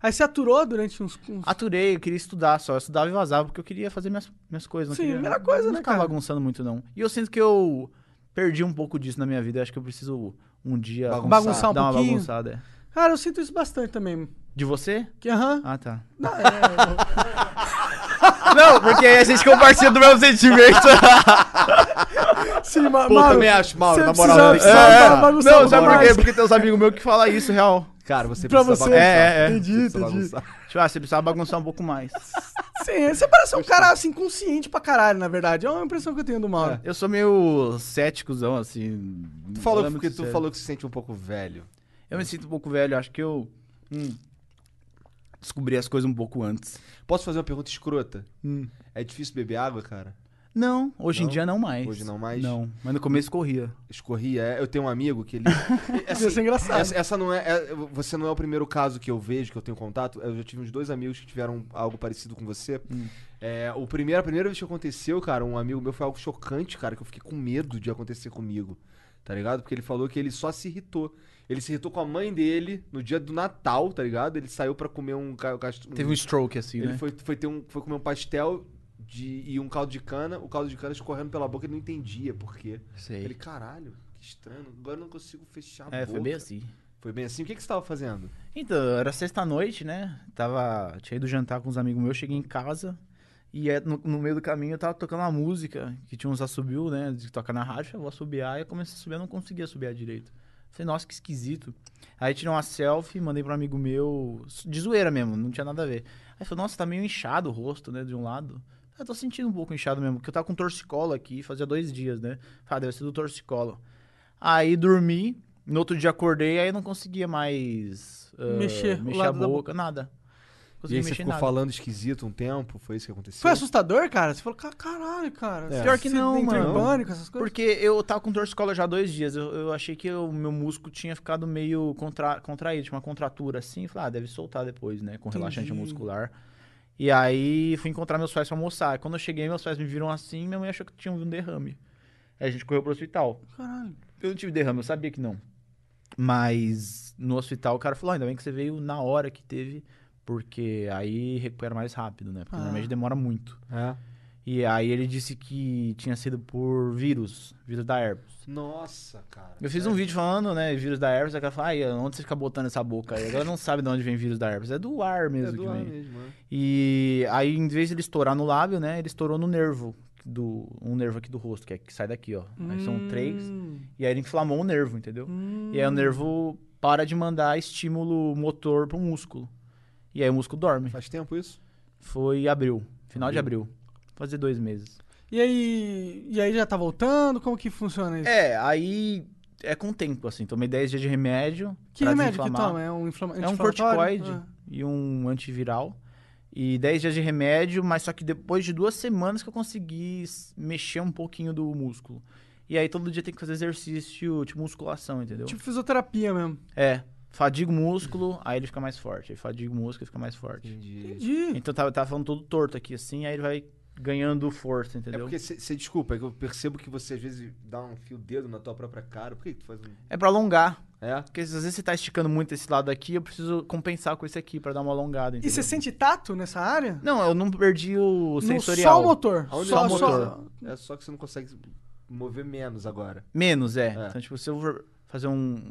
S2: Aí você aturou durante uns. uns-
S3: Aturei, eu queria estudar só, eu estudava e vazava, porque eu queria fazer minhas, minhas coisas. não
S2: Sim,
S3: queria-
S2: melhor coisa,
S3: não
S2: né,
S3: ficava
S2: cara?
S3: bagunçando muito, não. E eu sinto que eu perdi um pouco disso na minha vida, eu acho que eu preciso um dia...
S4: Bagunçar.
S2: Bagunçar um
S3: dar uma
S2: pouquinho.
S3: bagunçada, é.
S2: Cara, eu sinto isso bastante também.
S3: De você?
S2: Que aham.
S3: Ah, tá.
S2: Não, é,
S3: Não, porque aí a gente compartilha do mesmo sentimento.
S2: sim, ma-
S4: Pô,
S2: Mauro,
S4: também acho, Mauro,
S2: você
S4: na
S2: precisa-
S4: moral, tem que
S2: precisa
S4: saber.
S2: dar uma bagunçada
S3: É, Não, sabe
S2: pra
S3: por quê?
S2: mais.
S3: Porque tem uns amigos meus que falam isso, real.
S4: Cara, você
S2: Pra
S4: precisa
S2: você.
S4: bagunçar.
S3: É, é, é.
S4: Você
S2: Entendi,
S4: precisa
S2: entendi.
S4: bagunçar.
S3: Tipo, ah, você precisava bagunçar um pouco mais.
S2: Sim, você parece um cara assim, consciente pra caralho, na verdade. É uma impressão que eu tenho do Mauro.
S3: Eu sou meio céticozão, assim.
S4: Tu
S3: não é
S4: falou,
S3: muito
S4: que, tu
S3: sério.
S4: falou que se sente um pouco velho.
S3: Eu me sinto um pouco velho, acho que eu. hum, descobri as coisas um pouco antes.
S4: Posso fazer uma pergunta escrota?
S3: Hum.
S4: É difícil beber água, cara?
S3: Não, hoje em
S4: Não?
S3: dia não mais.
S4: Hoje não mais?
S3: Não, mas no começo corria.
S4: Escorria. é, Eu tenho um amigo que ele. assim,
S2: Isso ia ser engraçado.
S4: Essa, essa não é, é- Você não é o primeiro caso que eu vejo, que eu tenho contato. Eu já tive uns dois amigos que tiveram algo parecido com você. É, o primeiro, a primeira vez que aconteceu, cara, um amigo meu foi algo chocante, cara, que eu fiquei com medo de acontecer comigo. Tá ligado? Porque ele falou que ele só se irritou. Ele se irritou com a mãe dele no dia do Natal, tá ligado? Ele saiu pra comer um. ca- cast- um-
S3: Teve um stroke, assim,
S4: ele
S3: né?
S4: foi, foi, ter um, foi comer um pastel de- e um caldo de cana, o caldo de cana escorrendo pela boca, ele não entendia por quê.
S3: Sei.
S4: Ele, caralho, que estranho, agora eu não consigo fechar a boca.
S3: É, foi bem assim.
S4: Foi bem assim? O que, que você tava fazendo?
S3: Então, era sexta-noite, né? Tava. Tinha ido jantar com uns amigos meus, cheguei em casa. E é, no, no meio do caminho eu tava tocando uma música que tinha uns assobios, né? De tocar na rádio, eu vou assobiar. E eu comecei a subir, eu não conseguia subir direito. Falei, nossa, que esquisito. Aí tirei uma selfie, mandei pra um amigo meu, de zoeira mesmo, não tinha nada a ver. Aí falou, nossa, tá meio inchado o rosto, né? De um lado. Eu tô sentindo um pouco inchado mesmo, porque eu tava com torcicolo aqui, fazia dois dias, né? Falei, ah, deve ser do torcicolo. Aí dormi, no outro dia acordei, aí eu não conseguia mais ah,
S2: Mexer o
S3: mexer a
S2: lado da
S3: boca, nada. Não
S4: E
S3: conseguia
S4: aí você
S3: mexer
S4: ficou
S3: nada.
S4: falando esquisito um tempo? Foi isso que aconteceu?
S2: Foi assustador, cara? Você falou, "Ca- caralho, cara.
S4: É.
S2: Pior
S3: Pior
S2: que
S3: que
S2: você
S3: não,
S2: entrou em
S3: mano.
S2: pânico, essas coisas.
S3: Porque eu tava com torcicolo já há dois dias. Eu, eu achei que o meu músculo tinha ficado meio contra, contraído, tinha uma contratura assim. Falei, ah, deve soltar depois, né? Com relaxante muscular. E aí fui encontrar meus pais pra almoçar. E Quando eu cheguei, meus pais me viram assim minha mãe achou que tinha um derrame. Aí a gente correu pro hospital.
S2: Caralho.
S3: Eu não tive derrame, eu sabia que não. Mas no hospital o cara falou: "Ah, ainda bem que você veio na hora que teve, porque aí recupera mais rápido, né? Porque
S2: Ah.
S3: normalmente demora muito.
S4: É.
S3: E aí ele disse que tinha sido por vírus, vírus da herpes.
S4: Nossa, cara.
S3: Eu fiz um vídeo falando, né, vírus da herpes, aí o cara fala, ai, onde você fica botando essa boca aí? Agora não sabe de onde vem vírus da herpes, é do ar mesmo
S4: É
S3: que
S4: do ar
S3: vem.
S4: mesmo, né?
S3: E aí, em vez de ele estourar no lábio, né, ele estourou no nervo, do, um nervo aqui do rosto, que é que sai daqui, ó. Aí
S4: Hum.
S3: são três, e aí ele inflamou o nervo, entendeu? E aí o nervo para de mandar estímulo motor pro músculo. E aí o músculo dorme.
S4: Faz tempo isso? É
S3: Foi abril, final de abril. Fazer dois meses.
S2: E aí. E aí já tá voltando? Como que funciona isso?
S3: É, aí é com o tempo, assim. Tomei 10 dias de remédio.
S2: que
S3: pra
S2: remédio que
S3: desinflamar.
S2: toma? É um inflama...
S3: É um
S2: anti-inflamatório?
S3: corticoide
S2: Ah.
S3: e um antiviral. E 10 dias de remédio, mas só que depois de duas semanas que eu consegui s- mexer um pouquinho do músculo. E aí todo dia tem que fazer exercício, tipo musculação, entendeu?
S2: Tipo fisioterapia mesmo.
S3: É, fadiga o músculo, aí ele fica mais forte. tá, Aí fadiga o músculo, ele fica mais forte.
S4: Entendi.
S2: Entendi.
S3: Então tava, tava falando todo torto aqui, assim, aí ele vai ganhando força,
S4: É
S3: entendeu?
S4: porque você desculpa, é que eu percebo que você às vezes dá um fio dedo na tua própria cara. Por que, que tu faz um.
S3: É pra alongar.
S4: É?
S3: Porque às vezes você tá esticando muito esse lado aqui, eu preciso compensar com esse aqui pra dar uma alongada,
S2: E
S3: entendeu?
S2: você sente tato nessa área?
S3: Não, eu não perdi o
S2: No,
S3: sensorial.
S2: só o motor.
S4: Aonde
S2: Só,
S4: o
S2: só-
S3: motor.
S4: É só que você não consegue mover menos agora.
S3: Menos, é.
S4: É.
S3: Então, tipo, se eu for fazer um,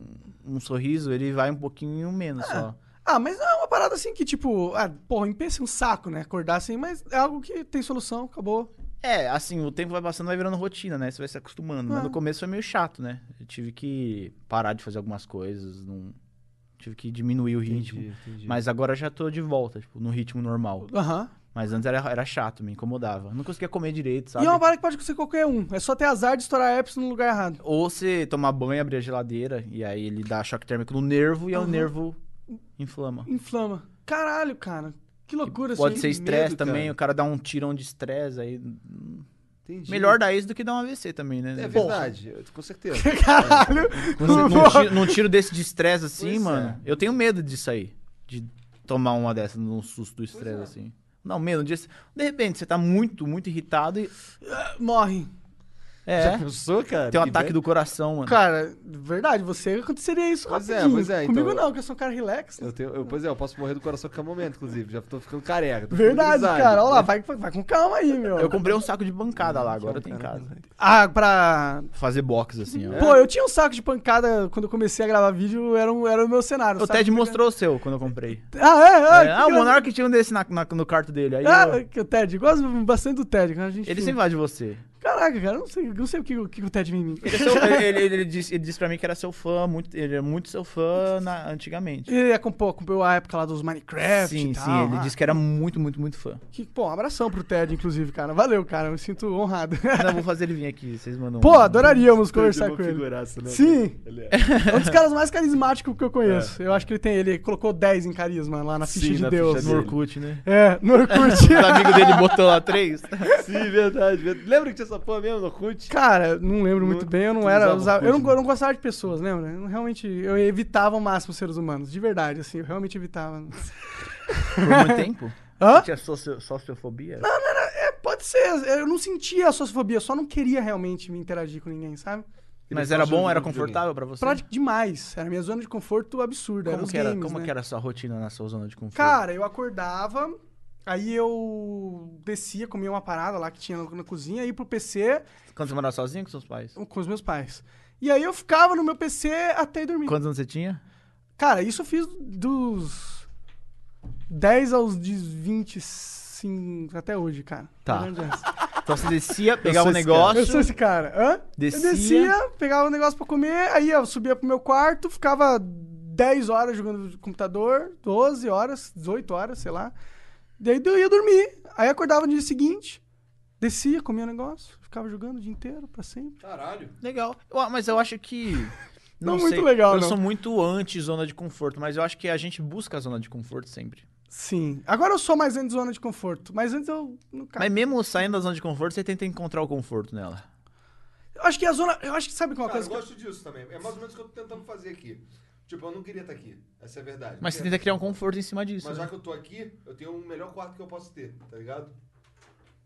S3: um sorriso, ele vai um pouquinho menos só.
S2: Ah, mas não é uma parada assim que, tipo, ah, porra, empensa um saco, né? Acordar assim, mas é algo que tem solução, acabou.
S3: É, assim, o tempo vai passando, vai virando rotina, né? Você vai se acostumando.
S4: É.
S3: Mas no começo foi meio chato, né? Eu tive que parar de fazer algumas coisas, não... tive que diminuir o ritmo. Mas agora já tô de volta, tipo, no ritmo normal.
S2: Aham.
S3: Mas antes era, era chato, me incomodava. Não conseguia comer direito, sabe?
S2: E é uma parada que pode acontecer com qualquer um. É só ter azar de estourar herpes no lugar errado.
S3: Ou você tomar banho, abrir a geladeira, e aí ele dá choque térmico no nervo, e aí o nervo inflama.
S2: Inflama. Caralho, cara. Que loucura
S3: Pode
S2: assim.
S3: ser estresse
S4: medo,
S3: também,
S4: cara.
S3: o cara dá um tirão de estresse aí.
S4: Entendi.
S3: Melhor dar isso do que dar um AVC também, né?
S4: É verdade, eu- com certeza.
S2: Caralho.
S3: Num, num tiro, num tiro desse de estresse assim,
S4: Pois
S3: mano, eu tenho medo disso aí. De tomar uma dessas num susto do estresse, assim. Não, medo disso. De repente, você tá muito, muito irritado e.
S2: Morre.
S3: É.
S4: pensou, cara?
S3: Tem um ataque do coração, mano.
S2: Cara, verdade, você aconteceria isso
S4: Pois é,
S2: rapidinho.
S4: pois é, então-
S2: Comigo não, que eu sou um cara relax.
S4: Eu tenho, eu, pois é, eu posso morrer do coração a qualquer momento, inclusive. Já tô ficando careca. tô ficando
S2: Verdade,
S4: grisalho.
S2: cara. Olha lá, vai, vai com calma aí, meu.
S3: Eu comprei um saco de bancada lá, agora eu tenho em casa.
S2: Ah, pra.
S3: Fazer box, assim, ó.
S2: Pô, eu tinha um saco de pancada quando eu comecei a gravar vídeo, era, um, era o meu cenário.
S3: O
S2: saco
S3: Ted
S2: de
S3: mostrou o seu quando eu comprei.
S2: pancada. Ah, é, é.
S3: É, ah, o
S2: que engraçado.
S3: Monark tinha um desse na- na- no quarto dele. Aí eu-
S2: Ah, que o Ted, eu gosto bastante do Ted. Cara, a gente
S3: ele sempre vai de você.
S2: Caraca, cara, eu não sei, eu não sei o que, o que o Ted vê em mim.
S3: Ele, é seu- ele- ele- ele disse, ele disse pra mim que era seu fã, muito, ele é muito seu fã na- antigamente.
S2: Ele acompanhou, acompanhou a época lá dos Minecraft
S3: sim,
S2: e
S3: sim,
S2: tal.
S3: ele
S2: ah,
S3: disse que era muito, muito, muito fã.
S2: que... Pô, um abração pro Ted, inclusive, cara. Valeu, cara, eu me sinto honrado.
S3: Não, vou fazer ele vir aqui, vocês mandam. um
S2: Pô, adoraríamos
S4: Ele é
S2: conversar
S4: uma
S2: com ele.
S4: figuraça, né?
S2: Sim.
S4: Ele é.
S2: É um dos caras mais carismáticos que eu conheço. Eu acho que ele tem, ele colocou 10 em carisma lá na ficha
S4: Sim,
S2: de
S4: na
S2: Deus.
S4: ficha
S3: No Orkut, né?
S2: É, no Orkut.
S3: O amigo dele botou lá três.
S4: Sim, verdade. verdade. Lembra que tinha essa porra mesmo no Cut?
S2: Cara, não lembro muito bem, eu não
S4: tu
S2: era.
S4: usava
S2: eu usava- eu, não,
S4: Orkut, né?
S2: eu não gostava de pessoas, lembra? Eu realmente, eu evitava ao máximo os seres humanos, de verdade, assim, eu realmente evitava.
S3: Por muito tempo?
S2: Hã?
S3: Tinha socio- sociofobia?
S2: É, pode ser, eu não sentia a sociofobia, eu só não queria realmente me interagir com ninguém, sabe?
S3: Mas era bom, era confortável pra você?
S2: Pra demais, era minha zona de conforto absurda.
S3: Como,
S2: eram os
S3: que era,
S2: games,
S3: como
S2: né?
S3: que era a sua rotina na sua zona de conforto?
S2: Cara, eu acordava, aí eu descia, comia uma parada lá que tinha na, na cozinha, ia pro PC
S3: Quando você morava sozinho com seus pais?
S2: com os meus pais. E aí eu ficava no meu PC até ir dormir.
S3: Quantos anos você tinha?
S2: Cara, isso eu fiz dos 10 aos 25 até hoje, cara.
S3: Tá.
S2: Mais ou menos essa.
S3: Então você descia, pegava um
S4: esse cara.
S2: Eu sou
S3: negócio.
S2: esse cara. Hã?
S3: Descia.
S2: Eu descia, pegava um negócio pra comer, aí eu subia pro meu quarto, ficava 10 horas jogando no computador, 12 horas, 18 horas, sei lá. Daí eu ia dormir. Aí acordava no dia seguinte, descia, comia um negócio, ficava jogando o dia inteiro, pra sempre.
S3: Legal. Ué, mas eu acho que.
S2: Não é
S3: Não,
S2: muito
S3: sei,
S2: legal,
S3: Eu
S2: não.
S3: sou muito anti-zona de conforto, mas eu acho que a gente busca a zona de conforto sempre.
S2: Sim. Agora eu sou mais antes zona de conforto, mas antes eu não caí.
S3: Mas mesmo saindo da zona de conforto, você tenta encontrar o conforto nela.
S2: Eu acho que a zona. Eu acho que sabe qual é a
S4: Cara,
S2: coisa
S4: eu
S2: que eu-
S4: gosto disso também. É mais ou menos o que eu tô tentando fazer aqui. Tipo, eu não queria estar aqui. Essa é a verdade.
S3: Mas você
S4: Porque-
S3: tenta criar um conforto em cima disso.
S4: Mas já
S3: né?
S4: que eu tô aqui, eu tenho o melhor quarto que eu posso ter, tá ligado?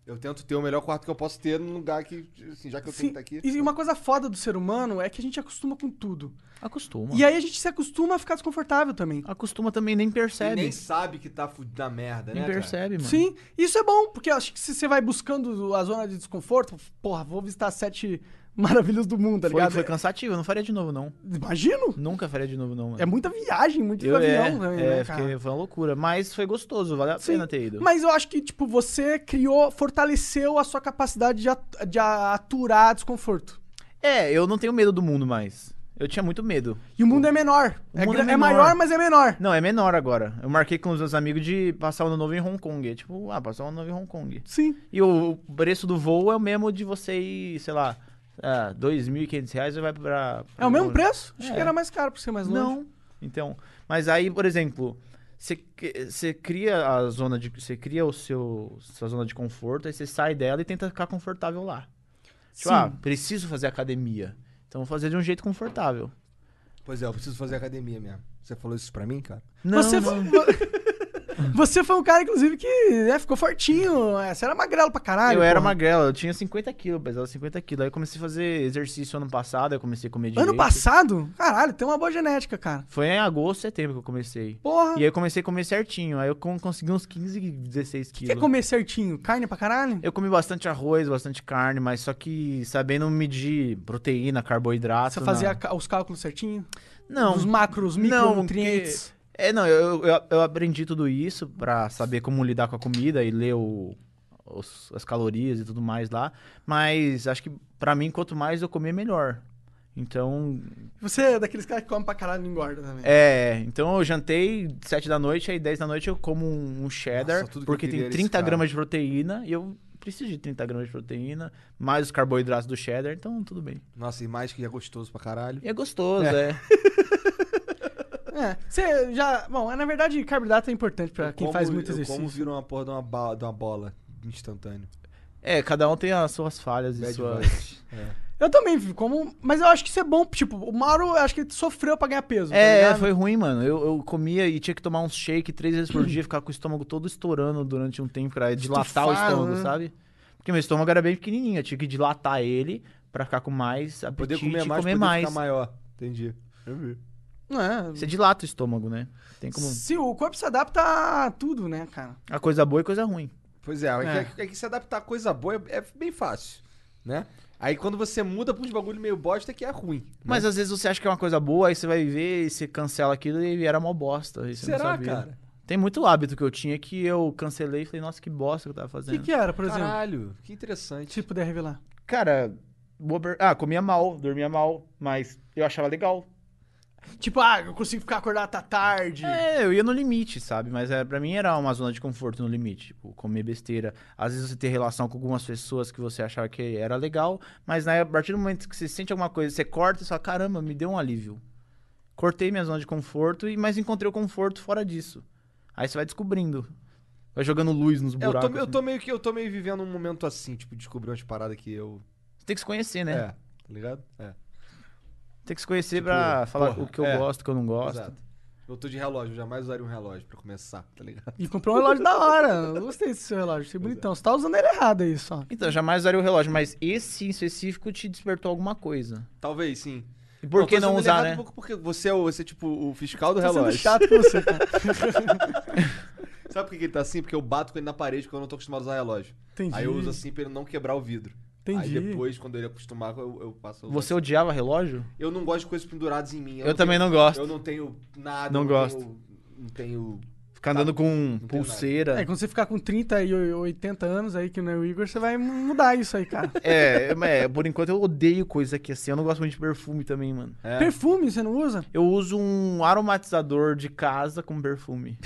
S4: Eu tento ter o melhor quarto que eu posso ter num lugar que, assim, já que eu
S2: Sim,
S4: tenho que estar aqui.
S2: E uma coisa foda do ser humano é que a gente acostuma com tudo.
S3: Acostuma.
S2: E aí a gente se acostuma a ficar desconfortável também.
S3: Acostuma também, nem
S4: E
S3: percebe.
S4: nem sabe que tá fudido na merda, né?
S3: Nem
S4: cara?
S3: percebe, mano.
S2: Sim, isso é bom, porque eu acho que se você vai buscando a zona de desconforto, porra, vou visitar sete maravilhas do mundo, tá
S3: Foi,
S2: ligado? É,
S3: foi cansativo, eu não faria de novo, não.
S2: Imagino!
S3: Nunca faria de novo, não, mano.
S2: É muita viagem, muito
S3: Eu-
S2: avião
S3: é,
S2: também,
S3: é,
S2: né, cara?
S3: fiquei- foi uma loucura. Mas foi gostoso, valeu a pena ter ido.
S2: Mas eu acho que, tipo, você criou, fortaleceu a sua capacidade de, at- de aturar desconforto.
S3: É, eu não tenho medo do mundo mais. Eu tinha muito medo.
S2: E o mundo é menor.
S3: O
S2: é,
S3: mundo
S2: gra-
S3: é
S2: é
S3: menor.
S2: maior, mas é menor.
S3: Não, é menor agora. Eu marquei com os meus amigos de passar o ano novo em Hong Kong. É tipo, ah, passar o ano novo em Hong Kong.
S2: Sim.
S3: E o preço do voo é o mesmo de você ir, sei lá, ah, R$ 2.500 reais e vai pra.
S2: É o mesmo preço? Acho
S3: É.
S2: que era mais caro por ser mais longe.
S3: Não. Então, mas aí, por exemplo, você cri- você cria a zona de você cria o seu sua zona de conforto, aí você sai dela e tenta ficar confortável lá. Tipo,
S2: Sim.
S3: ah, preciso fazer academia. Então vou fazer de um jeito confortável.
S4: Pois é, eu preciso fazer academia mesmo. Você falou isso pra mim, cara?
S3: Não,
S2: você
S3: não.
S2: vo- Você foi um cara, inclusive, que né, ficou fortinho. é, Você era magrelo pra caralho.
S3: eu era
S2: porra.
S3: magrelo, eu tinha 50 quilos, pesava 50 quilos. Aí eu comecei a fazer exercício ano passado, aí eu comecei a comer direito.
S2: Ano passado? Caralho, tem uma boa genética, cara.
S3: Foi em agosto, setembro que eu comecei.
S2: Porra.
S3: E é aí eu comecei a comer certinho, aí eu con- consegui uns 15, 16
S2: O que é
S3: quilos.
S2: comer certinho? Carne pra caralho?
S3: Eu comi bastante arroz, bastante carne, mas só que sabendo medir proteína, carboidrato...
S2: Você fazia
S3: na-
S2: ca- os cálculos certinho?
S3: Não,
S2: Os macros,
S3: Não,
S2: micronutrientes.
S3: porque- É, não, eu, eu, eu aprendi tudo isso pra saber como lidar com a comida e ler o- os- as calorias e tudo mais lá. Mas acho que pra mim, quanto mais eu comer, melhor. Então,
S2: Você é daqueles caras que comem pra caralho e não engorda também.
S3: é. Então eu jantei 7 da noite, aí 10 da noite eu como um, um cheddar,
S4: Nossa, tudo que eu
S3: porque
S4: queria
S3: tem
S4: era esse
S3: 30
S4: cara.
S3: gramas de proteína e eu preciso de 30 gramas de proteína, mais os carboidratos do cheddar, então tudo bem.
S4: Nossa, e mais que é gostoso pra caralho.
S3: E é gostoso, é.
S2: É, Você já. Bom, é, na verdade, carboidrato é importante pra quem
S4: Como-
S2: faz muito
S4: eu
S2: exercício.
S4: Como vira uma porra de uma, ba- de uma bola instantâneo.
S3: É, cada um tem as suas falhas e
S4: Bad
S3: suas.
S4: vibes.
S2: Eu também, filho, como. Mas eu acho que isso é bom. Tipo, o Mauro, eu acho que ele sofreu pra ganhar peso. tá
S3: É,
S2: ligado?
S3: foi ruim, mano. Eu, eu comia e tinha que tomar um shake três vezes por dia, ficar com o estômago todo estourando durante um tempo pra dilatar o
S2: Estufado,
S3: estômago,
S2: né?
S3: sabe? Porque meu estômago era bem pequenininho, eu tinha que dilatar ele pra ficar com mais apetite
S4: Poder comer mais,
S3: e comer
S4: poder
S3: mais.
S4: ficar maior. Entendi. Eu vi.
S2: É.
S3: Você dilata o estômago, né? Tem como
S2: Se o corpo se adapta a tudo, né, cara?
S3: a coisa boa e coisa ruim. né?
S4: Pois é, mas
S2: É.
S4: é. que- é que se adaptar a coisa boa é, é bem fácil, né? Aí quando você muda pra uns bagulho meio bosta que é ruim. né?
S3: Mas às vezes você acha que é uma coisa boa, aí você vai ver e você cancela aquilo e era mó bosta. e você não
S4: será,
S3: sabia.
S4: cara?
S3: Tem muito hábito que eu tinha que eu cancelei e falei, nossa, que bosta que eu tava
S2: O
S3: fazendo.
S2: que, que era, por exemplo?
S4: Caralho, que interessante.
S3: tipo,
S2: Se puder revelar.
S3: Cara, bober- ah, comia mal, dormia mal, mas eu achava legal.
S2: Tipo, ah, eu consigo ficar acordado até tarde.
S3: É, eu ia no limite, sabe? Mas é, pra mim era uma zona de conforto no limite. Tipo, comer besteira. Às vezes você tem relação com algumas pessoas que você achava que era legal, mas né, a partir do momento que você sente alguma coisa, você corta e fala, caramba, me deu um alívio. Cortei minha zona de conforto, e mas encontrei o conforto fora disso. Aí você vai descobrindo. Vai jogando luz nos
S4: É, eu,
S3: buracos.
S4: tô, eu
S3: assim.
S4: tô meio que eu tô meio vivendo um momento assim, tipo, descobrir umas paradas que eu.
S3: Você tem que se conhecer,
S4: É,
S3: né?
S4: tá ligado? É.
S3: Tem que se conhecer
S4: Tipo,
S3: pra falar
S4: porra,
S3: o que eu
S4: é.
S3: gosto, o que eu não gosto.
S4: Exato. Eu tô de relógio, eu jamais usaria um relógio pra começar, tá ligado?
S2: E comprou um relógio da hora. Eu gostei desse seu relógio. Achei
S3: é.
S2: bonitão. Você tá usando ele errado aí só.
S3: Então, jamais usaria o relógio, mas esse em específico te despertou alguma coisa.
S4: Talvez sim.
S3: E por que
S4: tô
S3: não
S4: sendo
S3: usar,
S4: errado
S3: né?
S4: um pouco porque você é, o, você é tipo o fiscal do
S2: Tô sendo
S4: relógio.
S2: chato com você, cara.
S4: Sabe por que que ele tá assim? Porque eu bato com ele na parede quando eu não tô acostumado a usar relógio.
S2: Entendi.
S4: Aí eu uso assim pra ele não quebrar o vidro.
S2: Entendi.
S4: Aí depois, quando ele acostumar, eu, eu passo a usar.
S3: Você odiava relógio?
S4: Eu não gosto de coisas penduradas em mim.
S3: Eu, também não gosto.
S4: Eu não tenho nada.
S3: Não
S4: eu
S3: gosto.
S4: tenho- não tenho.
S3: Ficar andando com
S4: tá. tem
S3: pulseira.
S2: É, quando você ficar com 30 e 80 anos aí, que não é o Igor, você vai mudar isso aí, cara.
S3: É, eu- é, por enquanto eu odeio coisa que assim. Eu não gosto muito de perfume também, mano.
S4: É.
S2: Perfume, você não usa?
S3: Eu uso um aromatizador de casa com perfume.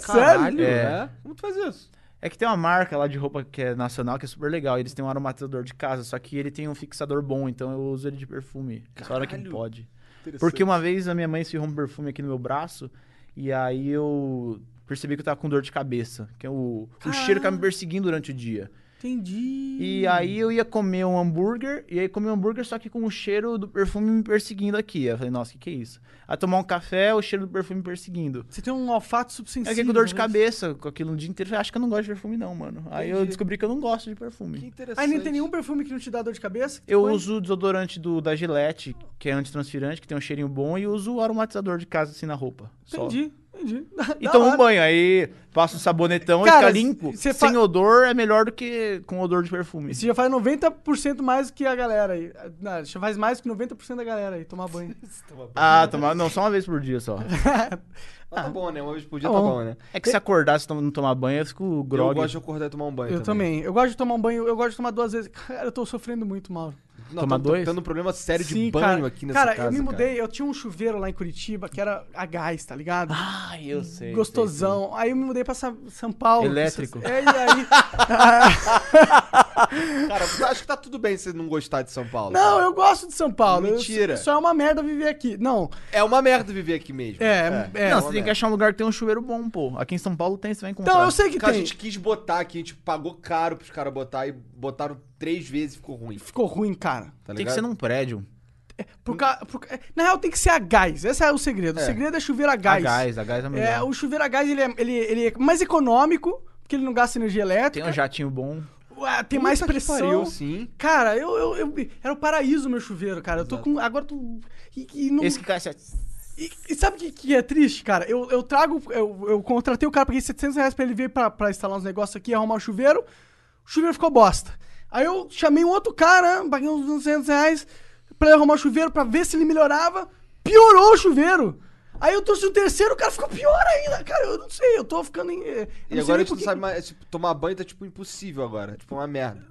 S2: Sério?
S3: É.
S4: Vamos fazer isso.
S3: É que tem uma marca lá de roupa que é nacional, que é super legal. Eles têm um aromatizador de casa, só que ele tem um fixador bom, então eu uso ele de perfume. Só a hora que
S4: Caralho.
S3: pode.
S4: Interessante.
S3: Porque uma vez a minha mãe esfirrou um perfume aqui no meu braço, e aí eu percebi que eu tava com dor de cabeça. Que é o, o cheiro
S4: Ah.
S3: tava me perseguindo durante o dia.
S2: Entendi.
S3: E aí eu ia comer um hambúrguer, e aí comi um hambúrguer só que com o cheiro do perfume me perseguindo aqui. Eu falei, nossa, o que, que é isso? Aí tomar um café, o cheiro do perfume me perseguindo.
S2: Você tem um olfato
S3: Aí
S2: subsensível.
S3: eu fiquei É com dor de
S2: né?
S3: cabeça, com aquilo no dia inteiro. Eu falei, "Ah, acho que eu não gosto de perfume não, mano. Aí eu
S4: Entendi.
S3: descobri que eu não gosto de perfume.
S4: Que interessante.
S2: Aí não tem nenhum perfume que não te dá dor de cabeça?
S3: Eu
S2: Põe?
S3: uso o desodorante do, da Gillette, que é antitranspirante, que tem um cheirinho bom, e uso o aromatizador de casa, assim, na roupa. só.
S2: Entendi, entendi. Da-
S3: E
S2: da
S3: toma
S2: hora.
S3: um banho, aí passa um sabonetão
S2: Cara,
S3: e fica limpo.
S2: cê
S3: Sem
S2: fa-
S3: odor é melhor do que com odor de perfume.
S2: Você já faz 90% mais que a galera aí. Não, já faz mais que 90% da galera aí, tomar banho.
S3: Ah, tomar. Não, só uma vez por dia só.
S4: Ah, tá bom, né? Uma vez por dia
S2: Tá
S4: tá,
S2: bom.
S4: bom, né?
S3: É que se acordar, se tom- não tomar banho, eu fico
S4: Eu
S3: grog.
S4: gosto de acordar e tomar um banho.
S2: eu também. Eu gosto de tomar um banho, eu gosto de tomar duas vezes. Cara, eu tô sofrendo muito, Mauro.
S4: Nós
S3: Tomar
S4: tamo
S3: dois?
S4: tendo um problema sério de banho
S2: cara.
S4: aqui nessa
S2: cara,
S4: casa.
S2: eu me mudei, eu tinha um chuveiro lá em Curitiba que era a gás, tá ligado?
S3: Ai, eu Ah, sei.
S2: Gostosão. Aí eu me mudei pra Sa- São Paulo.
S3: Elétrico.
S2: É, e aí...
S4: Cara, eu acho que tá tudo bem você não gostar de São Paulo.
S2: Não,
S4: cara.
S2: eu gosto de São Paulo. Eu-
S4: Mentira.
S2: Só é uma merda viver aqui. Não,
S4: É uma merda viver aqui mesmo.
S2: é... é.
S3: não, você tem que achar um lugar que tem um chuveiro bom, pô. Aqui em São Paulo tem, você vai encontrar.
S2: Então, eu sei que
S4: Cara, a
S2: tem.
S4: gente quis botar aqui, a gente pagou caro pros caras botar e botaram três vezes e ficou ruim.
S2: Ficou ruim, cara.
S4: Tá
S3: Tem
S4: ligado?
S3: que ser num prédio.
S2: Por ca- por ca- é, Na real, tem que ser a gás. Esse é o segredo. O segredo é chuveiro a gás.
S3: A gás, a gás é melhor.
S2: É, o chuveiro a gás ele é, ele, ele é mais econômico, porque ele não gasta energia
S3: Tem
S2: elétrica.
S3: um jatinho bom.
S2: Ué, tem mais pressão.
S4: pariu, sim.
S2: Cara, eu, eu, eu- Era o paraíso meu chuveiro, cara. Eu tô com. Agora tu. E, e não-
S3: Esse que cai assim,
S2: e, e sabe o que, que é triste, cara? Eu, eu trago. Eu, eu contratei o cara, paguei 700 reais pra ele vir pra, pra instalar uns negócios aqui, arrumar o chuveiro. O chuveiro ficou bosta. Aí eu chamei um outro cara, paguei uns 200 reais pra ele arrumar o chuveiro, pra ver se ele melhorava. Piorou o chuveiro. Aí eu trouxe o terceiro, o cara ficou pior ainda, cara. Eu não sei, eu tô ficando em. eh, eu
S4: E
S2: não sei
S4: agora a
S2: nem
S4: gente
S2: por
S4: não
S2: que-
S4: sabe mais. tipo, tomar banho tá tipo impossível agora. Tipo, uma merda.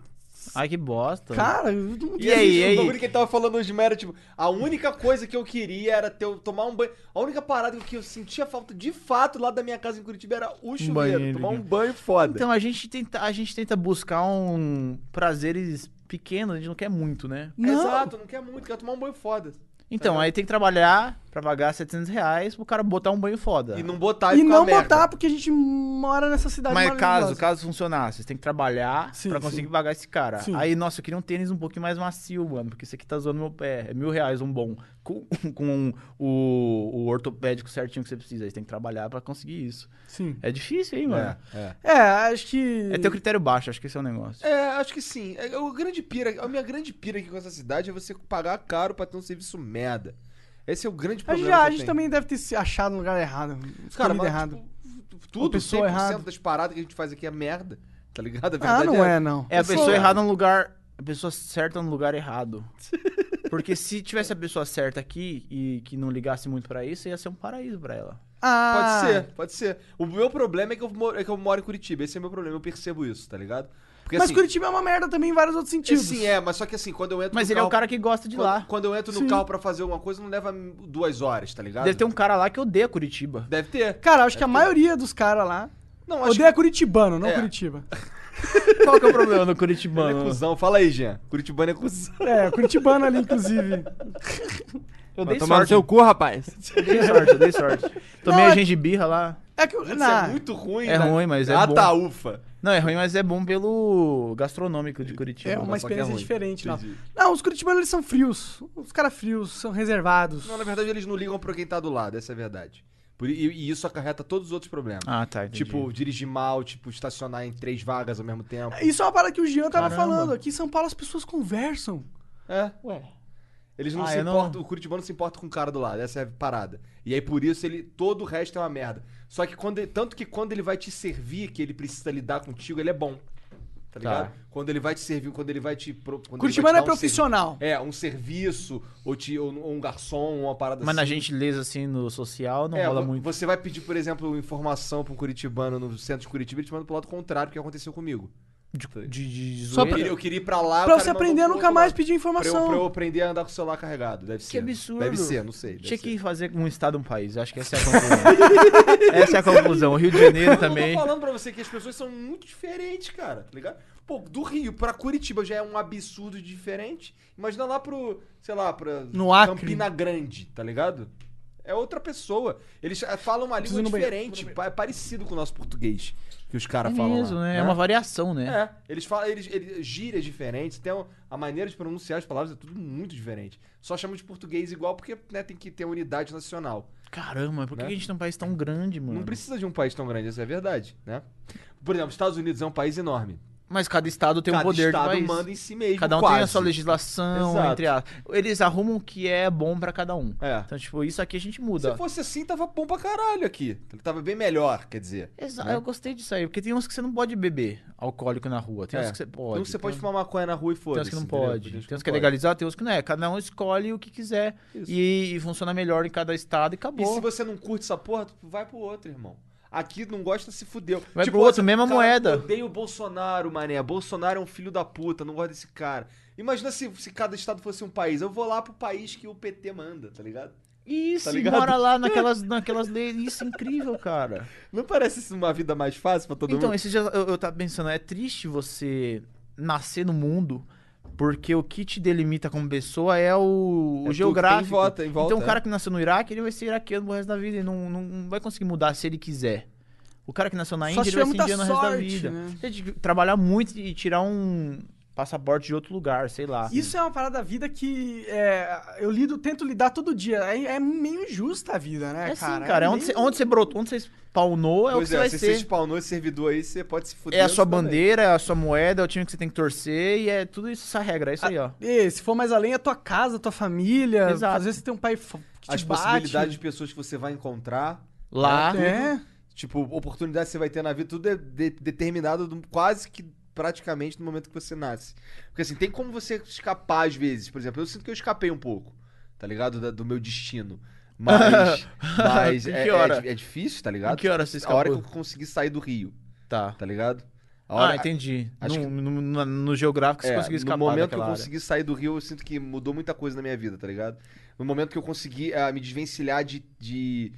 S3: Ai, que bosta.
S2: Cara, eu não
S3: E aí, e
S4: O
S3: aí?
S4: bagulho que ele tava falando hoje era, tipo, a única coisa que eu queria era ter, eu tomar um banho. A única parada que eu sentia falta de fato lá da minha casa em Curitiba era o chuveiro.
S3: banheiro,
S4: tomar
S2: né?
S3: cara.
S4: um banho foda.
S3: Então, a gente, tenta, a gente tenta buscar um prazeres pequenos, a gente não quer muito, né?
S2: Não.
S4: Exato, não quer muito, quer tomar um banho foda.
S2: Tá.
S3: Então, aí tem que trabalhar pra pagar 700 reais pro cara botar um banho foda.
S4: E não botar
S2: Tá. E
S4: ficar
S2: não
S4: uma merda. é
S2: botar porque a gente mora nessa cidade
S3: Mas caso,
S2: tá maravilhosa.
S3: caso funcionasse, você tem que trabalhar
S2: Sim,
S3: pra conseguir
S2: sim.
S3: pagar esse cara.
S2: Sim.
S3: Aí, nossa, eu queria um tênis um pouquinho mais macio, mano, porque isso aqui tá zoando meu pé. É mil reais um bom. Com, com o, o ortopédico certinho que você precisa. Aí você tem que trabalhar pra conseguir isso.
S2: Sim.
S3: É difícil, hein, mano?
S2: É, acho que.
S3: É, ter o critério baixo, acho que esse é o negócio.
S4: É, acho que sim. É, O grande pira, a minha grande pira aqui com essa cidade é você pagar caro pra ter um serviço merda. Esse é o grande
S2: A
S4: problema.
S2: gente, já-
S4: que
S2: a
S4: eu
S2: gente
S4: tenho.
S2: também deve ter se achado no lugar errado.
S4: Cara,
S2: escolhido
S4: mas,
S2: errado. Ah,
S4: tipo, tudo, 100%
S2: pessoa errada.
S4: das paradas que a gente faz aqui é merda. Tá ligado? A
S2: ah,
S4: verdade
S2: não é, não.
S3: É a pessoa errada no lugar. A pessoa certa no lugar errado. Porque se tivesse a pessoa certa aqui e que não ligasse muito pra isso, ia ser um paraíso pra ela.
S2: Ah,
S4: Pode ser, pode ser. O meu problema é que, eu moro, é que eu moro em Curitiba. Esse é meu problema, eu percebo isso, tá ligado? Porque,
S2: Mas
S4: assim,
S2: Curitiba é uma merda também em vários outros
S4: é,
S2: sentidos.
S4: Sim, é, mas só que assim, quando eu entro
S3: Mas
S4: no
S3: ele é
S4: carro,
S3: o cara que gosta de
S4: quando,
S3: lá.
S4: Quando eu entro no carro pra fazer alguma coisa, não leva duas horas, tá ligado?
S3: Deve ter um cara lá que odeia Curitiba.
S4: Deve ter.
S2: Cara, acho que a maioria dos caras lá
S4: Não, É acho
S2: odeia curitibano, não
S4: É.
S2: Curitiba.
S3: Qual que é o problema do
S4: que ele é
S3: Curitibano?
S4: cuzão. Fala aí, Jean. Curitibano é cuzão.
S2: É, curitibano ali,
S3: é
S2: inclusive.
S3: Eu
S5: Vai
S3: dei
S5: tomar no
S3: sorte.
S5: seu cu, rapaz.
S3: Eu dei sorte, eu dei sorte. Tomei
S2: Não,
S3: a
S2: é-
S3: gengibirra lá.
S2: É que...
S4: Isso
S2: na-
S4: é muito ruim,
S3: É
S4: né?
S3: ruim, mas é
S4: ah,
S3: bom.
S4: tá, ufa.
S3: Não, é ruim, mas é bom pelo gastronômico de Curitiba.
S2: É uma
S4: Só que é
S2: experiência
S4: ruim.
S2: diferente lá.
S4: Entendi.
S2: Não, os curitibanos eles são frios. Os caras frios, são reservados.
S4: Não, na verdade, eles não ligam pra quem tá do lado, essa é a verdade. Por, e, e isso acarreta todos os outros problemas.
S3: Ah, tá, entendi.
S4: Tipo, dirigir mal, tipo, estacionar em três vagas ao mesmo tempo.
S2: Isso é uma parada que o Jean tava
S3: Caramba.
S2: falando. Aqui em São Paulo as pessoas conversam.
S4: É. Eles não
S3: Ah,
S4: se
S3: eu não-
S4: importam, o Curitibano não se importa com o cara do lado, essa é a parada. E aí por isso ele todo o resto é uma merda. Só que quando ele- tanto que quando ele vai te servir, que ele precisa lidar contigo, ele é bom. Tá ligado? Quando ele vai te servir, quando ele vai te pro- quando ele vai
S2: Curitibano
S4: te
S2: é
S4: dar um servi-
S2: profissional.
S4: é, um serviço ou, te, ou, ou um garçom, uma parada
S3: Mas na
S4: assim.
S3: gentileza, assim, no social, não
S4: É,
S3: rola
S4: vo-
S3: muito.
S4: Você vai pedir, por exemplo, informação pra um curitibano no centro de Curitiba, ele te manda pro lado contrário, que aconteceu comigo.
S3: De, de, de
S4: eu,
S3: zoeira.
S4: queria, eu queria ir pra
S2: pra
S4: lá. o cara
S2: você
S4: mandou
S2: aprender a
S4: pro
S2: nunca
S4: outro
S2: mais
S4: lado.
S2: pedir
S4: Pra eu,
S2: informação.
S4: pra um eu aprender a andar com o celular carregado, deve ser.
S3: absurdo.
S4: Deve ser, não sei. deve
S3: Tinha
S4: ser.
S3: que fazer um estado, um país. Eu Acho que essa é a conclusão. essa é a conclusão. O Rio de Janeiro
S4: Eu
S3: também.
S4: tô falando pra você que as pessoas são muito diferentes, cara, tá ligado? Pô, do Rio pra Curitiba já é um absurdo de diferente. Imagina lá pro, sei lá, pra
S2: No Acre.
S4: Campina Grande, tá ligado? É outra pessoa. Eles eh, falam uma língua
S2: ir no banheiro.
S4: diferente, pa- é parecido com o nosso português que os caras
S3: É
S4: falam. lá,
S3: mesmo, né? É uma variação, né?
S4: É, eles falam, eles, eles gírias diferentes, tem um- a maneira de pronunciar as palavras é tudo muito diferente. Só chamam de português igual porque né, tem que ter unidade nacional.
S3: Caramba, por que
S4: Né?
S3: a gente tem um país tão grande, mano?
S4: Não precisa de um país tão grande, essa é a verdade, né? Por exemplo, os Estados Unidos é um país enorme.
S3: Mas cada estado tem
S4: Cada
S3: um poder
S4: estado
S3: de país.
S4: manda em si mesmo,
S3: Cada um tem a
S4: quase.
S3: sua legislação,
S4: Exato.
S3: entre as... Eles arrumam o que é bom pra cada um.
S4: É.
S3: Então, tipo, isso aqui a gente muda.
S4: Se fosse assim, tava bom pra caralho aqui. Tava bem melhor, quer dizer.
S3: Exato, eu gostei disso aí. Porque tem uns que você não pode beber alcoólico na rua. Tem
S4: É.
S3: uns que você pode.
S4: Não que você pode
S3: tem,
S4: fumar maconha na rua e
S3: tem
S4: foda-se.
S3: uns que não
S4: entendeu?
S3: pode. Tem uns que é
S4: não pode.
S3: legalizado, tem uns que não é. Cada um escolhe o que quiser. E, e funciona melhor em cada estado e
S4: E
S3: acabou.
S4: se você não curte essa porra, tu vai pro outro, irmão. Aqui não gosta, se fudeu.
S3: Vai pro outro, mesma
S4: cara,
S3: moeda.
S4: Odeio o Bolsonaro, mané. Bolsonaro é um filho da puta, não gosto desse cara. Imagina se, se cada estado fosse um país. Eu vou lá pro país que o PT manda, tá ligado?
S3: Isso,
S4: Tá
S3: e
S4: ligado?
S3: mora lá naquelas, naquelas leis. Isso é incrível, cara.
S4: Não parece isso uma vida mais fácil pra todo
S3: Então,
S4: mundo?
S3: esse dia eu, eu tava pensando, é triste você nascer no mundo porque o que te delimita como pessoa
S4: É
S3: é o, o
S4: tu que
S3: geográfico.
S4: tem em volta, em volta,
S3: então,
S4: é.
S3: o cara que nasceu no Iraque, ele vai ser iraquiano pro resto da vida. Ele não, não- não vai conseguir mudar se ele quiser. O cara que nasceu na
S2: Só
S3: Índia,
S2: se
S3: ele vai
S2: tiver
S3: ser
S2: muita
S3: indiano o resto da
S2: sorte,
S3: vida.
S2: né?
S3: Tem que trabalhar muito e tirar um, passaporte de outro lugar, sei lá.
S2: Isso é uma parada da vida que é, eu lido, tento lidar todo dia. É, é meio injusta a vida, né,
S3: É assim,
S2: cara?
S3: cara. É onde,
S2: meio-
S3: você, onde você brotou, onde você spawnou, é o que
S4: Pois
S3: você
S4: é,
S3: vai
S4: se você
S3: ser.
S4: spawnou esse servidor aí, você pode se fuder.
S3: É a sua
S4: também.
S3: bandeira, é a sua moeda, é o time que você tem que torcer e é tudo isso, essa regra, é
S4: Ah,
S3: isso aí, ó.
S2: E se for mais além, é tua casa, tua família.
S3: Exato.
S2: Às vezes você tem um pai f- que te
S4: As
S2: bate.
S4: possibilidades de pessoas que você vai encontrar.
S3: Lá.
S2: É.
S4: Tipo, oportunidades que você vai ter na vida, tudo é de- determinado do- quase que praticamente no momento que você nasce. Porque assim, tem como você escapar às vezes. Por exemplo, eu sinto que eu escapei um pouco, tá ligado? Da- do meu destino. Mas, mas
S3: Em
S4: é,
S3: que
S4: é
S3: hora?
S4: di- é difícil, tá
S3: Em
S4: ligado?
S3: que hora você
S4: A
S3: escapou?
S4: hora que eu consegui sair do Rio,
S3: Tá.
S4: tá ligado? A
S3: Ah,
S4: hora,
S3: entendi.
S4: acho
S3: no, no- no- no geográfico você
S4: é,
S3: conseguiu escapar
S4: No momento que eu
S3: daquela área.
S4: consegui sair do Rio, eu sinto que mudou muita coisa na minha vida, tá ligado? No momento que eu consegui ah, me desvencilhar de, de-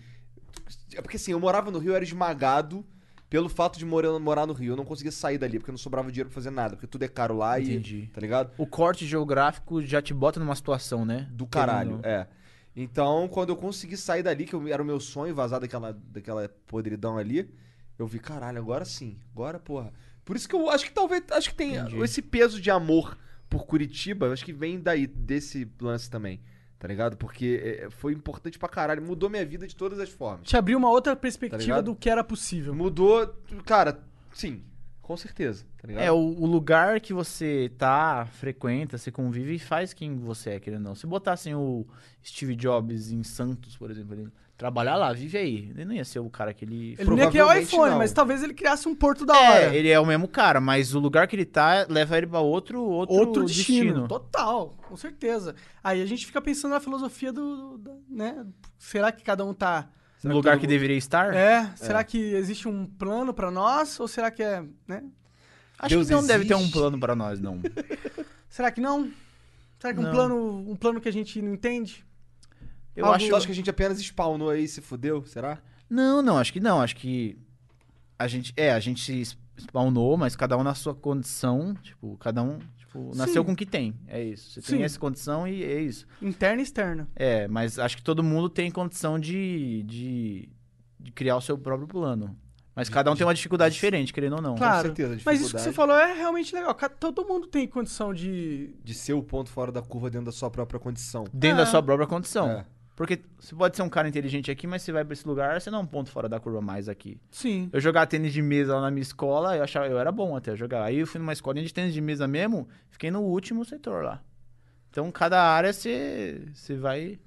S4: É porque assim, eu morava no Rio, eu era esmagado pelo fato de morar, morar no Rio. Eu não conseguia sair dali, porque não sobrava dinheiro pra fazer nada, porque tudo é caro lá
S3: Entendi.
S4: e. Tá ligado?
S3: O corte geográfico já te bota numa situação, né?
S4: Do caralho,
S3: Querendo-
S4: é. Então, quando eu consegui sair dali, que eu- era o meu sonho vazar daquela, daquela podridão ali, eu vi, caralho, agora sim. Agora, porra. Por isso que eu acho que talvez. Acho que tem
S3: Entendi.
S4: esse peso de amor por Curitiba, eu acho que vem daí, desse lance também. Tá ligado? Porque é, foi importante pra caralho. Mudou minha vida de todas as formas.
S2: Te abriu uma outra perspectiva
S4: Tá ligado?
S2: do que era possível.
S4: Mudou. Cara, sim. Com certeza. Tá ligado?
S3: É, o, o lugar que você tá, frequenta, você convive e faz quem você é, querendo ou não. Se botassem o Steve Jobs em Santos, por exemplo, ele trabalhar lá, vive aí. Ele não ia ser o cara que ele.
S2: Ele não ia criar o
S4: Provavelmente
S2: iPhone,
S4: não.
S2: mas talvez ele criasse um porto da hora.
S3: É, ele é o mesmo cara, mas o lugar que ele tá leva ele pra outro, outro,
S2: Outro destino. Total, com certeza. Aí a gente fica pensando na filosofia do. do- da- né? Será que cada um tá.
S3: No lugar que deveria estar.
S2: É, será que existe um plano pra nós? Ou será que é. Né?
S3: Acho
S4: Deus
S3: que não deve ter um
S4: existe.
S3: plano pra nós, não.
S2: Será que não? Será que um
S3: Não.
S2: plano, um plano que a gente não entende?
S3: Eu
S4: Algo-
S3: acho.
S4: acho que a gente apenas spawnou aí e se fudeu, será?
S3: Não, não, acho que não. Acho que a gente. É, a gente se spawnou, mas cada um na sua condição. Tipo, cada um tipo, nasceu
S2: Sim.
S3: com o que tem. É isso. Você
S2: Sim.
S3: tem essa condição e é isso.
S2: Interna e externa.
S3: É, mas acho que todo mundo tem condição de, de, de criar o seu próprio plano. Mas cada um tem uma dificuldade diferente, querendo ou não.
S2: Claro.
S4: certeza, a
S2: Mas isso que você
S4: dificuldade.
S2: falou é realmente legal. Ca- Todo mundo tem condição de.
S4: De ser o ponto fora da curva dentro da sua própria condição.
S3: Dentro
S2: É.
S3: da sua própria condição.
S4: É.
S3: Porque você pode ser um cara inteligente aqui, mas você vai pra esse lugar, você não é um ponto fora da curva mais aqui.
S2: Sim.
S3: Eu jogava tênis de mesa lá na minha escola, eu achava, eu era bom até jogar. Aí eu fui numa escolinha de tênis de mesa mesmo, fiquei no último setor lá. Então cada área você, você vai.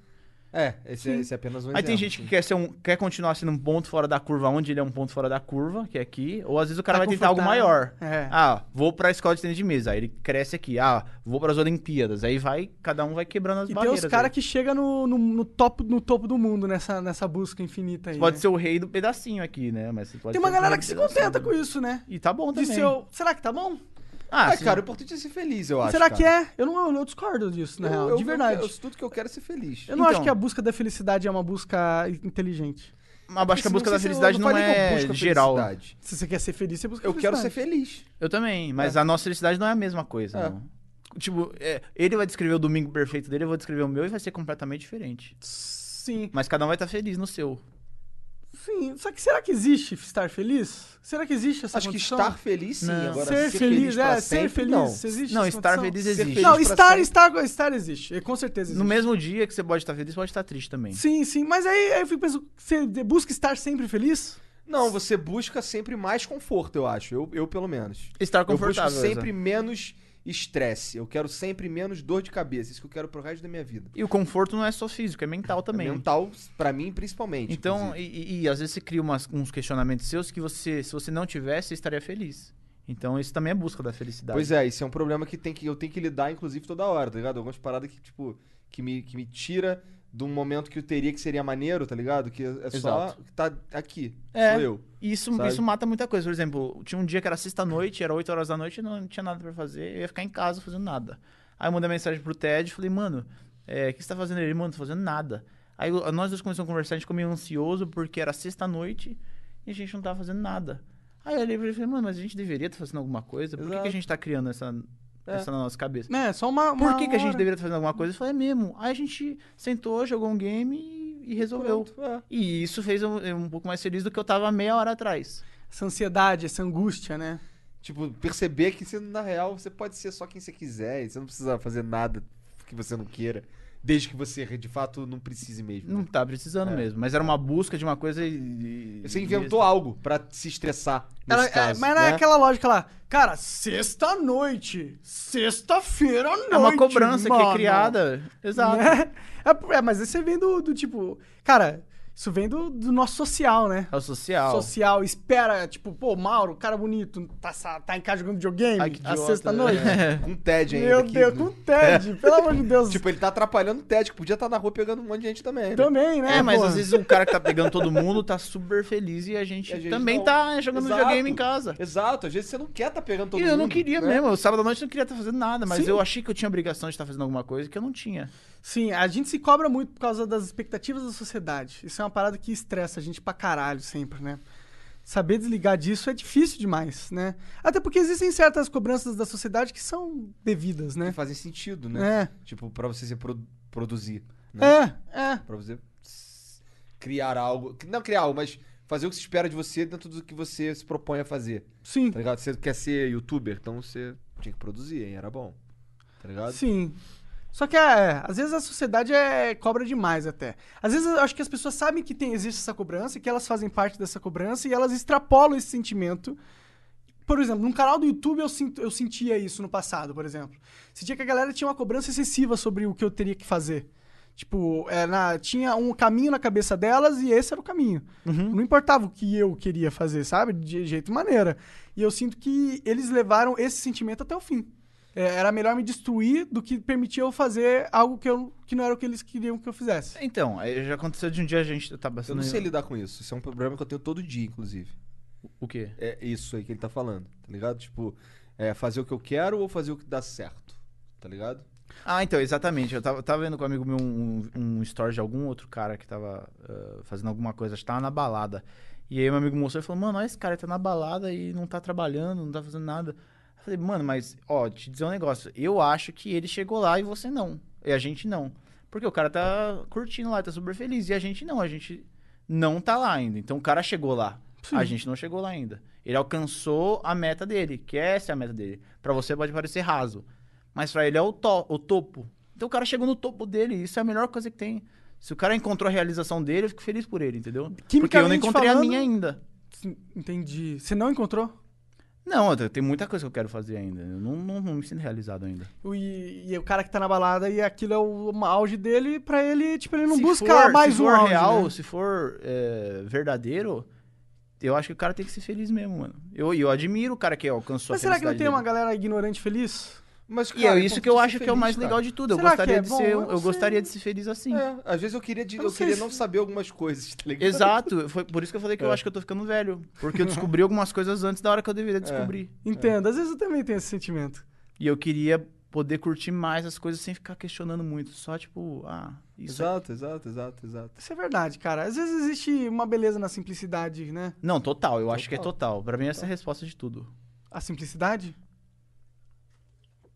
S4: É, esse, é, esse é apenas um
S3: Aí tem
S4: exemplo,
S3: gente que
S4: sim.
S3: quer, ser um, quer continuar sendo um ponto fora da curva onde ele é um ponto fora da curva, que é aqui, ou às vezes o cara
S2: Tá
S3: vai tentar algo
S2: confortável.
S3: maior.
S2: É.
S3: Ah, vou pra escola de tênis de mesa, aí ele cresce aqui. Ah, vou pras Olimpíadas, aí vai, cada um vai quebrando as
S2: E tem
S3: barreiras.
S2: os caras
S3: aí.
S2: que chegam no, no, no topo, no topo do mundo nessa, nessa busca infinita aí.
S3: Você Pode
S2: né?
S3: ser o rei do pedacinho aqui, né? Mas você pode
S2: Tem
S3: ser
S2: uma
S3: o
S2: galera
S3: rei
S2: que
S3: do
S2: se
S3: pedacinho.
S2: contenta com isso, né?
S3: E tá bom
S2: De
S3: também.
S2: ser o- Será que tá bom?
S3: Ah,
S4: É,
S3: sim.
S4: cara, o importante é ser feliz, eu acho.
S2: Será que
S3: tá.
S2: é? Eu não eu, eu discordo disso, na real, de verdade. Eu,
S4: Eu, tudo que eu quero é ser feliz.
S2: não acho
S3: Então.
S2: que a busca da felicidade é uma busca inteligente.
S3: Mas acho que a
S4: Não
S3: busca
S4: sei
S3: da
S4: se eu-
S3: felicidade
S4: eu
S3: não,
S4: falei que eu
S3: é
S4: busco a
S3: geral.
S4: felicidade.
S2: Se você quer ser feliz, você busca
S4: Eu quero ser
S2: felicidade.
S4: feliz.
S3: Eu também, mas a nossa felicidade não é a mesma coisa.
S4: É.
S3: não. Tipo, é, ele vai descrever o domingo perfeito dele, eu vou descrever o meu e vai ser completamente diferente.
S2: Sim,
S3: Mas cada um vai estar feliz no seu.
S2: sim. Só que será que existe estar feliz? Será que existe essa
S4: Acho que
S2: condição?
S4: estar feliz, sim.
S3: Não.
S4: Agora,
S2: ser,
S4: ser
S2: feliz,
S4: pra
S2: é, ser
S4: sempre,
S2: feliz,
S4: não.
S2: existe
S3: Não,
S2: essa
S3: estar
S2: condição?
S3: feliz
S4: Ser
S3: existe.
S4: feliz
S2: Não,
S4: pra
S2: estar,
S4: sempre.
S2: estar, estar existe. Com certeza existe.
S3: No mesmo dia que você pode estar feliz, você pode estar triste também.
S2: Sim, sim. Mas aí, aí eu fico pensando, você busca estar sempre feliz?
S4: Não, você busca sempre mais conforto, eu acho. Eu, eu pelo menos.
S3: Estar
S4: Eu busco
S3: confortável.
S4: sempre
S3: exato.
S4: menos estresse. Eu quero sempre menos dor de cabeça. Isso que eu quero pro resto da minha vida.
S3: E o conforto não é só físico, é mental também.
S4: Mental, tipo, pra mim, principalmente.
S3: Então,
S4: inclusive.
S3: e, e- e às vezes você cria umas- uns questionamentos seus que você, se você não tivesse, você estaria feliz. Então, isso também é busca da felicidade.
S4: Pois é, isso é um problema que, tem que eu tenho que lidar, inclusive, toda hora, tá ligado? Algumas paradas que, tipo, que me, que me tira de um momento que eu teria que seria maneiro, tá ligado? Que é só.
S3: Exato.
S4: Tá aqui.
S3: É.
S4: Sou eu.
S3: E isso,
S4: Sabe?
S3: isso mata muita coisa. Por exemplo, tinha um dia que era sexta-noite, era 8 horas da noite, eu não tinha nada pra fazer, eu ia ficar em casa fazendo nada. Aí eu mandei mensagem pro Ted e falei, mano, é, o que você tá fazendo? Ele, mano, tô fazendo nada. Aí eu- nós dois começamos a conversar, a gente ficou meio ansioso porque era sexta-noite e a gente não tava fazendo nada. Aí eu olhei pra ele e falei, mano, mas a gente deveria estar fazendo alguma coisa? Por que, que a gente tá criando essa, essa na nossa cabeça?
S2: É, só uma.
S3: Por
S2: uma
S3: que, que a gente
S2: hora.
S3: deveria estar fazendo alguma coisa? Eu falei, é mesmo. Aí a gente sentou, jogou um game e- e resolveu. E isso fez eu eu um pouco mais feliz do que eu tava meia hora atrás.
S2: Essa ansiedade, essa angústia, né?
S4: Tipo, perceber que você, na real você pode ser só quem você quiser e você não precisa fazer nada que você não queira, desde que você de fato não precise mesmo. né?
S3: Não tá precisando mesmo. Mas era uma busca de uma coisa e. e-
S4: Você inventou algo pra se estressar. Nesse
S2: Ela- é,
S4: caso,
S2: mas era
S4: né?
S2: aquela lógica lá, cara, sexta-noite, sexta-feira à noite.
S3: É uma cobrança que
S2: mano.
S3: é criada. Exato.
S2: Né? É, é, mas isso vem do, do tipo. Cara, isso vem do, do nosso social, né?
S3: É o social.
S2: Social, espera, tipo, pô, Mauro, cara bonito, tá, sa- tá em casa jogando videogame
S3: Ai, que
S2: à
S3: idiota,
S2: sexta-noite.
S3: né?
S4: Com TED ainda.
S2: Meu
S4: que-
S2: Deus, com TED, pelo amor de Deus.
S4: Tipo, ele tá atrapalhando o TED, que podia estar na rua pegando um monte de gente também. né?
S2: também, né?
S3: É, mas
S2: pô?
S3: às vezes o cara que tá pegando todo mundo tá super feliz e a gente,
S4: E a gente
S3: também
S4: não.
S3: tá jogando
S4: Exato.
S3: videogame em casa.
S4: Exato, às vezes você não quer tá pegando todo
S3: e
S4: mundo.
S3: eu não queria
S4: né?
S3: mesmo. Eu, sábado à noite eu não queria estar fazendo nada, mas eu achei que eu tinha obrigação de estar fazendo alguma coisa que eu não tinha.
S2: Sim, a gente se cobra muito por causa das expectativas da sociedade. Isso é uma parada que estressa a gente pra caralho sempre, né? Saber desligar disso é difícil demais, né? Até porque existem certas cobranças da sociedade que são devidas,
S4: Que
S2: né?
S4: fazem sentido, né?
S2: É,
S4: Tipo, pra você se produ- produzir. Né?
S2: é, é.
S4: Pra você s- criar algo. Não criar algo, mas fazer o que se espera de você dentro do que você se propõe a fazer.
S2: Sim,
S4: Tá ligado? Você quer ser youtuber, então você tinha que produzir, hein? Era bom. Tá ligado?
S2: sim. Só que é, às vezes a sociedade é cobra demais até. Às vezes eu acho que as pessoas sabem que tem, existe essa cobrança, que elas fazem parte dessa cobrança e elas extrapolam esse sentimento Por exemplo, num canal do YouTube eu, sinto- eu sentia isso no passado, por exemplo. Sentia que a galera tinha uma cobrança excessiva sobre o que eu teria que fazer. Tipo, é, na- tinha um caminho na cabeça delas e esse era o caminho.
S3: Uhum.
S2: Não importava o que eu queria fazer, sabe? De jeito e maneira. E eu sinto que eles levaram esse sentimento até o fim. É, era melhor me destruir do que permitir eu fazer algo que, eu, que não era o que eles queriam que eu fizesse.
S3: Então, aí já aconteceu de um dia a gente tá
S4: Eu
S3: bastante.
S4: não sei lidar com isso. Isso é um problema que eu tenho todo dia, inclusive.
S3: O quê?
S4: É isso aí que ele tá falando, tá ligado? Tipo, é fazer o que eu quero ou fazer o que dá certo, tá ligado?
S3: Ah, então, exatamente. Eu tava, tava vendo com um amigo meu um, um story de algum outro cara que tava ah, fazendo alguma coisa, acho que tava na balada. E aí meu amigo mostrou e falou, mano, olha esse cara, tá na balada e não tá trabalhando, não tá fazendo nada. Eu falei, mano, mas, ó, te dizer um negócio. Eu acho que ele chegou lá e você não. E a gente não. Porque o cara tá curtindo lá, tá super feliz. E a gente não, a gente não tá lá ainda. Então o cara chegou lá. A gente não chegou lá ainda. Ele alcançou a meta dele, que essa é a meta dele. Pra você pode parecer raso, mas pra ele é o, to- o topo. Então o cara chegou no topo dele, isso é a melhor coisa que tem. Se o cara encontrou a realização dele, eu fico feliz por ele, entendeu? Porque eu não
S2: Quimicamente
S3: encontrei a
S2: falando-
S3: minha ainda.
S2: Sim, Entendi. Você não encontrou?
S3: Não, eu tenho muita coisa que eu quero fazer ainda. Eu não, não- não me sinto realizado ainda.
S2: O- E, e o cara que tá na balada e aquilo é o um auge dele, pra ele, tipo, ele não
S3: Se
S2: busca
S3: for-
S2: mais
S3: se
S2: um
S3: for
S2: auge,
S3: real,
S2: né?
S3: se for é, verdadeiro, eu acho que o cara tem que ser feliz mesmo, mano. Eu, eu admiro o cara que alcançou
S2: Mas
S3: a
S2: será que não
S3: felicidade
S2: tem uma
S3: dele.
S2: galera ignorante feliz?
S4: Mas,
S3: E é
S4: cara,
S3: isso que eu acho
S4: importante ser
S3: que é o
S4: feliz,
S3: mais
S4: cara.
S3: legal de tudo. Eu
S2: Será que
S3: gostaria
S2: é
S3: de
S2: bom?
S3: ser,
S2: Eu não
S3: eu
S2: sei.
S3: gostaria de ser feliz assim.
S4: É, às vezes eu queria, de-
S2: Eu
S4: eu
S2: não sei
S4: queria
S2: se-
S4: não saber algumas coisas, tá ligado?
S3: Exato, foi por isso que eu falei que eu acho que eu tô ficando velho. Porque eu descobri algumas coisas antes da hora que eu deveria descobrir.
S2: Entendo,
S3: É.
S2: às vezes eu também tenho esse sentimento.
S3: E eu queria poder curtir mais as coisas sem ficar questionando muito. Só tipo, ah, isso.
S4: Exato, exato, exato, exato.
S2: Isso é verdade, cara. Às vezes existe uma beleza na simplicidade, né?
S3: Não, total, eu acho que é total. Pra mim, essa é a resposta de tudo.
S2: A simplicidade.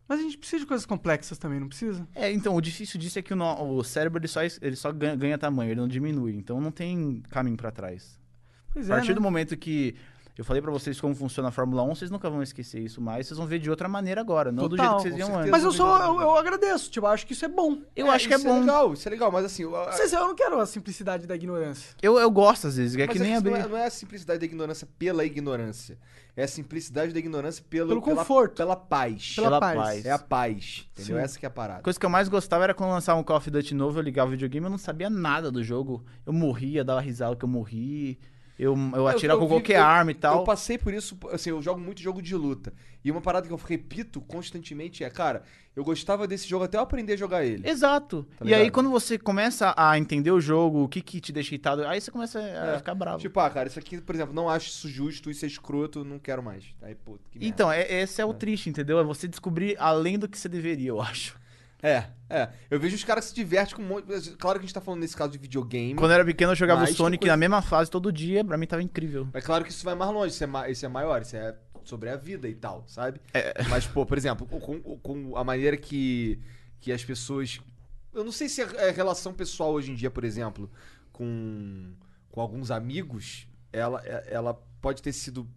S2: Mas a gente precisa de coisas complexas também, não precisa?
S3: É, então, o difícil disso é que o, no- o cérebro ele só, es- ele só ganha, ganha tamanho, ele não diminui. Então não tem caminho pra trás.
S2: Pois
S3: A partir
S2: é,
S3: do
S2: né?
S3: momento que eu falei pra vocês como funciona a Fórmula 1, vocês nunca vão esquecer isso mais. Vocês vão ver de outra maneira agora, não do
S2: Total,
S3: jeito que vocês
S2: com
S3: viam antes.
S2: Mas eu sou, eu, eu agradeço, tipo, eu acho que isso é bom.
S3: Eu acho que é
S4: isso
S3: bom.
S4: legal, isso é legal, mas assim,
S3: Ah.
S4: a- a-
S2: Vocês- Eu não quero a simplicidade da ignorância.
S3: eu, eu gosto às vezes, é
S4: mas
S3: que nem
S4: isso
S3: abrir.
S4: não, é, não é a simplicidade da ignorância pela ignorância. É a simplicidade da ignorância pelo,
S2: Pelo
S4: pela-
S2: conforto.
S4: Pela, paz.
S2: Pela
S3: Pela
S2: paz.
S3: paz.
S4: É a paz, entendeu? Essa que é a parada.
S3: A coisa que eu mais gostava era quando lançava um Call of Duty novo, eu ligava o videogame, eu não sabia nada do jogo. Eu morria, dava risada que eu morri. Eu, eu atirava
S4: É, eu
S3: com
S4: vi-
S3: qualquer
S4: eu-
S3: arma e tal.
S4: Eu passei por isso, assim, eu jogo muito jogo de luta. E uma parada que eu repito constantemente é, cara, eu gostava desse jogo até eu aprender a jogar ele.
S3: Exato.
S4: Tá
S3: e aí
S4: ligado?
S3: quando você começa a entender o jogo, o que, que te deixa irritado, aí você começa a ficar bravo.
S4: Tipo, ah, cara, isso aqui, por exemplo, não acho isso justo, isso é escroto, não quero mais. Aí, pô, que merda.
S3: então, é- esse é o triste, entendeu? É você descobrir além do que você deveria, eu acho.
S4: É, é. Eu vejo os caras que se divertem com um monte. Claro que a gente tá falando nesse caso de videogame.
S3: Quando é eu era pequeno, eu jogava
S4: Mas
S3: o
S4: tem
S3: Sonic
S4: coisa-
S3: na mesma fase todo dia, pra mim tava incrível.
S4: É claro que isso vai mais longe, isso é, ma- isso é maior, isso é sobre a vida e tal, sabe? Mas, pô, por exemplo, com, com a maneira que, que as pessoas. Eu não sei se a, a relação pessoal hoje em dia, por exemplo, com, com alguns amigos, ela, é- ela pode ter sido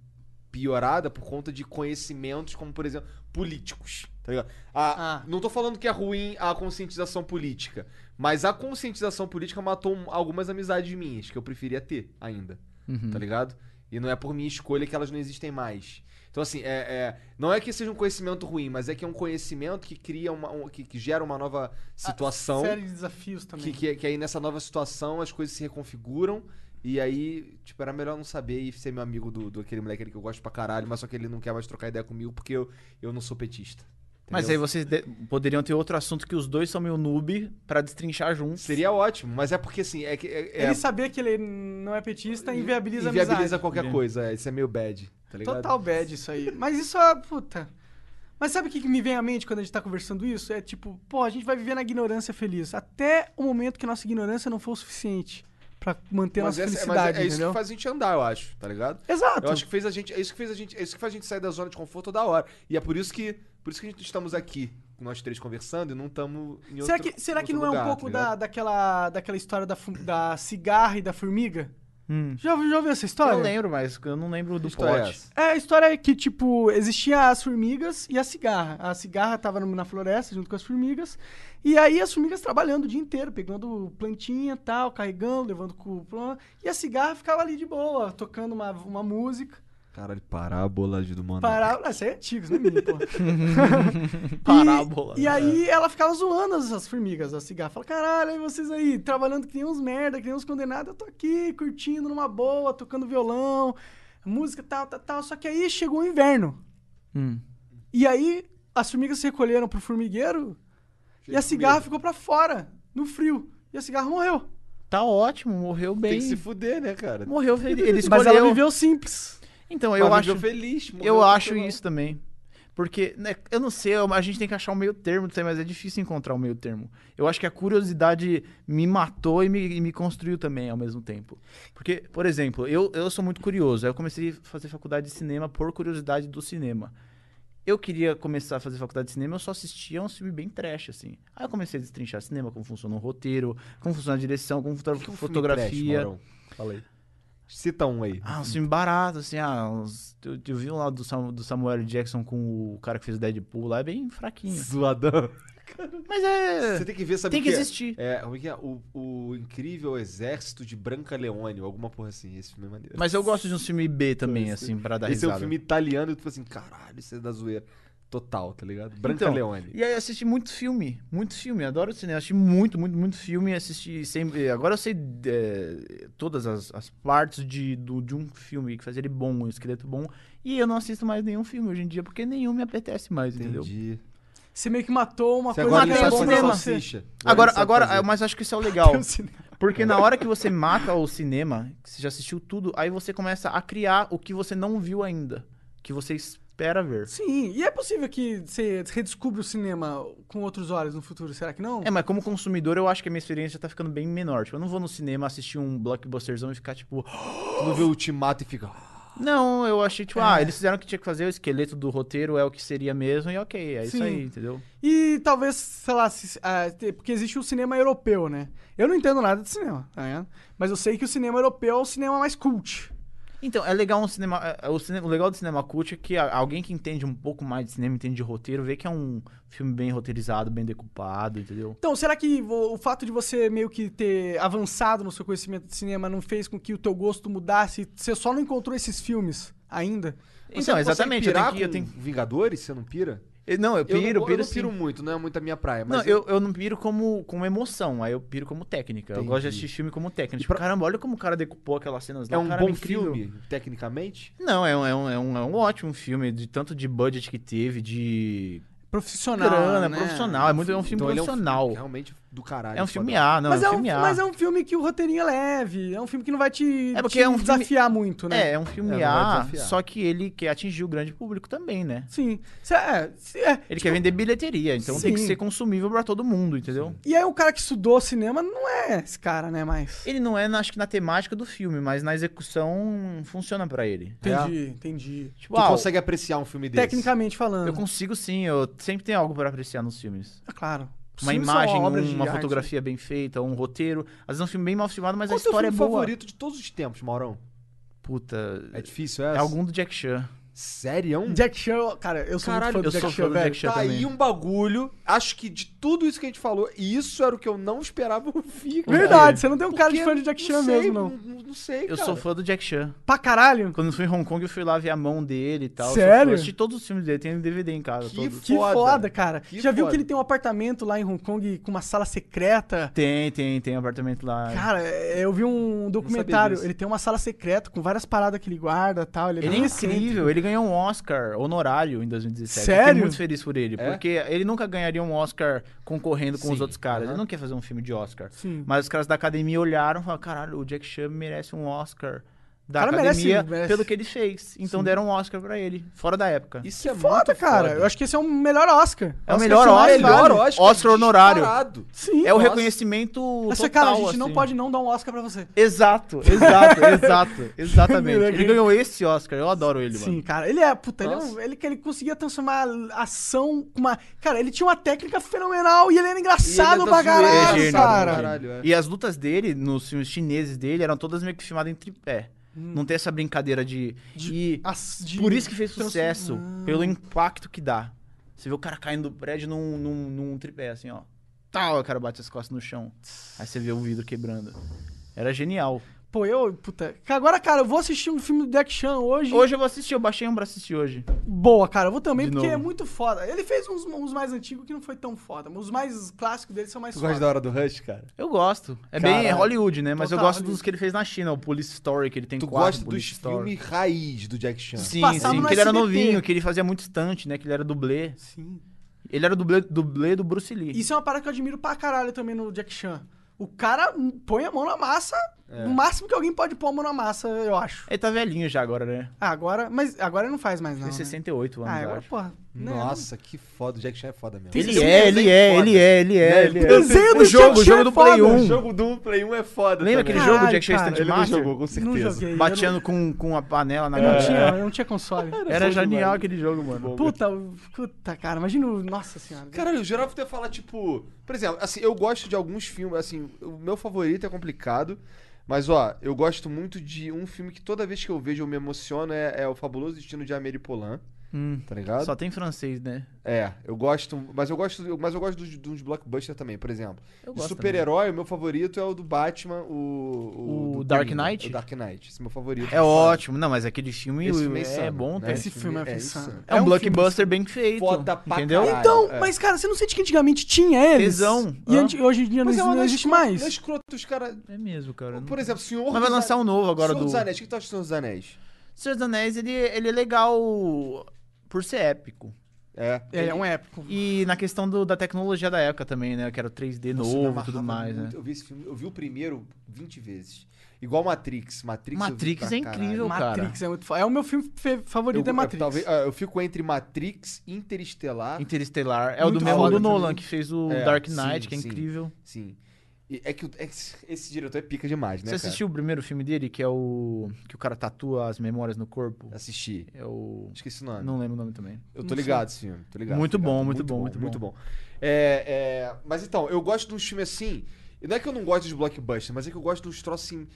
S4: piorada por conta de conhecimentos como, por exemplo, políticos. Tá ligado? A-
S2: Ah.
S4: Não tô falando que é ruim a conscientização política, mas a conscientização política matou um- algumas amizades minhas que eu preferia ter ainda.
S2: Uhum.
S4: Tá ligado? E não é por minha escolha que elas não existem mais. Então, assim, é, é- não é que seja um conhecimento ruim, mas é que é um conhecimento que cria uma. um- que, que gera uma nova
S3: Então,
S4: situação.
S2: Série de desafios
S4: Que,
S2: Ah, também.
S4: que, que aí nessa nova situação as coisas se reconfiguram. E aí, tipo, era melhor não saber e ser meu amigo do, do aquele moleque ali que eu gosto pra caralho, mas só que ele não quer mais trocar ideia comigo porque eu, eu não sou petista.
S3: Mas aí
S4: entendeu?
S3: vocês de- poderiam ter outro assunto que os dois são meu noob pra destrinchar juntos.
S4: Seria ótimo, mas é porque assim, é que. É, é-
S2: Ele saber que ele não é petista inviabiliza,
S4: inviabiliza
S2: amizade. né?
S4: qualquer coisa, é, isso é meio bad, tá ligado?
S2: Total bad isso aí. Mas isso é. Puta. Mas sabe o que, que me vem à mente quando a gente tá conversando isso? É tipo, pô, a gente vai viver na ignorância feliz. Até o momento que nossa ignorância não for o suficiente pra manter
S4: Mas
S2: nossa
S4: essa- mas é,
S2: felicidade,
S4: é isso
S2: entendeu?
S4: que faz a gente andar, eu acho, tá ligado?
S2: Exato.
S4: Eu acho que fez a gente, é isso que fez a gente, é isso que faz a gente sair da zona de conforto toda hora. E é por isso que, por isso que a gente estamos aqui, nós três conversando e não estamos em outro
S2: Será que, será
S4: em
S2: que não
S4: outro
S2: é um
S4: lugar, tá
S2: pouco da,
S4: ligado?
S2: daquela, daquela história da, fu- da cigarra e da formiga? Já, já ouviu essa história?
S3: Eu lembro, mas eu não lembro do
S4: História é
S3: plot.
S4: essa?
S2: É, a história é que, tipo, existia as formigas e a cigarra. A cigarra tava no- na floresta junto com as formigas. E aí as formigas trabalhando o dia inteiro, pegando plantinha e tal, carregando, levando cúpula. E a cigarra ficava ali de boa, tocando uma, uma música.
S4: Caralho, parábola de do mano.
S2: Parábola. Isso aí é antigo, isso não é minha, porra.
S3: Parábola. né?
S2: E, e aí ela ficava zoando as, as formigas, a cigarra. Fala, caralho, aí vocês aí, trabalhando que nem uns merda, que nem uns condenados, eu tô aqui curtindo numa boa, tocando violão, música tal, tal, tal. Só que aí chegou o inverno.
S3: Hum.
S2: E aí as formigas se recolheram pro formigueiro e a cigarra ficou pra fora, no frio. E a cigarra morreu.
S3: Tá ótimo, morreu bem.
S4: Tem que se fuder, né, cara?
S3: Morreu feliz. Ele
S2: Mas
S3: escolheu.
S2: ela viveu simples.
S3: Então,
S4: Mas
S3: eu
S4: viveu
S3: acho.
S4: feliz,
S3: Eu
S4: morreu,
S3: acho
S4: sei lá.
S3: isso também. Porque, né, eu não sei, eu- a gente tem que achar um meio termo, não sei, mas é difícil encontrar um meio termo. Eu acho que a curiosidade me matou e me, e me construiu também ao mesmo tempo. Porque, por exemplo, eu, eu sou muito curioso. Aí eu comecei a fazer faculdade de cinema por curiosidade do cinema. Eu queria começar a fazer faculdade de cinema, eu só assistia uns filmes bem trash, assim. Aí eu comecei a destrinchar cinema, como funciona um roteiro, como funciona a direção, como funciona
S4: O que é um filme
S3: fotografia.
S4: trash, Maurão? Fala aí. Cita um aí.
S3: Ah, um filme barato, assim, ah, uns- eu, eu vi um lá do, Sam- do Samuel L. Jackson com o cara que fez o Deadpool lá, é bem fraquinho.
S4: Zoadão.
S3: Mas é...
S4: Você tem que ver, sabe
S3: Tem
S4: o
S3: que
S4: quê?
S3: existir.
S4: É, como é que é? O, o incrível exército de Branca Leone, ou alguma porra assim. Esse filme é maneiro.
S3: Mas eu gosto de um filme B também, assim, pra dar
S4: Esse é
S3: risada.
S4: um filme italiano, tipo assim, caralho, isso é da zoeira. Total, tá ligado? Branca
S3: Então,
S4: Leone.
S3: E aí eu assisti muito filme, muito filme, adoro cinema, assisti muito, muito, muito filme, assisti sempre... Agora eu sei é, todas as, as partes de, do, de um filme que faz ele bom, um esqueleto bom, e eu não assisto mais nenhum filme hoje em dia, porque nenhum me apetece mais, entendeu?
S4: Entendi.
S2: Você meio que matou uma
S4: Você
S2: coisa
S4: agora
S2: que
S4: não
S2: era
S4: sabe é
S2: bom
S4: fazer
S2: pra
S3: cinema.
S2: você.
S4: salsicha.
S3: é
S4: tá
S3: Agora,
S4: não sabe
S3: agora,
S4: fazer.
S3: ah, mas acho que isso é o legal.
S2: o um cinema. É.
S3: Porque na hora que você mata o cinema, que você já assistiu tudo, aí você começa a criar o que você não viu ainda, que você espera ver.
S2: Sim, e é possível que você redescubra o cinema com outros olhos no futuro, será que não?
S3: É, mas como consumidor, eu acho que a minha experiência tá ficando bem menor. Tipo, eu não vou no cinema assistir um blockbusterzão e ficar tipo,
S4: Tu não vê o ultimato e fica. "Ah,
S3: Então, não, eu achei tipo,
S2: É.
S3: ah, eles fizeram o que tinha que fazer, o esqueleto do roteiro é o que seria mesmo e OK, é
S2: Sim.
S3: isso aí, entendeu?
S2: E talvez, sei lá, se- ah, te- porque existe o cinema europeu, né? Eu não entendo nada de cinema, tá ligado? Mas eu sei que o cinema europeu é o cinema mais cult.
S3: Então, é legal um cinema. é- é O, cine- o legal do cinema cult é que a- alguém que entende um pouco mais de cinema, entende de roteiro, vê que é um filme bem roteirizado, bem decupado, entendeu?
S2: Então, será que vo- o fato de você meio que ter avançado no seu conhecimento de cinema não fez com que o teu gosto mudasse? Você só não encontrou esses filmes ainda?
S4: você
S3: Então,
S4: não consegue
S3: exatamente. Eu tenho
S4: Pirar
S3: que, eu
S4: com
S3: tenho-
S4: Vingadores? Você não pira?
S3: Eu- Não, eu
S4: eu
S3: piro,
S4: não, eu
S3: piro
S4: não piro
S3: sim.
S4: muito, não é muito a minha praia.
S3: Não,
S4: Mas
S3: eu, eu não piro como, como emoção, aí eu piro como técnica. Eu gosto
S4: Entendi.
S3: de assistir filme como técnica. Tipo, caramba, olha como o cara decupou aquelas cenas lá.
S4: É um
S3: cara,
S4: bom
S3: incrível.
S4: filme, tecnicamente.
S3: Não, é um, é, um, é, um, é um ótimo filme, de tanto de budget que teve, de
S2: Profissional,
S3: grana,
S2: né?
S3: profissional. É, muito, é um filme
S4: ele é um
S3: profissional.
S4: filme realmente do caralho.
S3: É um filme
S4: foda.
S3: A, não,
S2: mas,
S3: é
S2: é
S3: um
S2: um,
S3: filme A.
S2: mas é um filme que o roteirinho é leve. É um filme que não vai te,
S3: É porque
S2: te
S3: é um filme-
S2: desafiar muito, né?
S3: É, é um filme
S4: É, não vai
S3: A,
S4: desafiar.
S3: só que ele quer atingir o grande público também, né?
S2: Sim. Cê- é, cê- é.
S3: Ele quer vender bilheteria, então tem que
S2: Sim.
S3: ser consumível pra todo mundo, entendeu?
S2: E aí o cara que estudou cinema não é esse cara, né? Mas.
S3: Ele não é, na- acho que na temática do filme, mas na execução funciona pra ele.
S2: Entendi, entendi.
S3: Tipo,
S4: Tu
S3: ah,
S4: consegue apreciar um filme desse?
S2: Tecnicamente falando.
S3: Eu consigo sim, eu sempre tenho algo pra apreciar nos filmes.
S2: É claro. Os
S3: Uma
S2: filmes são
S3: imagem,
S2: obras de
S3: uma
S2: arte.
S3: fotografia bem feita, um roteiro. Às vezes é um filme bem mal filmado, mas
S4: Qual
S3: a
S4: o teu
S3: história
S4: filme
S3: é boa.
S4: favorito de todos os tempos, Maurão?
S3: Puta.
S4: É um? difícil
S3: É
S4: essa?
S3: algum do Jack Chan.
S4: Sério?
S2: Jack Chan, cara, eu sou
S4: Caralho,
S2: muito fã do
S3: eu
S2: Jack
S3: sou
S2: Chan,
S3: fã do
S2: velho.
S3: Jack Chan.
S4: Tá
S3: também.
S4: aí um bagulho. Acho que de tudo isso que a gente falou, e isso era o que eu não esperava ouvir. cara.
S2: Verdade, você não tem um cara de
S4: Porque
S2: fã de Jack Chan
S4: sei,
S2: mesmo, não.
S4: Não, sei,
S3: Eu
S4: cara.
S3: sou fã do Jack Chan.
S2: Pra caralho?
S3: Quando eu fui em Hong Kong, eu fui lá ver a mão dele e tal. Eu sou
S2: Sério?
S3: fã. Eu assisti todos os filmes dele, tem um DVD em casa.
S4: Que
S3: todos.
S2: Que
S4: Foda.
S2: foda, cara.
S4: Que
S2: Já viu
S4: foda.
S2: que ele tem um apartamento lá em Hong Kong com uma sala secreta?
S3: Tem, tem, tem apartamento lá.
S2: Cara, é, eu vi um documentário.
S4: disso.
S2: Ele tem uma sala secreta com várias paradas que ele guarda e tal. Ele é
S3: Ele é
S2: bem recente.
S3: incrível, ele ganhou um Oscar honorário em 2017. Eu
S2: Sério? É?
S3: Fiquei muito feliz por ele, porque ele nunca ganharia um Oscar concorrendo com os outros caras. Ele não quer fazer um filme de Oscar.
S2: Sim.
S3: Mas os caras da academia olharam e falaram: caralho, o Jack Chan merece um Oscar da
S2: Cara, merece,
S3: academia
S2: merece.
S3: pelo que ele fez. Então deram um Oscar pra ele, fora da época.
S4: Isso
S2: Que
S4: é
S2: foda,
S4: muito
S2: cara.
S4: foda.
S2: Eu acho que esse é o melhor Oscar.
S3: É o
S2: Oscar
S3: melhor
S2: que mais
S3: Oscar.
S2: vale.
S3: Melhor Oscar honorário.
S4: disparado.
S2: Sim.
S3: É o
S2: nossa.
S3: reconhecimento.
S2: Mas,
S3: total,
S2: cara, a gente não
S3: assim.
S2: pode não dar um Oscar pra você.
S3: Exato, exato, exato. Exatamente.
S2: Ele
S3: Ele ganhou esse Oscar, eu adoro ele,
S2: Sim,
S3: mano.
S2: cara. Ele é, puta, ele, é um-
S4: Nossa.
S2: ele, ele conseguia transformar a ação com uma. Cara, ele tinha uma técnica fenomenal e ele era engraçado
S4: E ele é
S2: pra
S4: da zoeira,
S2: caralho,
S3: gênio,
S2: cara.
S3: gênio.
S4: Caralho, é.
S3: E as lutas dele, nos filmes chineses dele, eram todas meio que filmadas em tripé. Não tem essa brincadeira de. e
S2: As- de-
S3: por isso que fez
S2: trans-
S3: sucesso, pelo impacto que dá. Você vê o cara caindo do prédio num, num, num tripé, assim, ó. Tal, o cara bate as costas no chão. Aí você vê o vidro quebrando. Era genial.
S2: Pô, eu, puta. que Agora, cara, eu vou assistir um filme do Jack Chan hoje.
S3: Hoje eu vou assistir, eu baixei um pra assistir hoje.
S2: Boa, cara. Eu vou também,
S3: De
S2: porque é
S3: novo.
S2: muito foda. Ele fez uns, uns mais antigos que não foi tão foda. mas Os mais clássicos dele são mais
S4: Tu
S2: foda.
S4: gosta da hora do Rush, cara?
S3: Eu gosto. É bem é
S4: Caralho.
S3: Hollywood, né? Mas eu
S2: Total
S3: gosto
S2: Hollywood.
S3: dos que ele fez na China, o Police Story, que ele tem
S4: Tu
S3: quatro
S4: gosta dos
S3: Police Story.
S4: filmes raiz do Jack Chan.
S3: Sim,
S2: Passava
S3: sim,
S2: no
S3: que ele era
S2: SBT.
S3: novinho, que ele fazia muito stunt, né? Que ele era dublê.
S2: Sim.
S3: Ele era dublê, dublê do Bruce Lee.
S2: Isso é uma parada que eu admiro pra caralho também no Jack Chan. O cara põe a mão na massa, no máximo que alguém pode pôr a mão na massa, eu acho.
S3: Ele tá velhinho já agora, né?
S2: Ah, agora, mas agora ele não faz mais, não.
S3: Tem
S2: né?
S3: 68 anos,
S2: Ah,
S3: eu
S2: agora,
S3: acho.
S2: porra. né?
S4: Nossa, que foda. O Jack Chan é foda mesmo.
S2: Tem-
S3: Ele
S2: Isso
S3: é,
S2: mesmo,
S3: ele
S2: hein?
S3: é,
S2: Foda.
S3: ele é, ele é, ele
S2: O
S3: é.
S2: desenho do
S3: O jogo,
S2: Jack
S3: o
S2: Chan
S3: jogo
S2: é
S3: do Play
S2: foda.
S3: 1.
S2: O
S4: jogo do Play 1 é foda também.
S3: Lembra aquele jogo
S2: Caralho,
S3: Jack Chan
S2: cara,
S3: Stunt
S2: ele
S4: Ele não
S3: Master?
S4: jogou, com
S2: Não É.
S4: certeza.
S2: joguei. eu
S3: Bateando com, com a panela na
S2: Não, não
S3: cabeça.
S2: tinha, eu não tinha console.
S3: Era genial aquele jogo, mano.
S2: Puta, puta, cara, imagina. o- Nossa senhora.
S4: Caralho, eu jurava que tu ia falar, tipo. Por exemplo, assim, eu gosto de alguns filmes, assim, o meu favorito é complicado. Mas, ó, eu gosto muito de um filme que toda vez que eu vejo eu me emociono, é, é O Fabuloso Destino de Amélie Poulain,
S3: Hum,
S4: tá ligado?
S3: Só tem francês, né?
S4: É, eu gosto, mas eu gosto, mas eu gosto dos, dos blockbusters também, por exemplo.
S3: Eu
S4: De
S3: gosto
S4: super-herói, o meu favorito é o do Batman, o
S3: O
S4: do
S3: Dark
S4: Coringa,
S3: Knight?
S4: O Dark Knight, esse é meu favorito.
S3: É ótimo. Não, mas aquele filme,
S4: Esse filme é
S3: é,
S4: insano,
S3: bom,
S4: né?
S3: tá?
S2: Esse filme é
S4: É
S2: insano.
S4: isso.
S3: É um,
S2: filme
S3: blockbuster bem feito.
S4: Foda pra
S3: entendeu?
S4: caralho.
S2: Então,
S4: É.
S2: mas cara, você não sente que antigamente tinha eles?
S3: Tesão.
S2: E
S3: Hã?
S2: anti- hoje em dia não,
S4: Mas é uma
S2: não
S4: das
S2: existe
S4: escro-
S2: mais.
S4: da escrota dos caras.
S3: É mesmo, cara.
S4: Por exemplo, Senhor
S3: Mas vai
S4: dos
S3: lançar
S4: An-
S3: um novo agora
S4: Senhor
S3: do.
S4: dos Anéis. O que que tu acha do Senhor dos Anéis?
S3: Senhor dos Anéis, ele, ele é legal por ser épico.
S4: É.
S2: É, é um épico.
S3: E na questão do- da tecnologia da época também, né? Que era o 3D
S4: Nossa, eu me
S3: novo e
S4: amarrava
S3: tudo mais,
S4: muito.
S3: né?
S4: Eu vi esse filme, eu vi o primeiro 20 vezes. Igual Matrix. Matrix, eu vi
S3: Matrix
S4: pra
S3: é incrível,
S4: caralho.
S3: cara.
S2: Matrix é muito foda. É o meu filme fe- favorito, é
S4: Eu,
S2: Matrix.
S4: Eu, talvez, ah, eu fico entre Matrix, Interestelar.
S3: Interestelar. É o
S2: Muito
S3: do mesmo
S2: foda
S3: do Nolan,
S2: também.
S3: que fez o
S4: É,
S3: Dark
S4: sim,
S3: Knight, que é
S4: sim.
S3: incrível.
S4: Sim. E é que o- é que esse- esse diretor é pica demais, né?
S3: Você assistiu o primeiro filme dele, que é o. que o cara tatua as memórias no corpo?
S4: Cara? Assisti.
S3: É o.
S4: Esqueci o nome.
S3: Não lembro o nome também.
S4: Eu tô ligado esse filme, tô ligado.
S3: Muito
S4: tô ligado.
S3: bom, muito bom, muito
S4: muito bom. É, é, mas então, eu gosto de uns filmes assim. e Não é que eu não gosto dos blockbusters, mas é que eu gosto dos troços assim.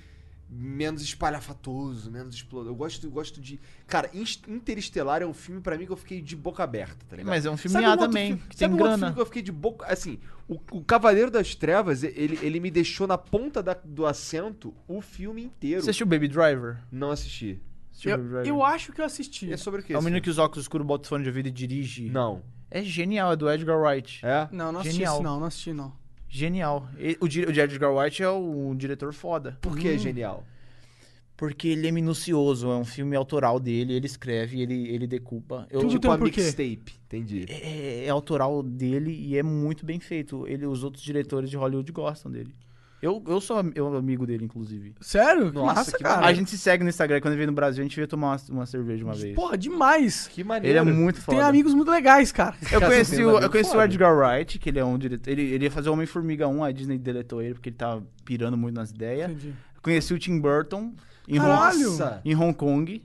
S4: Menos espalhafatoso, menos explodido. Eu gosto, eu gosto de. Cara, Inst- Interestelar é um filme pra mim que eu fiquei de boca aberta, tá ligado?
S3: Mas é um filme
S4: Sabe um
S3: A
S4: outro
S3: também,
S4: fi-
S3: que
S4: sabe
S3: tem
S4: um outro filme
S3: grana.
S4: que eu fiquei de boca. Assim, o, o Cavaleiro das Trevas, ele, ele me deixou na ponta da- do assento o filme inteiro.
S3: Você assistiu Baby Driver?
S4: Não assisti.
S3: Assistiu Baby
S2: Eu,
S3: Driver?
S2: eu acho que eu assisti.
S4: É sobre o quê?
S3: É o
S4: esse
S3: menino
S4: filme?
S3: que usa óculos escuros, bota o fone de ouvido e dirige.
S4: Não.
S3: É genial, é do Edgar Wright.
S4: É?
S2: Não, não assisti
S3: Genial.
S2: isso, não, não assisti, não.
S3: Genial. E- O, di- o Edgar Wright é um diretor foda.
S4: Por que é genial?
S3: Porque ele é minucioso, é um filme autoral dele, ele escreve, ele, ele decupa. Eu,
S2: Tudo
S3: tipo,
S2: tem um
S4: a
S2: porquê.
S4: mixtape, entendi.
S3: é, é autoral dele e é muito bem feito. Ele, os outros diretores de Hollywood gostam dele. Eu, eu sou am- eu, amigo dele, inclusive.
S2: Sério? Que
S4: Nossa,
S2: massa,
S4: que
S2: cara.
S3: A gente se segue no Instagram. Quando ele veio no Brasil, a gente veio tomar uma, uma cerveja uma vez.
S2: Porra, demais.
S4: Que maneiro.
S3: ele é muito foda.
S2: Tem amigos muito legais, cara.
S3: Eu
S4: Cara,
S3: conheci,
S4: tem um
S3: o,
S4: amigo
S3: eu conheci o
S4: foda.
S3: Edgar Wright, que ele é um diretor. Ele, ele ia fazer Homem-Formiga 1, a Disney deletou ele porque ele tava pirando muito nas ideias.
S2: Entendi.
S3: Conheci o Tim Burton em, Hong,
S2: Caralho.
S4: Nossa.
S3: em Hong Kong.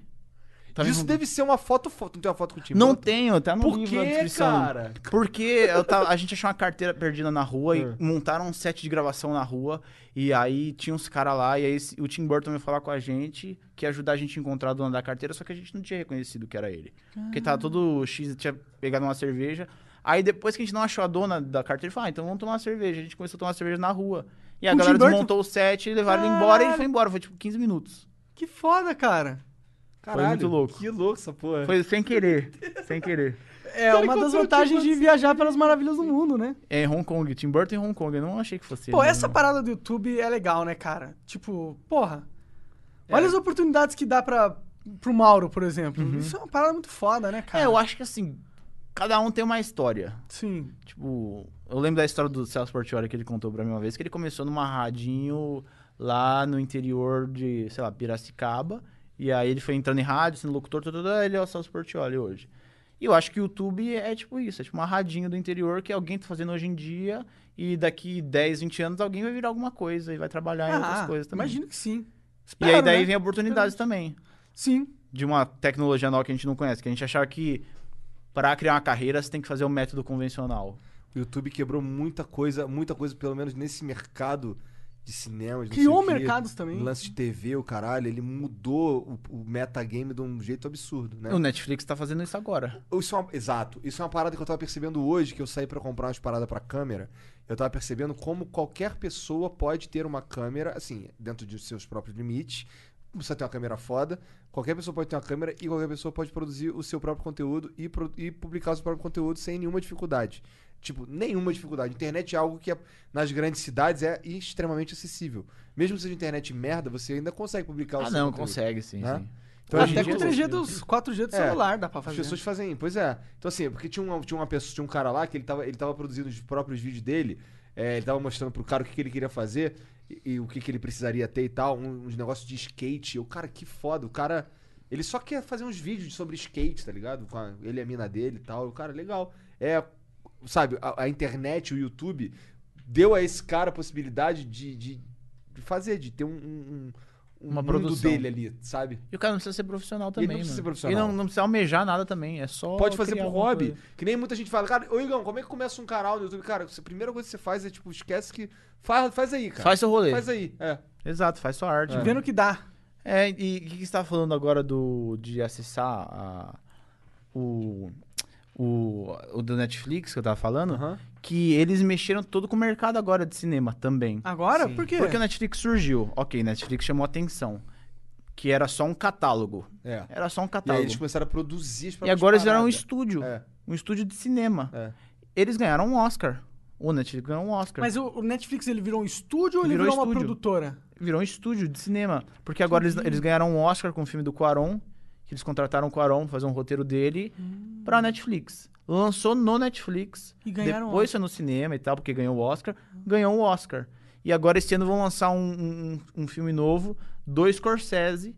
S3: Também
S4: Isso
S3: não-
S4: deve ser uma foto, foto. Não tem uma foto com o né? Tim
S3: Não
S4: Burton?
S3: tenho, tá no
S4: Por
S3: livro na
S4: quê,
S3: descrição.
S4: cara? É.
S3: Porque eu tava- a gente achou uma carteira perdida na rua e montaram um set de gravação na rua. E aí tinha uns caras lá, e aí esse- o Tim Burton veio falar com a gente, que ia ajudar a gente a encontrar o dono da carteira, só que a gente não tinha reconhecido que era ele. Porque
S2: Ah.
S3: tava todo X, tinha pegado uma cerveja. Aí depois que a gente não achou a dona da carteira, ele falou, ah, então vamos tomar uma cerveja. A gente começou a tomar cerveja na rua. E a
S2: Com o
S3: galera
S2: Tim Burton?
S3: desmontou o set, levaram ele embora e ele
S2: Caralho.
S3: foi embora. Foi tipo 15 minutos.
S2: Que foda, cara.
S4: Caralho,
S3: muito louco.
S4: Que louco essa porra.
S3: Foi sem querer, sem querer.
S2: É uma das
S3: tipo
S2: vantagens
S3: assim?
S2: de viajar pelas maravilhas do mundo, né?
S3: É em Hong Kong, Tim Burton em Hong Kong. Eu não achei que fosse.
S2: Pô,
S3: ele, né?
S2: essa
S3: não.
S2: parada do YouTube é legal, né, cara? Tipo, porra. Olha as oportunidades que dá pra, pro Mauro, por exemplo. Isso é uma parada muito foda, né, cara?
S3: É, eu acho que assim, cada um tem uma história.
S2: Sim.
S3: Tipo, eu lembro da história do Celso Portioli que ele contou pra mim uma vez, que ele começou numa radinho lá no interior de, sei lá, Piracicaba. E aí ele foi entrando em rádio, sendo locutor, tudo, tudo, ele é o Celso Portioli hoje. E eu acho que o YouTube é tipo isso, é tipo uma radinho do interior que alguém tá fazendo hoje em dia e daqui 10, 20 anos alguém vai virar alguma coisa e vai trabalhar em outras
S2: Ah,
S3: coisas também.
S2: Imagino que sim.
S3: E aí
S2: Espero,
S3: daí
S2: né?
S3: vem oportunidades também
S2: Sim.
S3: de uma tecnologia nova que a gente não conhece, que a gente achava que para criar uma carreira você tem que fazer o método convencional.
S4: O YouTube quebrou muita coisa, muita coisa, pelo menos nesse mercado de cinema. de não
S2: Criou
S4: sei o quê,
S2: mercados também.
S4: Lance de TV, o caralho. Ele mudou o, o metagame de um jeito absurdo, né?
S3: O Netflix tá fazendo isso agora.
S4: Isso é uma- exato. Isso é uma parada que eu tava percebendo hoje, que eu saí pra comprar umas paradas pra câmera. Eu tava percebendo como qualquer pessoa pode ter uma câmera, assim, dentro de seus próprios limites. Não precisa ter uma câmera foda. Qualquer pessoa pode ter uma câmera e qualquer pessoa pode produzir o seu próprio conteúdo e, pro- e publicar o seu próprio conteúdo sem nenhuma dificuldade. Tipo, nenhuma dificuldade. Internet é algo que é- nas grandes cidades é extremamente acessível. Mesmo que seja internet merda, você ainda consegue publicar o
S3: Ah,
S4: seu
S3: não,
S4: conteúdo.
S3: consegue sim,
S4: Tá Né?
S3: sim.
S4: Então, hoje em
S2: Até
S4: dia-
S2: com 3G dos 4G do
S4: É,
S2: celular dá pra
S4: as
S2: fazer.
S4: pessoas fazem, pois é. Então, assim, porque tinha uma, tinha uma pessoa, tinha um cara lá que ele tava, ele tava produzindo os próprios vídeos dele. é, ele tava mostrando pro cara o que, que ele queria fazer e, e o que, que ele precisaria ter e tal. um- uns negócios de skate. Eu, cara, que foda. O cara. Ele só quer fazer uns vídeos sobre skate, tá ligado? Com a- ele e a mina dele e tal. O cara, legal. É. Sabe, a, a internet, o YouTube, deu a esse cara a possibilidade de, de- de fazer, de ter um. um- um- um
S3: Uma
S4: mundo
S3: produção.
S4: dele ali, sabe?
S3: E o cara não precisa ser
S4: E
S3: profissional
S4: ele
S3: também.
S4: não precisa ser
S3: mano.
S4: profissional.
S3: E não, não precisa almejar nada também, é só
S4: Pode fazer
S3: criar
S4: pro
S3: alguma
S4: hobby.
S3: coisa.
S4: Que nem muita gente fala, cara, ô Igão, como é que começa um canal no YouTube? Cara, a primeira coisa que você faz é, tipo, esquece que. Faz, faz aí, cara.
S3: Faz seu rolê.
S4: Faz aí. É.
S3: Exato, faz sua arte.
S2: né? Vendo o que dá.
S3: É, e o que, que você tá falando agora do, de acessar a- o, o, o do Netflix que eu tava falando? Que eles mexeram todo com o mercado agora de cinema também.
S4: Ah,
S2: Agora? Por quê?
S3: Porque o Netflix surgiu. Ok, Netflix chamou atenção. Que era só um catálogo.
S4: É.
S3: Era só um
S4: E aí
S3: catálogo.
S4: eles começaram a produzir as
S3: E
S4: próprias
S3: agora eles vieram um
S4: paradas.
S3: estúdio.
S4: É.
S3: Um estúdio de cinema.
S4: É.
S3: Eles ganharam um Oscar. O Netflix ganhou um Oscar.
S2: Mas o o Netflix, ele virou um estúdio ou ele
S3: Virou
S2: virou uma
S3: estúdio.
S2: produtora?
S3: Virou um estúdio de cinema. Porque agora eles, eles ganharam um Oscar com o filme do Quaron. Que eles contrataram o Quaron pra fazer um roteiro dele
S4: Hum.
S3: pra Netflix. Lançou no Netflix.
S2: E ganharam o
S3: Depois foi no cinema e tal, porque ganhou o Oscar. Ganhou o Oscar. E agora esse ano vão lançar um, um, um filme novo do Scorsese.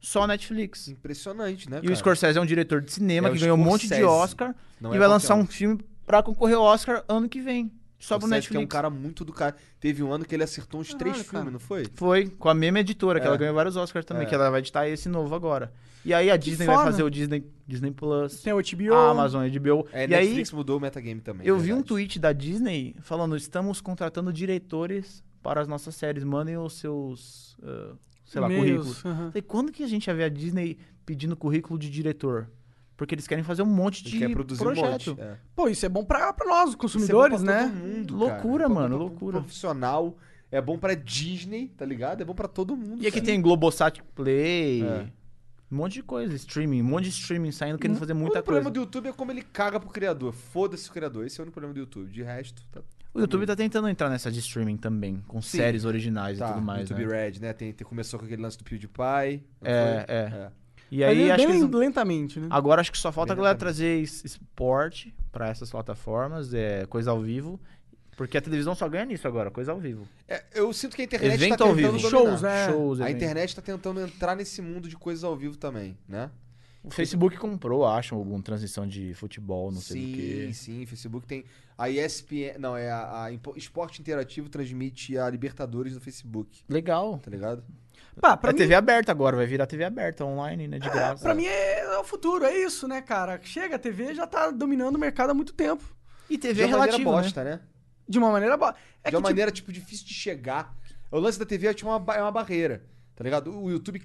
S3: Só Netflix.
S4: Impressionante, né?
S3: E o
S4: cara?
S3: Scorsese é um diretor de cinema
S4: É
S3: que
S4: o
S3: ganhou um monte de
S4: Scorsese.
S3: Oscar
S4: Não
S3: e
S4: é
S3: vai lançar um
S4: qualquer
S3: filme pra concorrer ao Oscar ano que vem. Só pro
S4: Scorsese, que
S3: Netflix.
S4: é um cara muito do cara. Teve um ano que ele acertou uns três
S2: Caralho,
S4: filmes,
S2: cara.
S4: não foi?
S3: Foi com a mesma editora, que
S4: É.
S3: ela ganhou vários Oscars também,
S4: É.
S3: que ela vai editar esse novo agora. E aí a Disney
S2: foda.
S3: vai fazer o Disney, Disney Plus,
S2: Tem o HBO.
S3: a Amazon, a HBO.
S4: É,
S3: e
S4: Netflix mudou o metagame
S3: aí
S4: também.
S3: eu
S4: é
S3: vi um
S4: verdade.
S3: tweet da Disney falando: estamos contratando diretores para as nossas séries, mandem os seus, ah, sei lá,
S2: E-mails,
S3: currículos.
S2: aham.
S3: Falei, quando que a gente ia ver a Disney pedindo currículo de diretor? Porque eles querem fazer um monte
S4: Ele
S3: de
S4: quer produzir
S3: projeto.
S4: um monte. É.
S2: Pô, isso é bom pra, pra nós, os
S4: Isso é bom pra
S2: consumidores,
S4: todo
S2: né?
S4: mundo, cara.
S3: Loucura,
S4: É bom
S3: mano,
S4: pra-
S3: loucura.
S4: Profissional. É bom pra Disney, tá ligado? É bom pra todo mundo.
S3: E aqui
S4: cara.
S3: tem Globosat Play,
S4: É.
S3: um monte de coisa, streaming, um monte de streaming saindo querendo fazer
S4: O
S3: muita
S4: único problema do
S3: coisa.
S4: YouTube é como ele caga pro criador. Foda-se o criador. Esse é o único problema do YouTube. De resto, tá.
S3: O YouTube tá tentando entrar nessa de streaming também, com
S4: Sim.
S3: séries originais
S4: tá,
S3: e tudo mais.
S4: YouTube
S3: né?
S4: Red, né? Tem, tem- começou com aquele lance do PewDiePie. não
S3: É,
S4: foi?
S3: é. E
S2: Mas
S3: aí
S2: é
S3: acho que
S2: bem
S3: eles não- Ah,
S2: lentamente, né?
S3: agora acho que só falta a
S4: Bem
S3: galera trazer es- esporte pra essas plataformas, é coisa ao vivo, porque a televisão só ganha nisso agora, coisa ao vivo.
S4: É, eu sinto que a internet
S3: Evento
S4: tá
S3: ao
S4: tentando dominar.
S3: vivo.
S2: Shows, né?
S3: Shows,
S4: A
S3: evento.
S4: internet tá tentando entrar nesse mundo de coisas ao vivo também, né?
S3: O Facebook comprou, acho, alguma transição de futebol, não sei do
S4: sim,
S3: que.
S4: sim. Facebook tem. A ESPN. Não, é a, a Impo- Esporte Interativo transmite a Libertadores no Facebook,
S3: Legal.
S4: tá ligado?
S2: Pá, pra
S3: é
S2: mim,
S3: TV aberta agora, vai virar TV aberta online, né? De graça.
S2: pra mim é, é o futuro, é isso, né, cara? Chega, a TV já tá dominando o mercado há muito tempo.
S3: E TV
S4: De
S3: é
S4: uma maneira
S3: relativo, né?
S4: bosta, né?
S2: De uma maneira boa. É que,
S4: de uma
S2: tipo,
S4: maneira, tipo, difícil de chegar. O lance da TV é tipo uma, ba- é uma barreira, tá ligado? O YouTube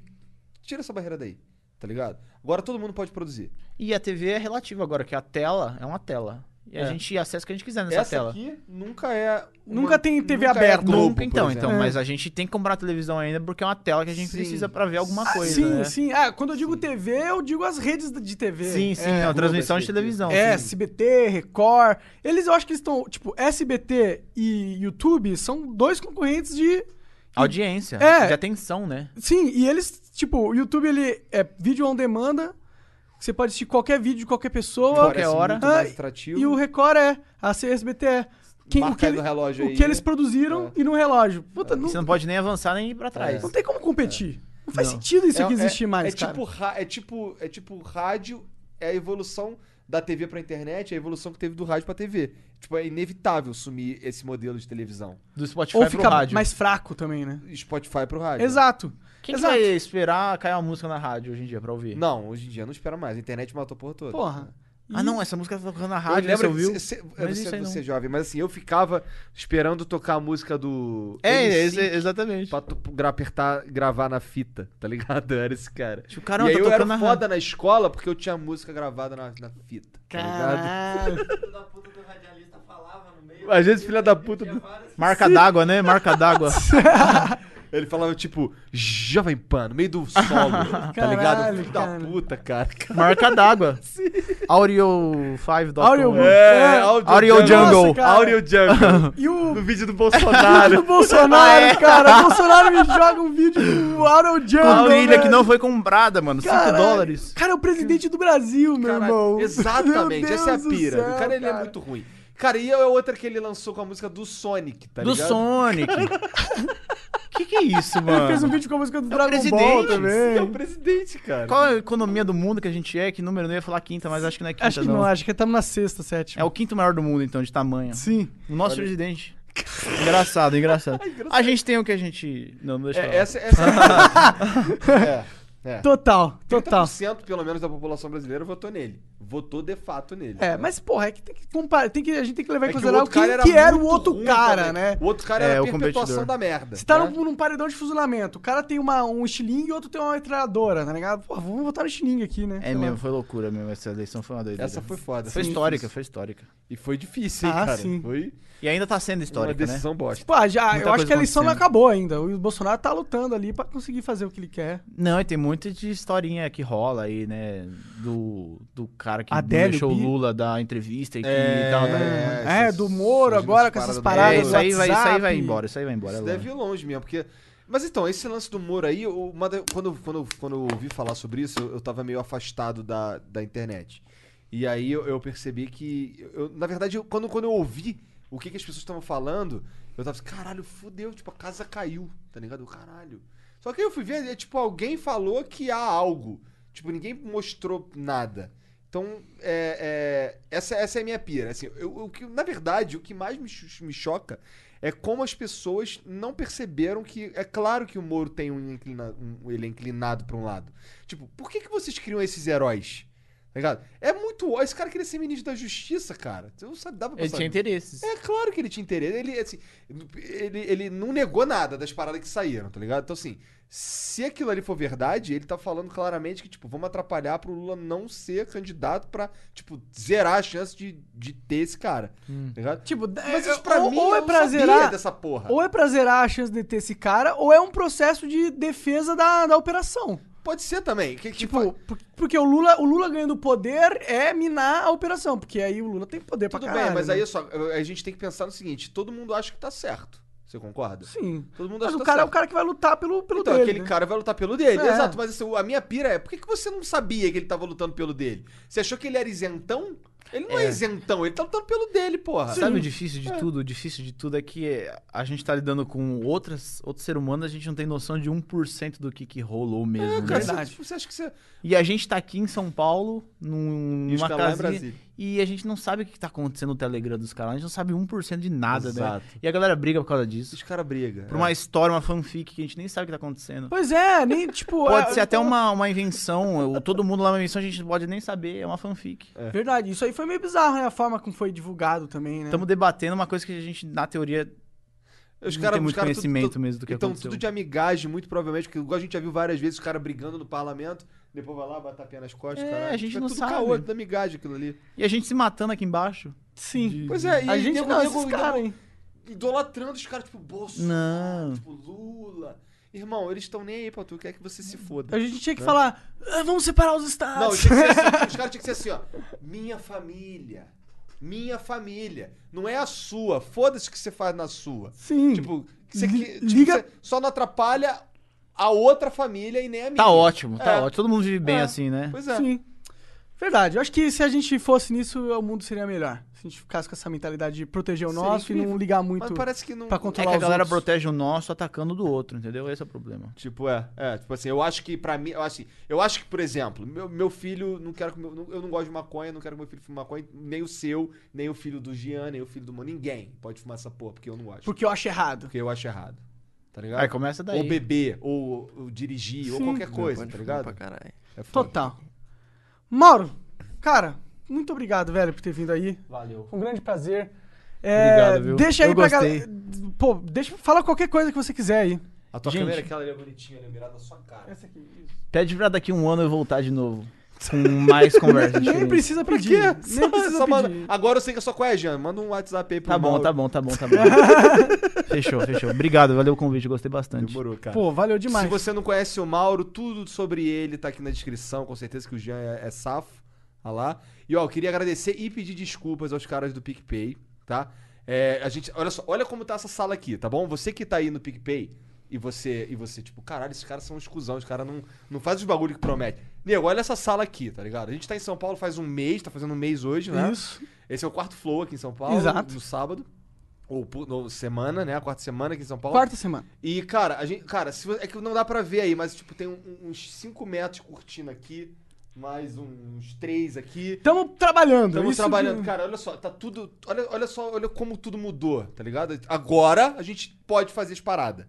S4: tira essa barreira daí, tá ligado? Agora todo mundo pode produzir.
S3: E a TV é relativa agora, que a tela é uma tela. E a gente acessa o que a gente quiser nessa
S4: essa
S3: tela.
S4: aqui nunca é. uma-
S2: Nunca tem TV
S4: nunca
S2: aberta.
S4: É Globo,
S3: Nunca,
S4: por
S3: então,
S4: exemplo.
S3: então. Mas a gente tem que comprar televisão ainda porque é uma tela que a gente
S4: Sim.
S3: precisa pra ver alguma coisa.
S2: sim,
S3: né?
S2: sim. Ah, quando eu digo TV, eu digo as redes de TV.
S3: Sim, sim, é, uma transmissão de televisão.
S2: É,
S3: sim.
S2: SBT, Record. Eles, eu acho que eles estão, tipo, SBT e YouTube são dois concorrentes de.
S3: audiência,
S2: É.
S3: de atenção, né?
S2: Sim, e eles, tipo, o YouTube ele é vídeo on demanda. Você pode assistir qualquer vídeo de qualquer pessoa.
S3: Qualquer hora.
S4: Muito
S2: Ah,
S4: mais
S2: e-
S4: atrativo.
S2: e o Record é. A CSBT é. Quem, o
S4: Marca
S2: que,
S4: aí
S2: ele-
S4: no relógio
S2: o
S4: aí,
S2: que eles
S4: né?
S2: produziram e no relógio. Puta, não,
S3: Você não pode nem avançar nem ir pra trás.
S2: É. não tem como competir. Não faz
S3: Não.
S2: sentido isso
S4: É-
S2: aqui
S4: é-
S2: existir mais,
S4: é
S2: cara.
S4: Tipo, ra- é, tipo, é tipo rádio, é a evolução da TV pra internet, é a evolução que teve do rádio pra TV. Tipo, é inevitável sumir esse modelo de televisão.
S3: Do Spotify
S2: Ou
S3: pro
S2: fica
S3: rádio.
S2: mais fraco também, né?
S4: Spotify pro rádio.
S2: Exato.
S3: Quem que
S2: Exato.
S3: vai esperar cair uma música na rádio hoje em dia pra ouvir?
S4: Não, hoje em dia não espera mais. A internet matou por toda.
S2: Porra.
S3: Ah,
S2: E-
S3: não, essa música tá tocando na
S4: Eu
S3: rádio, né,
S4: lembro
S3: você
S4: que cê-
S3: ouviu?
S4: cê- eu
S3: Mas
S4: não
S3: isso
S4: sei
S3: aí
S4: se
S3: não.
S4: você é jovem, mas assim, eu ficava esperando tocar a música do.
S3: É,
S4: MC
S3: ex- exatamente.
S4: Pra tu gra- apertar, gravar na fita, tá ligado? Eu Era esse cara.
S3: Tipo, caramba,
S4: e aí
S3: tá
S4: eu era
S3: tocando na
S4: foda na escola porque eu tinha música gravada na, na fita, tá ligado? Às vezes, filha da puta. do-
S3: Marca d'água, né? Marca d'água.
S4: Ele falava, tipo, Jovem Pan, no meio do solo, tá ligado?
S2: Caralho,
S4: Filho
S2: cara.
S4: da puta, cara.
S3: Marca d'água. Audio 5.
S2: Audio-
S4: É,
S2: É,
S4: Audio,
S3: né? Audio Jungle.
S2: Nossa, cara.
S4: Audio Jungle.
S2: E o
S4: no vídeo do
S3: Ah,
S4: Bolsonaro.
S2: O Bolsonaro,
S3: é.
S2: cara, o Bolsonaro me joga um vídeo do Arnold Jungle.
S3: Com trilha
S2: velho.
S3: que não foi comprada, mano. 5
S2: Caralho.
S3: dólares.
S2: Cara, é o presidente do Brasil, meu
S4: Caralho,
S2: irmão.
S4: Exatamente,
S2: Meu
S4: essa é a
S2: Deus do
S4: pira.
S2: céu,
S4: o cara, ele é muito ruim. Cara, e a outra que ele lançou com a música do Sonic, tá
S3: do
S4: ligado?
S3: Sonic. que que é isso,
S2: Ele fez um
S3: mano?
S2: vídeo com a música do Dragon Ball
S3: presidente.
S2: também.
S4: É o presidente, cara.
S3: Qual é a economia do mundo que a gente é? Que número? Eu ia falar quinta, mas acho que não é quinta,
S2: Acho que não, acho que estamos na sexta, sétima.
S3: É o quinto maior do mundo, então, de tamanho.
S2: Sim.
S3: O nosso presidente. Engraçado, engraçado. A gente tem o que a gente. Não, não deixa
S4: É,
S3: pra lá.
S4: essa, essa é, é.
S2: Total, total.
S4: 30% pelo menos da população brasileira votou nele. Votou de fato nele.
S2: É, mas porra, é que tem que comparar, tem que, a gente tem que levar em
S4: É que o
S2: consideração
S4: outro cara
S2: quem que era o
S4: muito
S2: outro
S4: ruim
S2: cara,
S4: também.
S2: né?
S4: O outro cara
S3: É,
S4: era a
S3: o
S4: perpetuação
S3: competidor.
S4: da merda.
S2: Você tá
S4: né?
S2: num, num paredão de fuzilamento. O cara tem uma, um estilingue e o outro tem uma metralhadora, tá ligado? Porra, vamos votar no estilingue aqui, né?
S3: É
S2: Sei lá.
S3: mesmo, foi loucura mesmo. Essa eleição foi uma doideira.
S4: Essa foi foda.
S3: Foi
S4: Sim,
S3: histórica,
S4: difícil.
S3: foi histórica.
S4: E foi difícil, hein,
S2: Ah,
S4: cara.
S2: sim.
S4: Foi
S3: E ainda tá sendo histórica,
S4: uma decisão bosta.
S2: Pô, já,
S3: Muita
S2: eu acho
S3: coisa
S2: que a eleição não
S3: acontecendo.
S2: acabou ainda. O Bolsonaro tá lutando ali pra conseguir fazer o que ele quer.
S3: né? Não, e tem muito de historinha que rola aí, né? Do, do cara que
S2: Adélio
S3: deixou o
S2: Bi-
S3: Lula da entrevista e que tal. tal.
S4: é,
S2: É,
S4: essas-
S2: do Moro
S4: essas
S2: agora com essas
S4: paradas
S2: paradas.
S3: É,
S4: do
S3: isso aí, vai, isso aí vai
S2: WhatsApp.
S3: embora, isso aí vai embora.
S4: Isso
S3: é
S4: deve ir longe mesmo, porque. Mas então, esse lance do Moro aí, o- uma da- quando, quando, quando eu ouvi falar sobre isso, eu, eu tava meio afastado da, da internet. E aí eu, eu percebi que. eu- na verdade, eu- quando, quando eu ouvi o que, que as pessoas estavam falando, eu tava assim, caralho, fudeu, tipo, a casa caiu, tá ligado? Caralho. Só que aí eu fui ver, é, tipo, alguém falou que há algo. Tipo, ninguém mostrou nada. Então, é, é, essa, essa é a minha pira. Assim, eu- o que, na verdade, o que mais me, cho- me choca é como as pessoas não perceberam que. É claro que o Moro tem um, inclina, um- ele é inclinado pra um lado. Tipo, por que, que vocês criam esses heróis? Tá ligado? É muito. ó, Esse cara queria ser ministro da justiça, cara. Você não sabe, dá pra
S3: Ele
S4: passar-
S3: tinha interesses.
S4: é claro que ele tinha interesse. Ele, assim, ele, ele não negou nada das paradas que saíram, tá ligado? Então, assim, se aquilo ali for verdade, ele tá falando claramente que, tipo, vamos atrapalhar pro Lula não ser candidato pra, tipo, zerar a chance de, de ter esse cara,
S3: Hum.
S4: tá ligado?
S2: Tipo,
S4: Mas
S2: é,
S4: isso pra
S2: ou,
S4: mim,
S2: ou é
S4: eu
S2: pra
S4: não sabia
S2: zerar.
S4: dessa porra.
S2: Ou é pra zerar a chance de ter esse cara, ou é um processo de defesa da, da operação.
S4: Pode ser também. Que,
S2: Tipo,
S4: tipo,
S2: por- porque o Lula, o Lula ganhando poder é minar a operação, porque aí o Lula tem poder
S4: tudo
S2: pra caralho.
S4: bem, mas
S2: né?
S4: aí é só, a gente tem que pensar no seguinte, todo mundo acha que tá certo. Você concorda?
S2: Sim.
S4: Todo mundo
S2: Mas
S4: acha
S2: o
S4: que tá
S2: cara é
S4: certo.
S2: o cara que vai lutar pelo, pelo
S4: Então,
S2: dele,
S4: aquele
S2: né?
S4: cara vai lutar pelo dele.
S2: É.
S4: Exato, mas assim, a minha pira é: por que, que você não sabia que ele tava lutando pelo dele? Você achou que ele era isentão? Ele não é, isentão, ele tá lutando pelo dele, porra.
S3: Sabe o difícil de tudo? O difícil de tudo é que a gente tá lidando com outras, outro ser humano, a gente não tem noção de 1% do que, que rolou mesmo. né?
S4: Cara, você-
S2: Verdade.
S4: Você acha que você.
S3: E a gente tá aqui em São Paulo, num,
S4: E os
S3: numa
S4: caras lá em
S3: casinha,
S4: Brasília.
S3: E a gente não sabe o que que tá acontecendo no Telegram dos caras. A gente não sabe 1% de nada,
S4: Exato.
S3: né? E a galera briga por causa disso.
S4: Os caras brigam.
S2: é.
S3: Por uma história, uma fanfic que a gente nem sabe o que tá acontecendo.
S2: Pois é, nem tipo.
S3: Pode
S2: é,
S3: ser até uma, uma invenção. eu- todo mundo lá é uma invenção, a gente pode nem saber. É uma fanfic.
S2: Verdade, isso aí foi meio bizarro, né? A forma como foi divulgado também, né?
S3: Estamos debatendo uma coisa que a gente, na teoria,
S4: Os
S3: Não
S4: cara-
S3: tem
S4: os
S3: muito
S4: cara
S3: conhecimento mesmo do que
S4: então,
S3: aconteceu.
S4: tudo de amigagem, muito provavelmente, porque igual a gente já viu várias vezes os caras brigando no parlamento, depois vai lá, bate a pé nas costas,
S3: É,
S4: caralho.
S3: a gente
S4: é
S3: não
S4: tudo
S3: sabe.
S4: caô, é tudo amigagem aquilo ali.
S3: E a gente se matando aqui embaixo?
S2: Sim.
S4: Pois é, e
S2: A gente
S4: nego-
S2: não,
S4: nego-
S2: esses
S4: nego
S2: caras, hein?
S4: idolatrando os caras, tipo, Bolsonaro,
S3: Não.
S4: tipo, Lula. Irmão, eles estão nem aí pra tu, quer que você se foda.
S2: A gente tinha que falar, "Ah, vamos separar os
S4: Né? Não,
S2: estados.
S4: tinha que ser assim, os caras tinham que ser assim, ó. Minha família. Minha família. Não é a sua. Foda-se o que você faz na sua.
S2: Sim.
S4: Tipo, você,
S2: Li-
S4: que- tipo,
S2: liga-
S4: você só não atrapalha a outra família e nem a minha.
S3: Tá ótimo, tá
S4: É.
S3: ótimo. Todo mundo vive bem assim, né?
S4: Pois é.
S2: Sim. Verdade, eu acho que se a gente fosse nisso, o mundo seria melhor. Se a gente ficasse com essa mentalidade de proteger o
S4: Seria
S2: nosso e
S4: incrível.
S2: não ligar
S4: Mas
S2: muito.
S4: parece que não.
S2: pra
S3: É
S2: controlar
S3: que a
S2: os
S3: galera
S2: outros.
S3: protege o nosso atacando o do outro, entendeu? Esse é o problema.
S4: Tipo, é, é, tipo assim, eu acho que pra mim, eu acho, assim, eu acho que, por exemplo, meu, meu filho, não quero que meu- não- eu não gosto de maconha, não quero que meu filho fume maconha, nem o seu, nem o filho do Gian, nem o filho do Mano, ninguém pode fumar essa porra, porque eu não gosto.
S2: Porque eu acho errado.
S4: Porque eu acho errado. Tá ligado?
S3: Aí começa daí.
S4: Ou beber, ou, ou dirigir, ou qualquer coisa, tá ligado? É foda.
S2: Total. Mauro, cara, muito obrigado, velho, por ter vindo aí.
S4: Valeu.
S2: Foi um grande prazer. É,
S3: Obrigado, viu?
S2: Deixa aí
S3: Eu
S2: pra
S3: gostei.
S2: galera. Pô, deixa, fala qualquer coisa que você quiser aí.
S4: A tua
S3: Gente. é
S4: câmera, aquela ali é bonitinha, né? Mirada na sua cara.
S3: Pede pra daqui um ano eu voltar de novo. Com mais conversa.
S2: Nem
S3: diferente.
S2: precisa pedir. Nem precisa
S4: Só manda-
S2: pedir.
S4: Agora eu sei que é só qual é, Jean. Manda um WhatsApp aí pro
S3: Tá bom,
S4: Mauro.
S3: tá bom, tá bom, tá bom. fechou, fechou. Obrigado, valeu o convite, gostei bastante.
S4: Demorou, cara.
S2: Pô, valeu demais.
S4: Se você não conhece o Mauro, tudo sobre ele tá aqui na descrição. Com certeza que o Jean é, é safo. Olha lá. E ó, eu queria agradecer e pedir desculpas aos caras do PicPay, tá? É, a gente, olha só, olha como tá essa sala aqui, tá bom? Você que tá aí no PicPay e você, e você tipo, caralho, esses caras são uns cuzão, os caras não, não fazem os bagulho que promete. Nego, olha essa sala aqui, tá ligado? A gente tá em São Paulo faz um mês, tá fazendo um mês hoje, né?
S2: Isso.
S4: Esse é o quarto flow aqui em São Paulo,
S2: Exato.
S4: no sábado. Ou pu- no, semana, né? A quarta semana aqui em São Paulo.
S2: Quarta semana.
S4: E, cara, a gente. Cara, se, vo- é que não dá pra ver aí, mas, tipo, tem um- uns 5 metros curtindo aqui, mais um- uns 3 aqui.
S2: Tamo trabalhando.
S4: Estamos
S2: Então isso
S4: trabalhando,
S2: que-
S4: cara, olha só, tá tudo. Olha, olha só, olha como tudo mudou, tá ligado? Agora a gente pode fazer as paradas.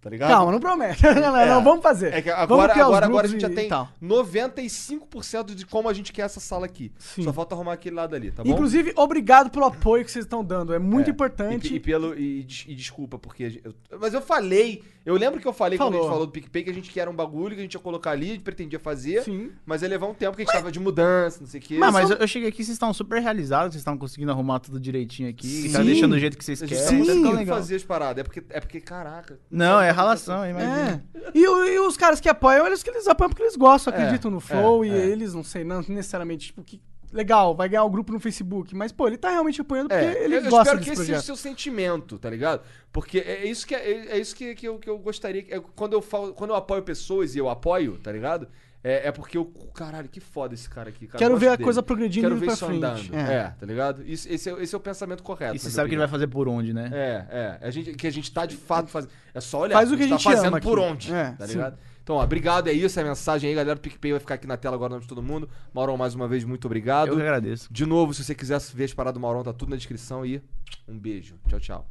S4: Tá ligado?
S2: Calma, não promete. Não, não, não, vamos fazer.
S4: É que
S2: vamos
S4: agora,
S2: criar os
S4: agora, agora a
S2: grupos
S4: gente já
S2: e- Então. e
S4: tem tá
S2: tal.
S4: 95% de como a gente quer essa sala aqui.
S2: Sim.
S4: Só falta arrumar aquele lado ali, tá bom?
S2: Inclusive, obrigado pelo apoio que vocês estão dando. É muito
S4: É.
S2: importante.
S4: E, e pelo, e, des- e desculpa, porque. eu- mas eu falei. Eu lembro que eu falei quando a gente
S2: Falou.
S4: falou do PicPay que a gente queria um bagulho que a gente ia colocar ali, a gente pretendia fazer.
S2: Sim.
S4: Mas ia levar um tempo que a gente tava de mudança, não sei o quê.
S3: Mas, mas eu, eu cheguei aqui, vocês estavam super realizados, vocês estavam conseguindo arrumar tudo direitinho aqui,
S4: Sim.
S3: tá deixando do jeito que vocês
S4: a gente
S3: querem.
S4: tá
S2: Sim.
S3: tá
S4: conseguindo
S3: legal.
S4: fazer as paradas. É porque, é porque caraca.
S3: Não, é ralação, imagina.
S2: É. E, o- e os caras que apoiam, eles que eles apoiam porque eles gostam, acreditam no flow
S4: é,
S2: e
S4: é.
S2: eles não sei, não necessariamente tipo que legal, vai ganhar o grupo no Facebook, mas pô, ele tá realmente apoiando porque
S4: É,
S2: ele
S4: eu, eu
S2: gosta
S4: espero
S2: desse
S4: que esse seja o
S2: projeto.
S4: seu sentimento, tá ligado? Porque é é isso que, é, é isso que, que, eu, que eu gostaria. é quando, eu falo, quando eu apoio pessoas e eu apoio, tá ligado? É, é porque eu. Caralho, que foda esse cara aqui. Cara,
S2: Quero
S4: Eu
S2: ver
S4: gosto
S2: a
S4: dele.
S2: coisa progredindo
S4: Quero
S2: e
S4: ver
S2: pra
S4: isso
S2: frente.
S4: andando. É.
S2: É.
S4: tá ligado? Isso- esse, é, esse é o pensamento correto.
S3: E você sabe que ele vai fazer por onde, né?
S4: É, é. A gente, que a gente tá de fato fazendo. É só olhar.
S2: Faz o que a gente
S4: tá fazendo
S2: ama
S4: por
S2: aqui.
S4: onde.
S2: É,
S4: tá
S2: sim.
S4: ligado? Então, ó, obrigado. É isso, é a mensagem aí, galera. O PicPay vai ficar aqui na tela agora, no nome de todo mundo. Maurão, mais uma vez, muito
S3: Eu
S4: obrigado.
S3: que agradeço.
S4: De novo, se você quiser ver as paradas do Maurão, tá tudo na descrição aí. Um beijo. Tchau, tchau.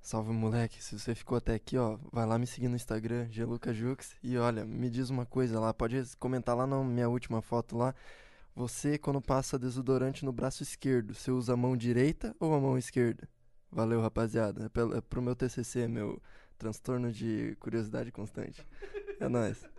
S5: Salve moleque, se você ficou até aqui, ó, vai lá me seguir no Instagram, GelucaJux, e olha, me diz uma coisa lá, pode comentar lá na minha última foto lá. Você, quando passa desodorante no braço esquerdo, você usa a mão direita ou a mão esquerda? Valeu, rapaziada. É, pelo, é pro meu TCC, meu transtorno de curiosidade constante. É nóis.